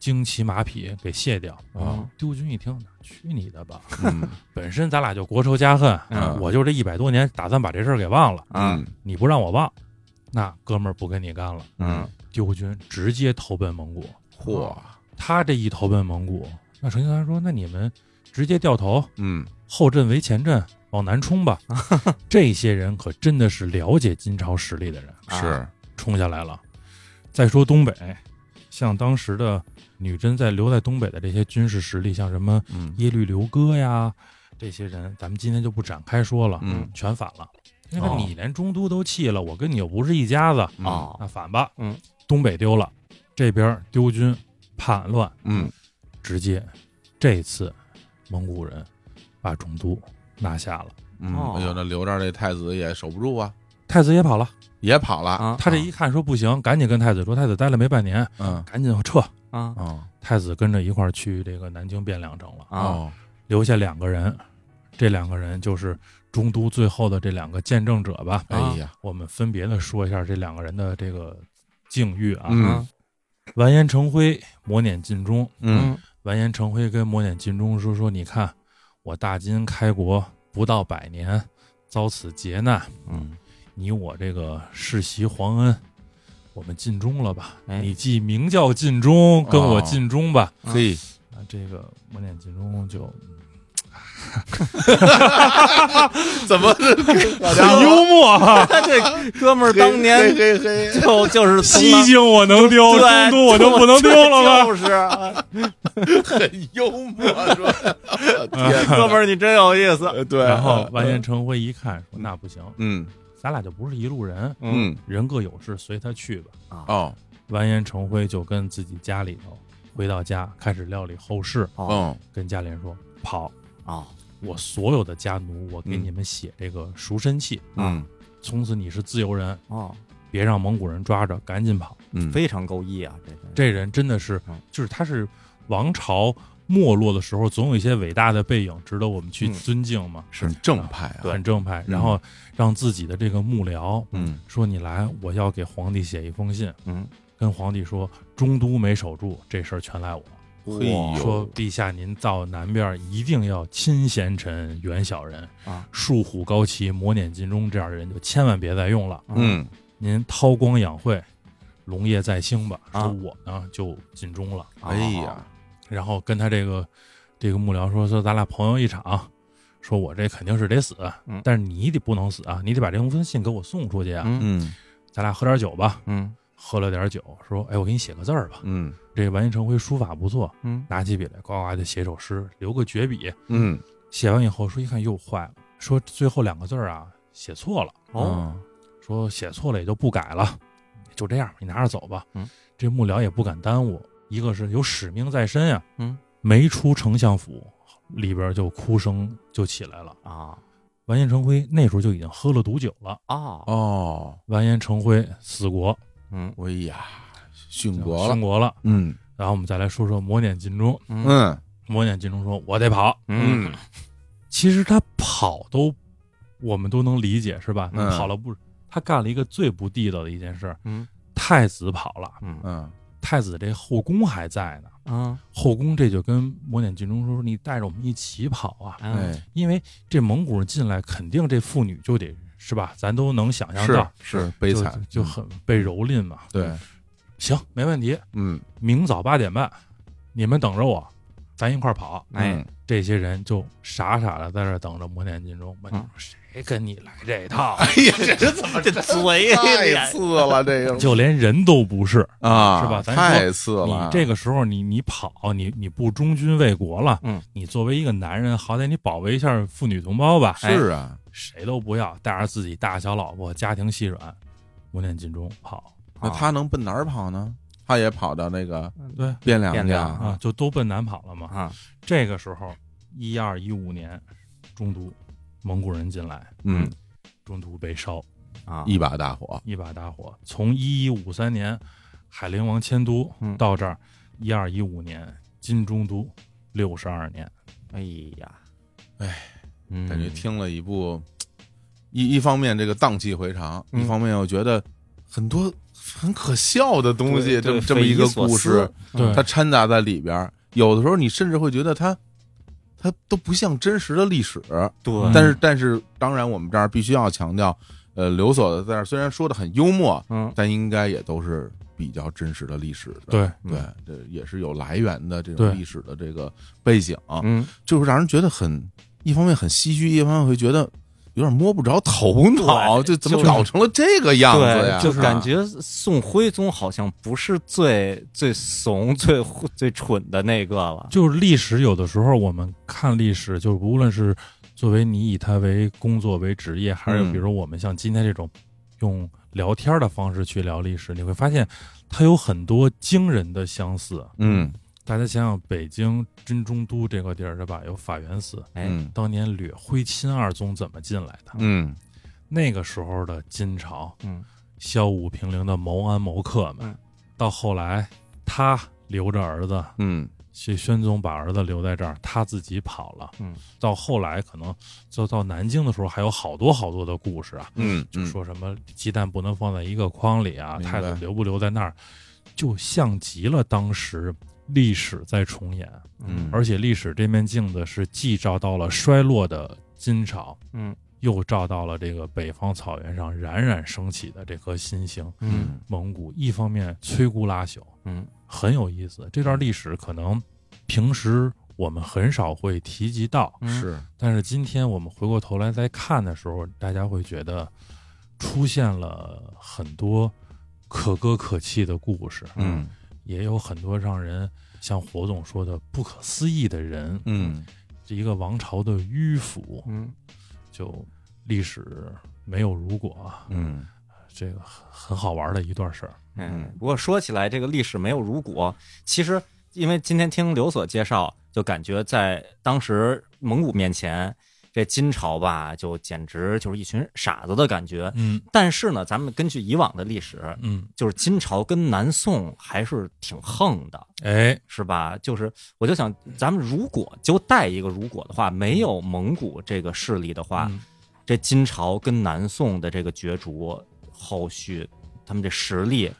S3: 旌旗马匹给卸掉
S1: 啊！
S3: 丢军一听，哪去你的吧！
S1: 嗯
S3: 本身咱俩就国仇家恨，啊
S1: 嗯
S3: 我就这一百多年，打算把这事儿给忘了。
S1: 嗯
S3: 你不让我忘，那哥们儿不跟你干了。
S1: 嗯，
S3: 丢军直接投奔蒙古，
S1: 嚯，
S3: 他这一投奔蒙古，那成吉思汗说：“那你们直接掉头，
S1: 嗯
S3: 后阵为前阵，往南冲 吧。”这些人可真的是了解金朝实力的人。
S1: 是，
S3: 冲下来了。再说东北，像当时的女真在留在东北的这些军事实力，像什么
S1: 嗯
S3: 耶律刘哥呀这些人，咱们今天就不展开说了，
S1: 嗯
S3: 全反了。因为
S2: 哦
S3: 你连中都都弃了，我跟你又不是一家子，
S1: 啊，
S3: 那
S2: 哦，
S3: 反吧。
S2: 嗯，
S3: 东北丢了，这边丢军叛乱，
S1: 嗯
S3: 直接这次蒙古人把中都拿下
S2: 啊
S3: 了，
S1: 嗯，哎呦，那刘这儿这太子也守不住啊，
S3: 太子也跑了。
S1: 也跑了，
S2: 啊，
S3: 他这一看说不行，赶紧跟太子说，太子待了没半年，
S1: 嗯
S3: 赶紧撤，
S2: 啊
S1: 啊
S3: 太子跟着一块儿去这个南京汴梁城了，
S1: 哦
S2: 啊，，
S3: 留下两个人，这两个人就是中都最后的这两个见证者吧。
S1: 哎呀，
S3: 我们分别的说一下这两个人的这个境遇啊。
S1: 嗯
S3: 完颜成辉模碾尽忠，
S1: 嗯
S3: 完颜成辉跟模碾尽忠说说，你看我大金开国不到百年，遭此劫难，
S1: 嗯
S3: 你我这个世袭皇恩。我们尽忠了吧？
S2: 哎
S3: 你既名叫尽忠，跟我
S1: 哦
S3: 尽忠吧。
S1: 嘿，
S3: 啊，这个摸脸金钟 就
S1: 怎 么
S3: 很幽默 啊，
S2: 他 这哥们儿当年
S1: 嘿嘿嘿，
S2: 就就是
S3: 西
S2: 东南
S3: 京我能丢，
S2: 对
S3: 中都我就不能丢了吧？
S2: 就是 啊
S1: 很幽默， 说天
S2: 哥们儿，你真有意思。
S1: 对，
S3: 然后完颜成辉一看说：“那不行，
S1: 嗯
S3: 咱俩就不是一路人，
S1: 嗯
S3: 人各有志，随他去吧。
S1: 哦”
S3: 完颜成辉就跟自己家里头回到家，开始料理后事，
S1: 嗯
S3: 跟家里人说：“跑，
S2: 哦，
S3: 我所有的家奴，我给你们写这个赎身契，
S1: 嗯
S3: 从此你是自由人，
S2: 哦，
S3: 别让蒙古人抓着，赶紧跑。”
S1: 嗯
S2: 非常够意啊，这个
S3: 这人真的是
S2: 嗯，
S3: 就是他是王朝没落的时候，总有一些伟大的背影值得我们去
S2: 嗯
S3: 尊敬嘛，
S1: 很正派啊，
S3: 很正派。然后让自己的这个幕僚
S1: 嗯
S3: 说：“你来，我要给皇帝写一封信，
S2: 嗯，
S3: 跟皇帝说中都没守住，这事儿全赖我。
S1: 嘿
S2: 哎
S1: 呦
S3: 说陛下您到南边一定要亲贤臣远小人
S2: 啊，
S3: 树虎高旗磨碾尽忠这样的人就千万别再用了。
S1: 嗯
S3: 您韬光养晦，龙业再兴吧。
S2: 啊
S3: 说我呢就尽忠了。”
S2: 哦
S1: 哎呀
S3: 然后跟他这个这个幕僚说说咱俩朋友一场，说我这肯定是得死，
S2: 嗯
S3: 但是你得不能死啊，你得把这封信给我送出去啊，
S2: 嗯
S1: 嗯
S3: 咱俩喝点酒吧。
S2: 嗯
S3: 喝了点酒，说哎，我给你写个字儿吧。
S1: 嗯
S3: 这个完颜成辉书法不错，
S2: 嗯
S3: 拿起笔来呱呱就写首诗，留个绝笔。
S1: 嗯
S3: 写完以后说一看又坏了，说最后两个字儿啊写错了，
S2: 哦
S1: 嗯
S3: 说写错了也就不改了，就这样，你拿着走吧。
S2: 嗯，
S3: 这幕僚也不敢耽误，一个是有使命在身呀，
S2: 嗯，
S3: 没出丞相府里边就哭声就起来了。
S2: 啊
S3: 完颜成辉那时候就已经喝了毒酒了，
S2: 哦，
S1: 哦，
S3: 完颜成辉死国，
S2: 嗯
S1: 哎呀，殉国了
S3: 殉，国了。
S1: 嗯
S3: 然后我们再来说说磨碾尽忠，
S2: 嗯
S1: 嗯
S3: 磨碾尽忠说：“我得跑。
S1: 嗯，
S3: 其实他跑都，我们都能理解，是吧？
S1: 嗯
S3: 跑了不，他干了一个最不地道的一件事，
S2: 嗯，
S3: 太子跑了，
S2: 嗯
S1: 嗯
S3: 太子这后宫还在呢，
S2: 嗯
S3: 后宫这就跟磨碾尽忠说：你带着我们一起跑啊，
S2: 嗯
S1: 哎，
S3: 因为这蒙古人进来，肯定这妇女就得是吧？咱都能想象
S1: 是
S3: 到，
S1: 是悲
S3: 就
S1: 惨，嗯
S3: 就很被蹂躏嘛。
S1: 对，
S3: 行，没问题，
S1: 嗯
S3: 明早八点半，你们等着我，咱一块儿跑。
S1: 嗯
S2: 哎，
S3: 这些人就傻傻的在这儿等着磨练金钟。磨练金钟说谁跟你来这套？
S1: 嗯哎呀，这怎么
S2: 这嘴
S1: 太
S2: 脸
S1: 次了？这个
S3: 就连人都不是。
S1: 啊，
S3: 是吧咱说
S1: 太次
S3: 你
S1: 了，
S3: 这个时候你你跑，你你不忠君为国了，
S2: 嗯，
S3: 你作为一个男人，好歹你保卫一下妇女同胞吧。哎
S1: 是啊，
S3: 谁都不要，带着自己大小老婆，家庭细软，磨练金钟跑。
S1: 那他能奔哪儿跑呢？他也跑到那个
S3: 对
S1: 汴梁
S2: 汴
S1: 去
S2: 梁
S3: 啊，就都奔南跑了嘛。
S2: 啊
S3: 这个时候，一二一五年，中途蒙古人进来，
S1: 嗯，
S3: 中途被烧，
S2: 啊
S1: 一把大火，
S3: 一把大火。从一一五三年海陵王迁都
S2: 嗯
S3: 到这儿，一二一五年金中都六十二年，
S2: 哎呀，
S1: 哎
S2: 嗯，
S1: 感觉听了一部，一一方面这个荡气回肠，
S2: 嗯
S1: 一方面又觉得很多很可笑的东西，
S2: 对
S1: 这
S2: 对
S1: 么这么
S2: 匪
S1: 一
S2: 夷
S1: 个
S2: 所
S1: 故
S2: 思
S1: 事，
S3: 对
S1: 它掺杂在里边儿。有的时候你甚至会觉得它，它都不像真实的历史。
S2: 对，
S1: 但是，但是，当然，我们这儿必须要强调，呃，刘所在这儿虽然说的很幽默，
S2: 嗯
S1: 但应该也都是比较真实的历史的。
S3: 对
S1: 对，这也是有来源的这
S3: 对
S1: 种历史的这个背景。
S2: 嗯
S1: 就是让人觉得很，一方面很唏嘘，一方面会觉得有点摸不着头脑，就
S2: 对
S1: 怎么
S2: 就是
S1: 搞成了这个样子呀？
S2: 对，就
S1: 吧
S2: 感觉宋徽宗好像不是最最怂、最最蠢的那个了。
S3: 就是历史，有的时候我们看历史，就是无论是作为你以它为工作为职业，还是
S1: 嗯
S3: 比如我们像今天这种用聊天的方式去聊历史，你会发现它有很多惊人的相似。
S1: 嗯
S3: 大家想想，北京真中都这个地儿是吧？有法源寺，
S2: 哎，
S1: 嗯
S3: 当年掠徽钦二宗怎么进来的？
S1: 嗯
S3: 那个时候的金朝，
S2: 嗯，
S3: 萧武平陵的谋安谋克们，
S2: 嗯
S3: 到后来他留着儿子，
S1: 嗯
S3: 这宣宗把儿子留在这儿，他自己跑了。
S2: 嗯，
S3: 到后来可能就到南京的时候，还有好多好多的故事啊，
S1: 嗯，
S3: 就说什么鸡蛋不能放在一个筐里啊，
S1: 明白
S3: 太子留不留在那儿，就像极了当时历史在重演，
S1: 嗯
S3: 而且历史这面镜子是既照到了衰落的金朝，
S2: 嗯
S3: 又照到了这个北方草原上冉冉升起的这颗新兴
S2: 嗯
S3: 蒙古，一方面摧枯拉朽，
S2: 嗯，
S3: 很有意思。这
S1: 嗯
S3: 段历史可能平时我们很少会提及到，
S2: 嗯
S1: 是
S3: 但是今天我们回过头来再看的时候，大家会觉得出现了很多可歌可泣的故事，
S1: 嗯
S3: 也有很多让人像火总说的不可思议的人，
S1: 嗯
S3: 这一个王朝的迂腐，
S2: 嗯
S3: 就历史没有如果啊，
S1: 嗯
S3: 这个很很好玩的一段事儿。
S2: 哎
S1: 嗯，
S2: 不过说起来，这个历史没有如果，其实因为今天听刘所介绍，就感觉在当时蒙古面前，这金朝吧，就简直就是一群傻子的感觉。
S3: 嗯
S2: 但是呢，咱们根据以往的历史，
S3: 嗯，
S2: 就是金朝跟南宋还是挺横的，
S3: 哎，
S2: 是吧？就是我就想，咱们如果就带一个如果的话，没有蒙古这个势力的话，
S3: 嗯
S2: 这金朝跟南宋的这个角逐，后续他们这实力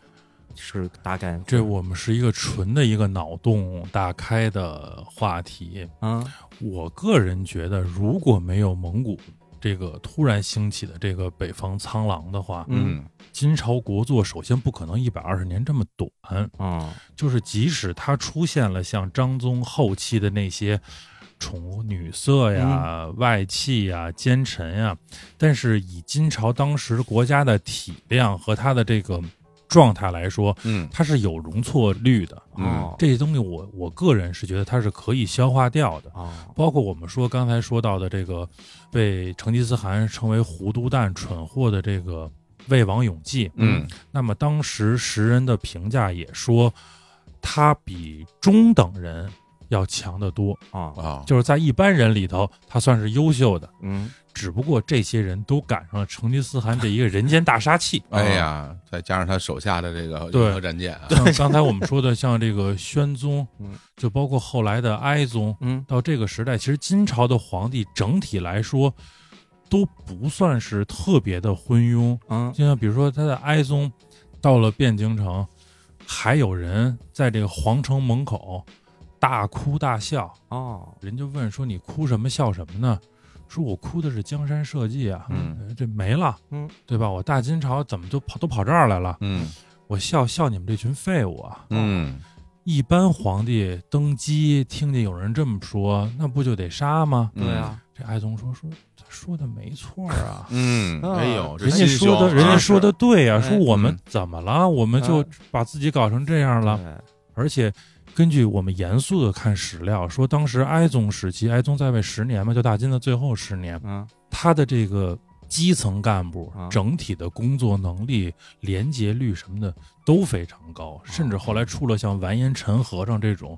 S2: 是大概
S3: 这我们是一个纯的一个脑洞大开的话题。
S2: 嗯
S3: 我个人觉得，如果没有蒙古这个突然兴起的这个北方苍狼的话，
S2: 嗯
S3: 金朝国祚首先不可能一百二十年这么短。
S2: 嗯
S3: 就是即使它出现了像张宗后期的那些宠女色呀、外戚呀、奸臣呀，但是以金朝当时国家的体量和它的这个状态来说，
S1: 嗯
S3: 它是有容错率的。
S1: 嗯
S2: 哦
S3: 这些东西我我个人是觉得它是可以消化掉的。
S2: 哦
S3: 包括我们说刚才说到的这个被成吉思汗称为“糊涂蛋”、“蠢货”的这个魏王永济，
S1: 嗯，
S3: 那么当时时人的评价也说，他比中等人要强得多，
S2: 啊，
S1: 啊，
S3: 就是在一般人里头，他算是优秀的。
S2: 嗯，
S3: 只不过这些人都赶上了成吉思汗这一个人间大杀器。
S1: 哎呀，再加上他手下的这个
S3: 对
S1: 银河战舰啊，
S3: 像刚才我们说的，像这个宣宗
S2: 嗯，
S3: 就包括后来的哀宗，
S2: 嗯，
S3: 到这个时代，其实金朝的皇帝整体来说都不算是特别的昏庸。
S2: 嗯，
S3: 就像比如说他的哀宗，到了汴京城，还有人在这个皇城门口大哭大笑，
S2: 哦，
S3: 人就问说你哭什么笑什么呢？说我哭的是江山社稷啊，
S1: 嗯
S3: 呃这没了，
S2: 嗯，
S3: 对吧？我大金朝怎么就跑都跑这儿来了？
S1: 嗯
S3: 我笑笑你们这群废物啊！
S1: 嗯，
S3: 一般皇帝登基，听见有人这么说，那不就得杀吗？
S1: 嗯
S2: 对，啊，
S3: 这哀宗说说他说的没错 啊，
S1: 嗯，
S2: 啊
S1: 哎呦，这
S3: 人家
S1: 心胸
S3: 说的
S1: 啊
S3: 人家说的对呀、
S2: 哎
S3: 说我们
S1: 嗯
S3: 怎么了？我们就
S2: 嗯
S3: 把自己搞成这样了。
S2: 对
S3: 而且根据我们严肃的看史料，说当时哀宗时期，哀宗在位十年嘛，就大金的最后十年，
S2: 嗯，
S3: 他的这个基层干部
S2: 啊
S3: 整体的工作能力、廉洁率什么的都非常
S2: 啊
S3: 高，甚至后来出了像完颜陈和尚这种。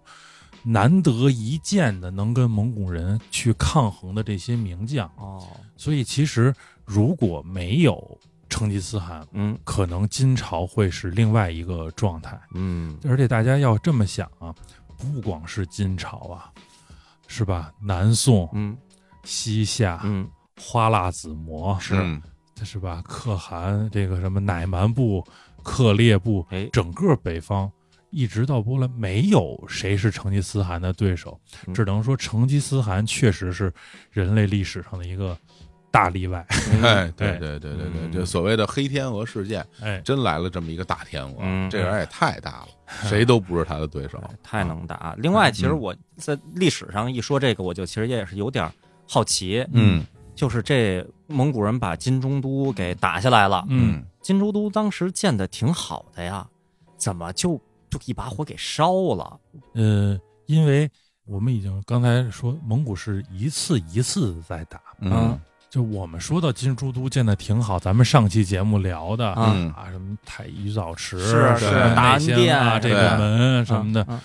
S3: 难得一见的能跟蒙古人去抗衡的这些名将，
S2: 哦，
S3: 所以其实如果没有成吉思汗，
S2: 嗯
S3: 可能金朝会是另外一个状态。
S2: 嗯，
S3: 而且大家要这么想啊，不光是金朝啊，是吧？南宋、
S2: 嗯
S3: 西夏、
S2: 嗯，
S3: 花剌子模，
S1: 嗯
S3: 这是吧？可汗这个什么乃蛮部、克烈部，
S2: 哎，
S3: 整个北方一直到波兰，没有谁是成吉思汗的对手。
S2: 嗯
S3: 只能说成吉思汗确实是人类历史上的一个大例外。
S1: 哎，对
S3: 对
S1: 对对对对，
S2: 嗯
S1: 这所谓的黑天鹅事件，
S3: 哎，
S1: 真来了这么一个大天鹅，
S2: 嗯
S1: 这人也太大了，谁都不是他的对手。
S2: 太能打。另
S3: 嗯
S2: 外，其实我在历史上一说这个，我就其实也是有点好奇，
S1: 嗯
S2: 就是这蒙古人把金中都给打下来了，
S3: 嗯，
S2: 金中都当时建的挺好的呀，怎么就就一把火给烧了？
S3: 呃，因为我们已经刚才说，蒙古是一次一次地在打。
S1: 嗯
S3: 就我们说到金珠都建的挺好，咱们上期节目聊的
S2: 啊
S1: 嗯
S3: 啊，什么太乙澡池
S2: 是
S1: 是
S3: 什么
S2: 大
S3: 内
S2: 安
S3: 仙
S2: 殿
S3: 啊，这
S1: 对
S3: 个门什么的，
S2: 啊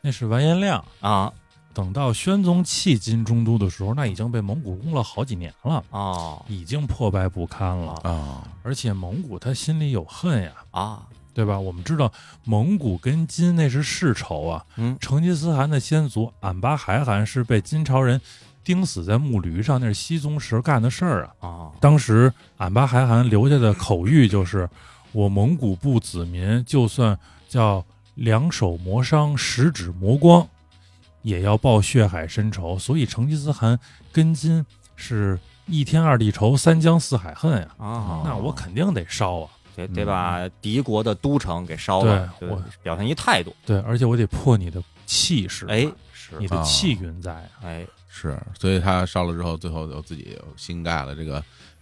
S3: 那是完颜亮。
S2: 啊
S3: 等到宣宗弃金中都的时候，那已经被蒙古攻了好几年了，
S2: 哦
S3: 已经破败不堪了。
S1: 啊，
S3: 而且蒙古他心里有恨呀，
S2: 啊
S3: 对吧？我们知道蒙古跟金那是世仇啊，
S2: 嗯
S3: 成吉思汗的先祖俺巴海汗是被金朝人钉死在木驴上，那是西宗时干的事儿啊。
S2: 哦
S3: 当时俺巴海汗留下的口谕就是：“我蒙古部子民，就算叫两手磨伤，十指磨光，也要报血海深仇。”所以成吉思汗跟金是一天二地仇，三江四海恨呀、
S2: 啊
S3: 那我肯定得烧啊！
S2: 得得把敌国的都城给烧了，
S3: 对
S2: 就
S3: 我
S2: 表现一态度。
S3: 对，而且我得破你的气势，
S2: 哎，，是
S3: 你的气运在啊。
S2: 哎，
S1: 是，所以他烧了之后，最后就自己又新盖了这个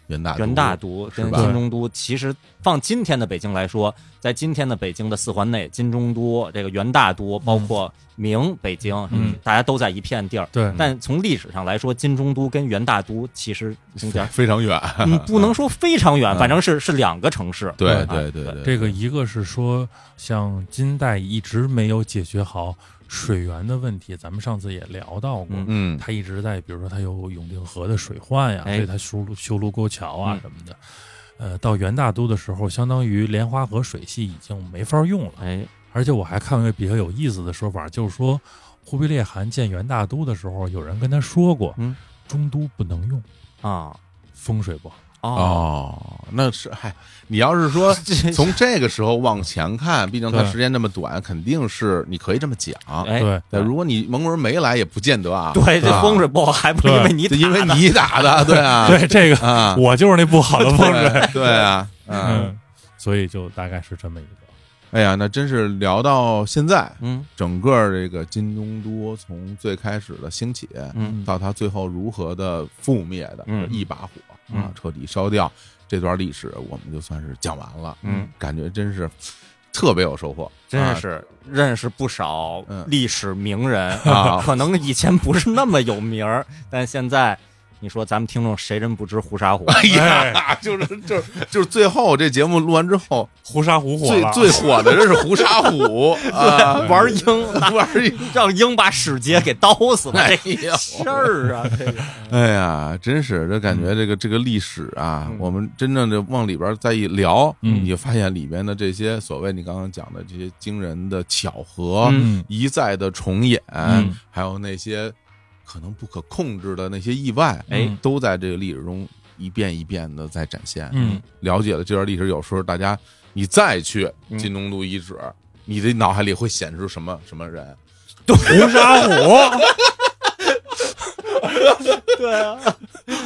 S1: 元大
S2: 元大都
S1: 是
S2: 跟
S1: 吧
S2: 金中都，其实放今天的北京来说，在今天的北京的四环内，金中都、这个元大都，包括明北京，
S3: 嗯
S2: 大家都在一片地儿。
S3: 对，
S2: 但从历史上来说，金中都跟元大都其实中间，
S1: 非常远，
S2: 嗯，不能说非常远，
S1: 嗯
S2: 反正是是两个城市。
S1: 对
S3: 对
S1: 对
S2: 对
S1: 对对，
S3: 这个一个是说，像金代一直没有解决好水源的问题，咱们上次也聊到过，
S2: 嗯
S1: 嗯
S3: 它一直在，比如说它有永定河的水患呀，
S2: 哎
S3: 所以它修路修路沟桥啊
S2: 嗯
S3: 什么的。呃，到元大都的时候，相当于莲花河水系已经没法用了。
S2: 哎，
S3: 而且我还看过一个比较有意思的说法，就是说忽必烈汗建元大都的时候，有人跟他说过，
S2: 嗯，
S3: 中都不能用，
S2: 啊，
S3: 风水不好。
S2: 哦，
S1: 哦，那是嗨，你要是说
S2: 这
S1: 从这个时候往前看，毕竟他
S3: 对
S1: 时间这么短，肯定是你可以这么讲。
S2: 嗯哎，
S3: 对
S1: 但如果你蒙古人没来，也不见得啊。
S2: 对，
S1: 吧
S2: 这风 水不好，还不是
S3: 对
S2: 因为你
S1: 就因为
S2: 打的
S1: 你打的， 对啊，
S3: 对，这个、
S1: 啊，
S3: 我就是那不好的风水。
S1: 对对啊，嗯，
S3: 嗯，所以就大概是这么一个。
S1: 哎呀，那真是聊到现在，
S2: 嗯
S1: 整个这个金中都从最开始的兴起，
S2: 嗯
S1: 到它最后如何的覆灭的，
S2: 嗯
S1: 一把火啊
S2: 嗯，
S1: 彻底烧掉这段历史，我们就算是讲完了。
S2: 嗯，
S1: 感觉真是特别有收获，
S2: 真
S1: 啊
S2: 是认识不少
S1: 嗯
S2: 历史名人
S1: 啊
S2: 可能以前不是那么有名儿，但现在你你说咱们听众谁真不知胡沙虎？
S1: 哎呀，就是就是就是最后这节目录完之后，
S3: 胡沙虎火
S1: 最
S3: 了，
S1: 最火的这是胡沙 虎啊，
S2: 玩儿 鹰，
S1: 玩儿一，
S2: 让鹰把使节给刀死了，
S1: 哎
S2: 这
S1: 呦，
S2: 事儿啊，这个
S3: 嗯
S1: 哎呀，真是这感觉，这个这个历史啊，我们真正的往里边再一聊，
S3: 嗯
S1: 你就发现里边的这些所谓你刚刚讲的这些惊人的巧合，
S3: 嗯
S1: 一再的重演，
S3: 嗯
S1: 还有那些可能不可控制的那些意外，
S2: 哎
S3: 嗯
S1: 都在这个历史中一遍一遍的在展现。
S3: 嗯，
S1: 了解了这段历史，有时候大家你再去
S3: 嗯
S1: 金东都遗址，你的脑海里会显示什么什么人？
S3: 胡沙虎，
S2: 对啊，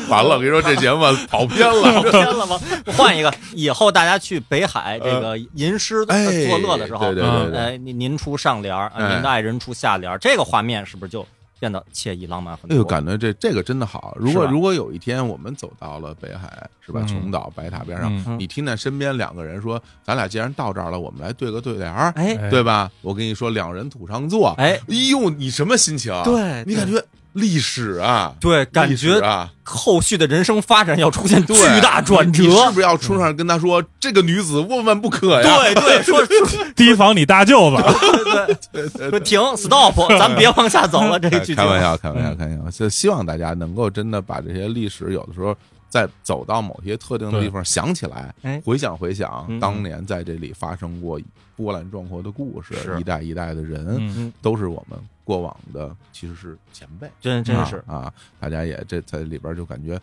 S1: 完了，我跟你说这节目跑偏 了。
S2: 偏了吗？ 换一个，以后大家去北海这个吟诗
S1: 哎
S2: 呃作乐的时候，
S1: 对对对对
S2: 哎，您您出上联儿，啊
S1: 哎
S2: 您的爱人出下联儿，这个画面是不是就变得惬意浪漫很
S1: 哎
S2: 多？
S1: 呦，感觉这这个真的好。如果
S2: 是吧
S1: 如果有一天我们走到了北海，是吧？
S3: 嗯
S1: 琼岛白塔边上，
S2: 嗯
S1: 你听见身边两个人说：“咱俩既然到这儿了，我们来对个对联儿，
S2: 哎
S1: 对吧？”我跟你说，两人土上坐，哎
S2: 哎，
S1: 呦，你什么心情？啊
S2: 对
S1: 你感觉历史啊，
S2: 对，感
S1: 历史
S2: 觉
S1: 啊，
S2: 后续的人生发展要出现巨
S1: 对哎
S2: 大转折
S1: 你，是不是要冲上去跟他说：“这个女子万万不可呀
S2: 对对，说
S3: 提防你大舅子，
S2: 对对？”
S1: 对对
S2: 说停，stop，咱别往下走了，这个
S1: 对，
S2: 剧情。
S1: 哎开
S3: 啊
S1: 玩笑，开
S3: 嗯
S1: 玩笑，开玩笑。就希望大家能够真的把这些历史，有的时候在走到某些特定的地方想起来
S2: 哎，
S1: 回想回想
S2: 嗯
S1: 当年在这里发生过波澜壮阔的故事，
S2: 是
S1: 一代一代的人，
S3: 嗯
S1: 都是我们过往的，其实是前辈，
S2: 真真是，
S1: 啊啊！大家也这在里边就感觉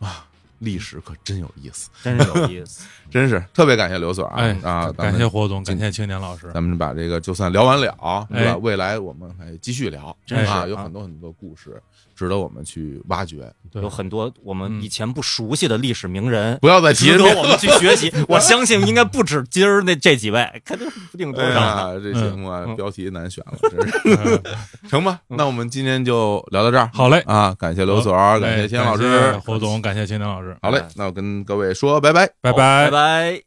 S1: 哇，
S3: 嗯
S1: 历史可真有意思，
S2: 真是有 意思。
S1: 真是特别感谢刘所啊
S3: 哎
S1: 啊！咱
S3: 感
S1: 们
S3: 谢火总，感谢青 年老师，
S1: 咱们把这个就算聊完了，对
S3: 哎
S1: 吧？未来我们还继续聊，
S2: 真是
S1: 啊，
S2: 啊
S1: 有很多很多故事值得我们去挖掘。
S3: 对
S2: 有很多我
S1: 嗯
S2: 们以前不熟悉的历史名人，
S1: 不要 再提人
S2: 值得
S1: 家
S2: 我们去学习。我相信应该不止今儿那这几位，肯定不定多
S1: 哎
S2: 少。
S1: 呀，这节目啊，
S2: 嗯
S1: 标题难选了，真 是。成吧，那我们今天就聊到这儿。
S3: 好嘞，
S1: 啊，感谢刘所，
S3: 哎
S1: 感谢钱老师
S2: 啊
S3: 感谢。火总，感谢青年老师，
S1: 好嘞，那我跟各位说拜拜。
S3: 拜
S2: 拜拜。